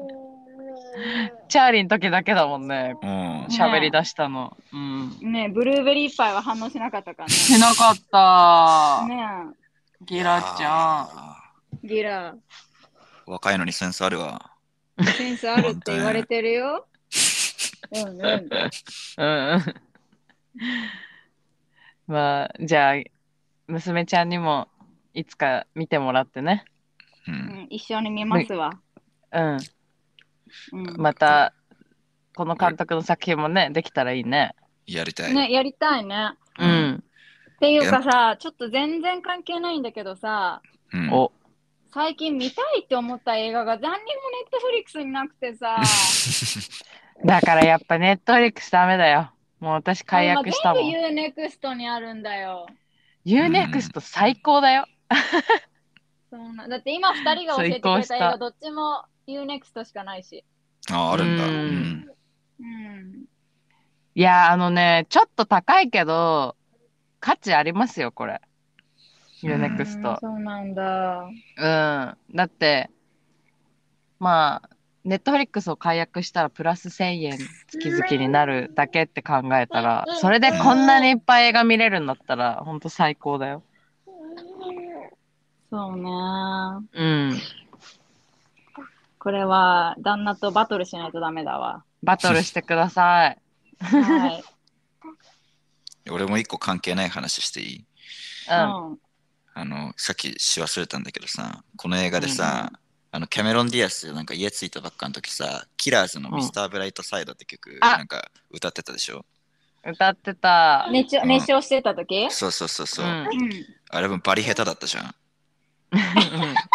C: チャーリーの時だけだもんね。
B: うん。
C: 喋り出したの。うん。
A: ねえブルーベリーパイは反応しなかったか
C: しなかった
A: ら。ね
C: ギラちゃ
A: えギラ、
B: ん。若いのにセンスあるわ。
A: センスあるって言われてるよ。うんうん。
C: ん。うん。まあ、じゃあ、娘ちゃんにもいつか見てもらってね。
B: う。
A: うんん、一緒に見ますわ。
C: うん。
A: うん
C: また、この監督の作品もね、できたらいいね。
B: やりたい。
A: ね、やりたいね。
C: う
B: うんん。
A: っていうかさ、ちょっと全然関係ないんだけどさ、
B: うん
C: お、
A: 最近見たいって思った映画が残にもネットフリックスになくてさ、
C: だからやっぱネットフリックスダメだよ。もう私 解約したもん。
A: 今全部 UNEXT にあるんだよ。
C: UNEXT 最高だよ。
A: そうなだって今2人が教えてくれた映
C: そう移行した
A: 画どっちも UNEXT しかないし。
B: あ、あるんだ。
C: う
B: うんん。
A: うん。
C: いやー、あのね、ちょっと高いけど、価値ありますよ、これ。
B: うん
A: うん
C: UNEXT。
A: そうなんだ。
C: うん。だって、まあ、ネットフリックスを解約したらプラス1000円月々になるだけって考えたら、それでこんなにいっぱい映画見れるんだったら、ほんと最高だよ。
A: そうね。
C: うん。
A: これは旦那とバトルしないとダメだわ。
C: バトルしてください。
A: はい。
B: 俺も一個関係ない話していい
C: うん。
B: あの、さっきし忘れたんだけどさ、この映画でさ、あの、キャメロン・ディアス、なんか家着いたばっかの時さ、キラーズの
C: うん
B: ミスター・ブライト・サイドって曲、
C: あ
B: なんか歌ってたでしょ
C: 歌ってた
A: うん。熱唱
B: うん
A: 熱唱してた 時
B: そうそうそうそうう。
C: ん。
A: うん。
B: あれもバリ下手だったじゃん。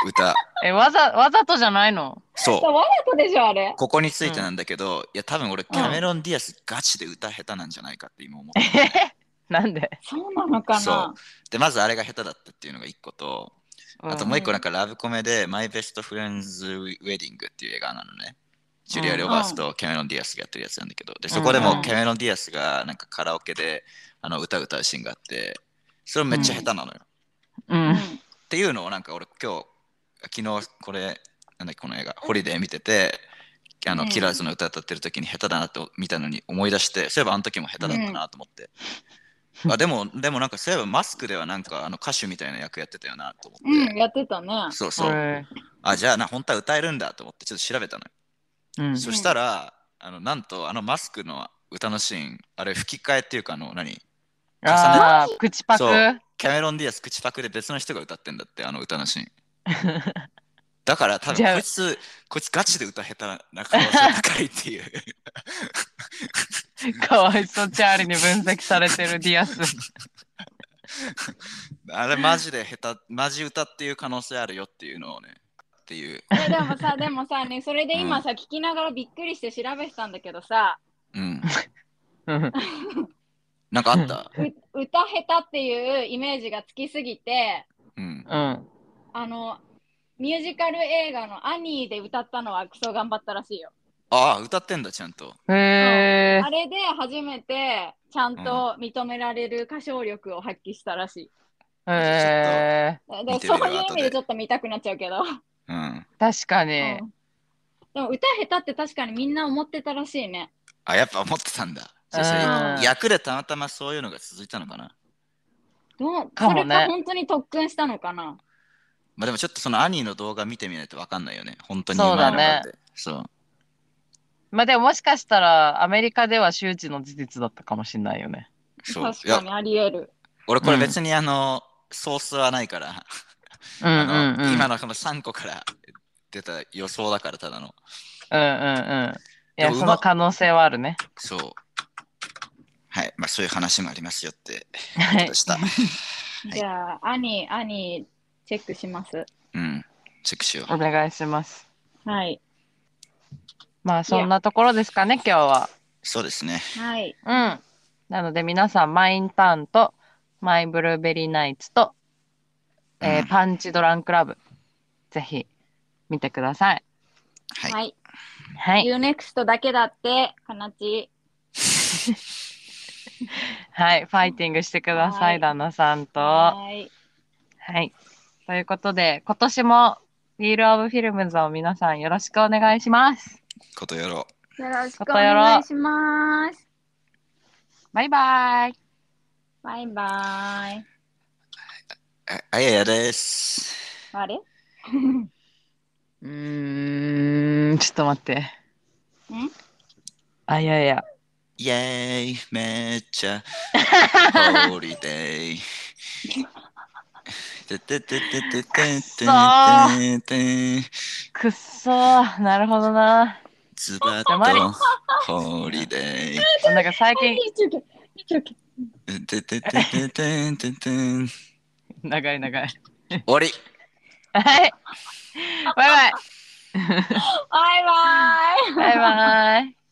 B: 歌。
C: え、わざ、わざとじゃないの
B: そう。
A: そうわざとでしょ、あれ。
B: ここについてなんだけど、いや多分俺キャメロン・ディアスガチで歌下手なんじゃないかって今思って、
C: なんで、
A: そうなのか
B: そう
A: な。
B: でまずあれが下手だったっていうのが一個と
C: うん
B: あともう一個なんかラブコメで「マイ・ベスト・フレンズ・ウェディング」っていう映画なのねジュリア・ロバースとキャメロン・ディアスがやってるやつなんだけどでそこで
A: う
B: も
A: ん
B: キャメロン・ディアスがなんかカラオケであの歌歌うシーンがあってそれめっちゃ下手なのよ、っ
C: う
A: うん
C: ん。
B: ていうのをなんか俺今日昨日これなんだっけこの映画「ホリデー」見ててあ
A: う
B: の
A: ん
B: キラーズの歌歌ってる時に下手だなと見たのに思い出してそういえばあの時も下手だったなと思って、あでもでもなんかそういえばマスクではなんかあの歌手みたいな役やってたよなと思
A: う
B: っ
A: ん、
B: て、
A: やってたね。
B: そうそう、
C: うん
B: あじゃあな本当は歌えるんだと思ってちょっと調べたのよ、
C: うん
B: そしたらあのなんとあのマスクの歌のシーンあれ吹き替えっていうかあの何
C: ああ、口パク。
B: そうキャメロン・ディアス口パクで別の人が歌ってんだってあの歌の シーンだから多
C: じゃ
B: 分こ
C: あ
B: いつこいつガチで歌下手な可能性高いっていう
C: かわいそう、チャーリーに分析されてるディアス。
B: あれマジで下手マジ歌っていう可能性あるよっていうのをねっていう。
A: えでもさ、でもさ、ね、それで今さ、聞きながらびっくりして調べてたんだけどさ、
B: うん。
C: うん
B: なんかあった
A: う歌下手っていうイメージがつきすぎて、
B: うん。
C: うん。
A: あの、ミュージカル映画のアニーで歌ったのはクソ頑張ったらしいよ。
B: ああ、歌ってんだ、ちゃんと。
C: へえ
A: あ。れで初めてちゃんと認められる歌唱力を発揮したらしい。
C: へえ。
A: で
B: 見てみ
A: そ
B: る
A: ういう意味
B: 後で
A: でちょっと見たくなっちゃうけど。
B: うん。
C: 確か
A: う
C: に。
A: んでも歌下手って確かにみんな思ってたらしいね。
B: あ、やっぱ思ってたんだ。じゃあ
C: うん
B: それ役でたまたまそういうのが続いたのかな。
A: どう
C: か
A: そ
C: もね
A: れか本当に特訓したのかな。
B: まあでもちょっとその兄の動画見てみないとわかんないよね。本当に
C: そうだ
B: う
C: ね
B: まいのかって。そう。
C: まあでももしかしたらアメリカでは周知の事実だったかもしれないよね。
B: そう。
A: 確
B: い
A: か
B: や
A: に、あり得る。
B: 俺これ別にあの、ソースはないから、
C: うんうん
B: あ
C: うん。
B: の今のこの3個から出た予想だから、ただの。
C: うんうんうん。い
B: で
C: や、
B: もうま
C: その可能性はあるね。
B: そう。はい。まあそういう話もありますよってこ
C: は
B: とでした。い
A: じゃあ、兄、兄、チェックします。
B: うん。チェックしよう。
C: お願いします。
A: はい。
C: まあそんなところですかね、今日は。
B: そうですね。
A: はい。
C: うん。なので皆さん、マインターンと、マイブルーベリーナイツと、えー
B: うん
C: パンチドランクラブ、ぜひ見てください。
B: はい。
A: はい。
C: はい。
A: UNEXT だけだって、かなち。
C: はい。ファイティングしてくださ
A: はい
C: い、旦那さんと。は
A: はい。
C: い。ということで、今年も、ビールオブフィルムズを皆さんよろしくお願いします。
B: ことやろう。
A: よろしくお
C: ことやろ
A: 願いします。
C: バイバイ。
A: バイバーイ。
B: ああややです。
A: あれん
C: うーん、ちょっと待って。あ、いやいや。
B: イェーイ、めっちゃ、ホーリデイ。ててててててて
C: くそー
B: てて
C: くっそー。なるほどな。
B: ズバッ
C: じゃあマリ
B: とホーリデイ。
C: なんか最近、
A: ちょけちょけ
B: てててててててん終
C: 長い長い。
B: わり
C: はい。バイバイ。
A: バイバーイ
C: バイバイ。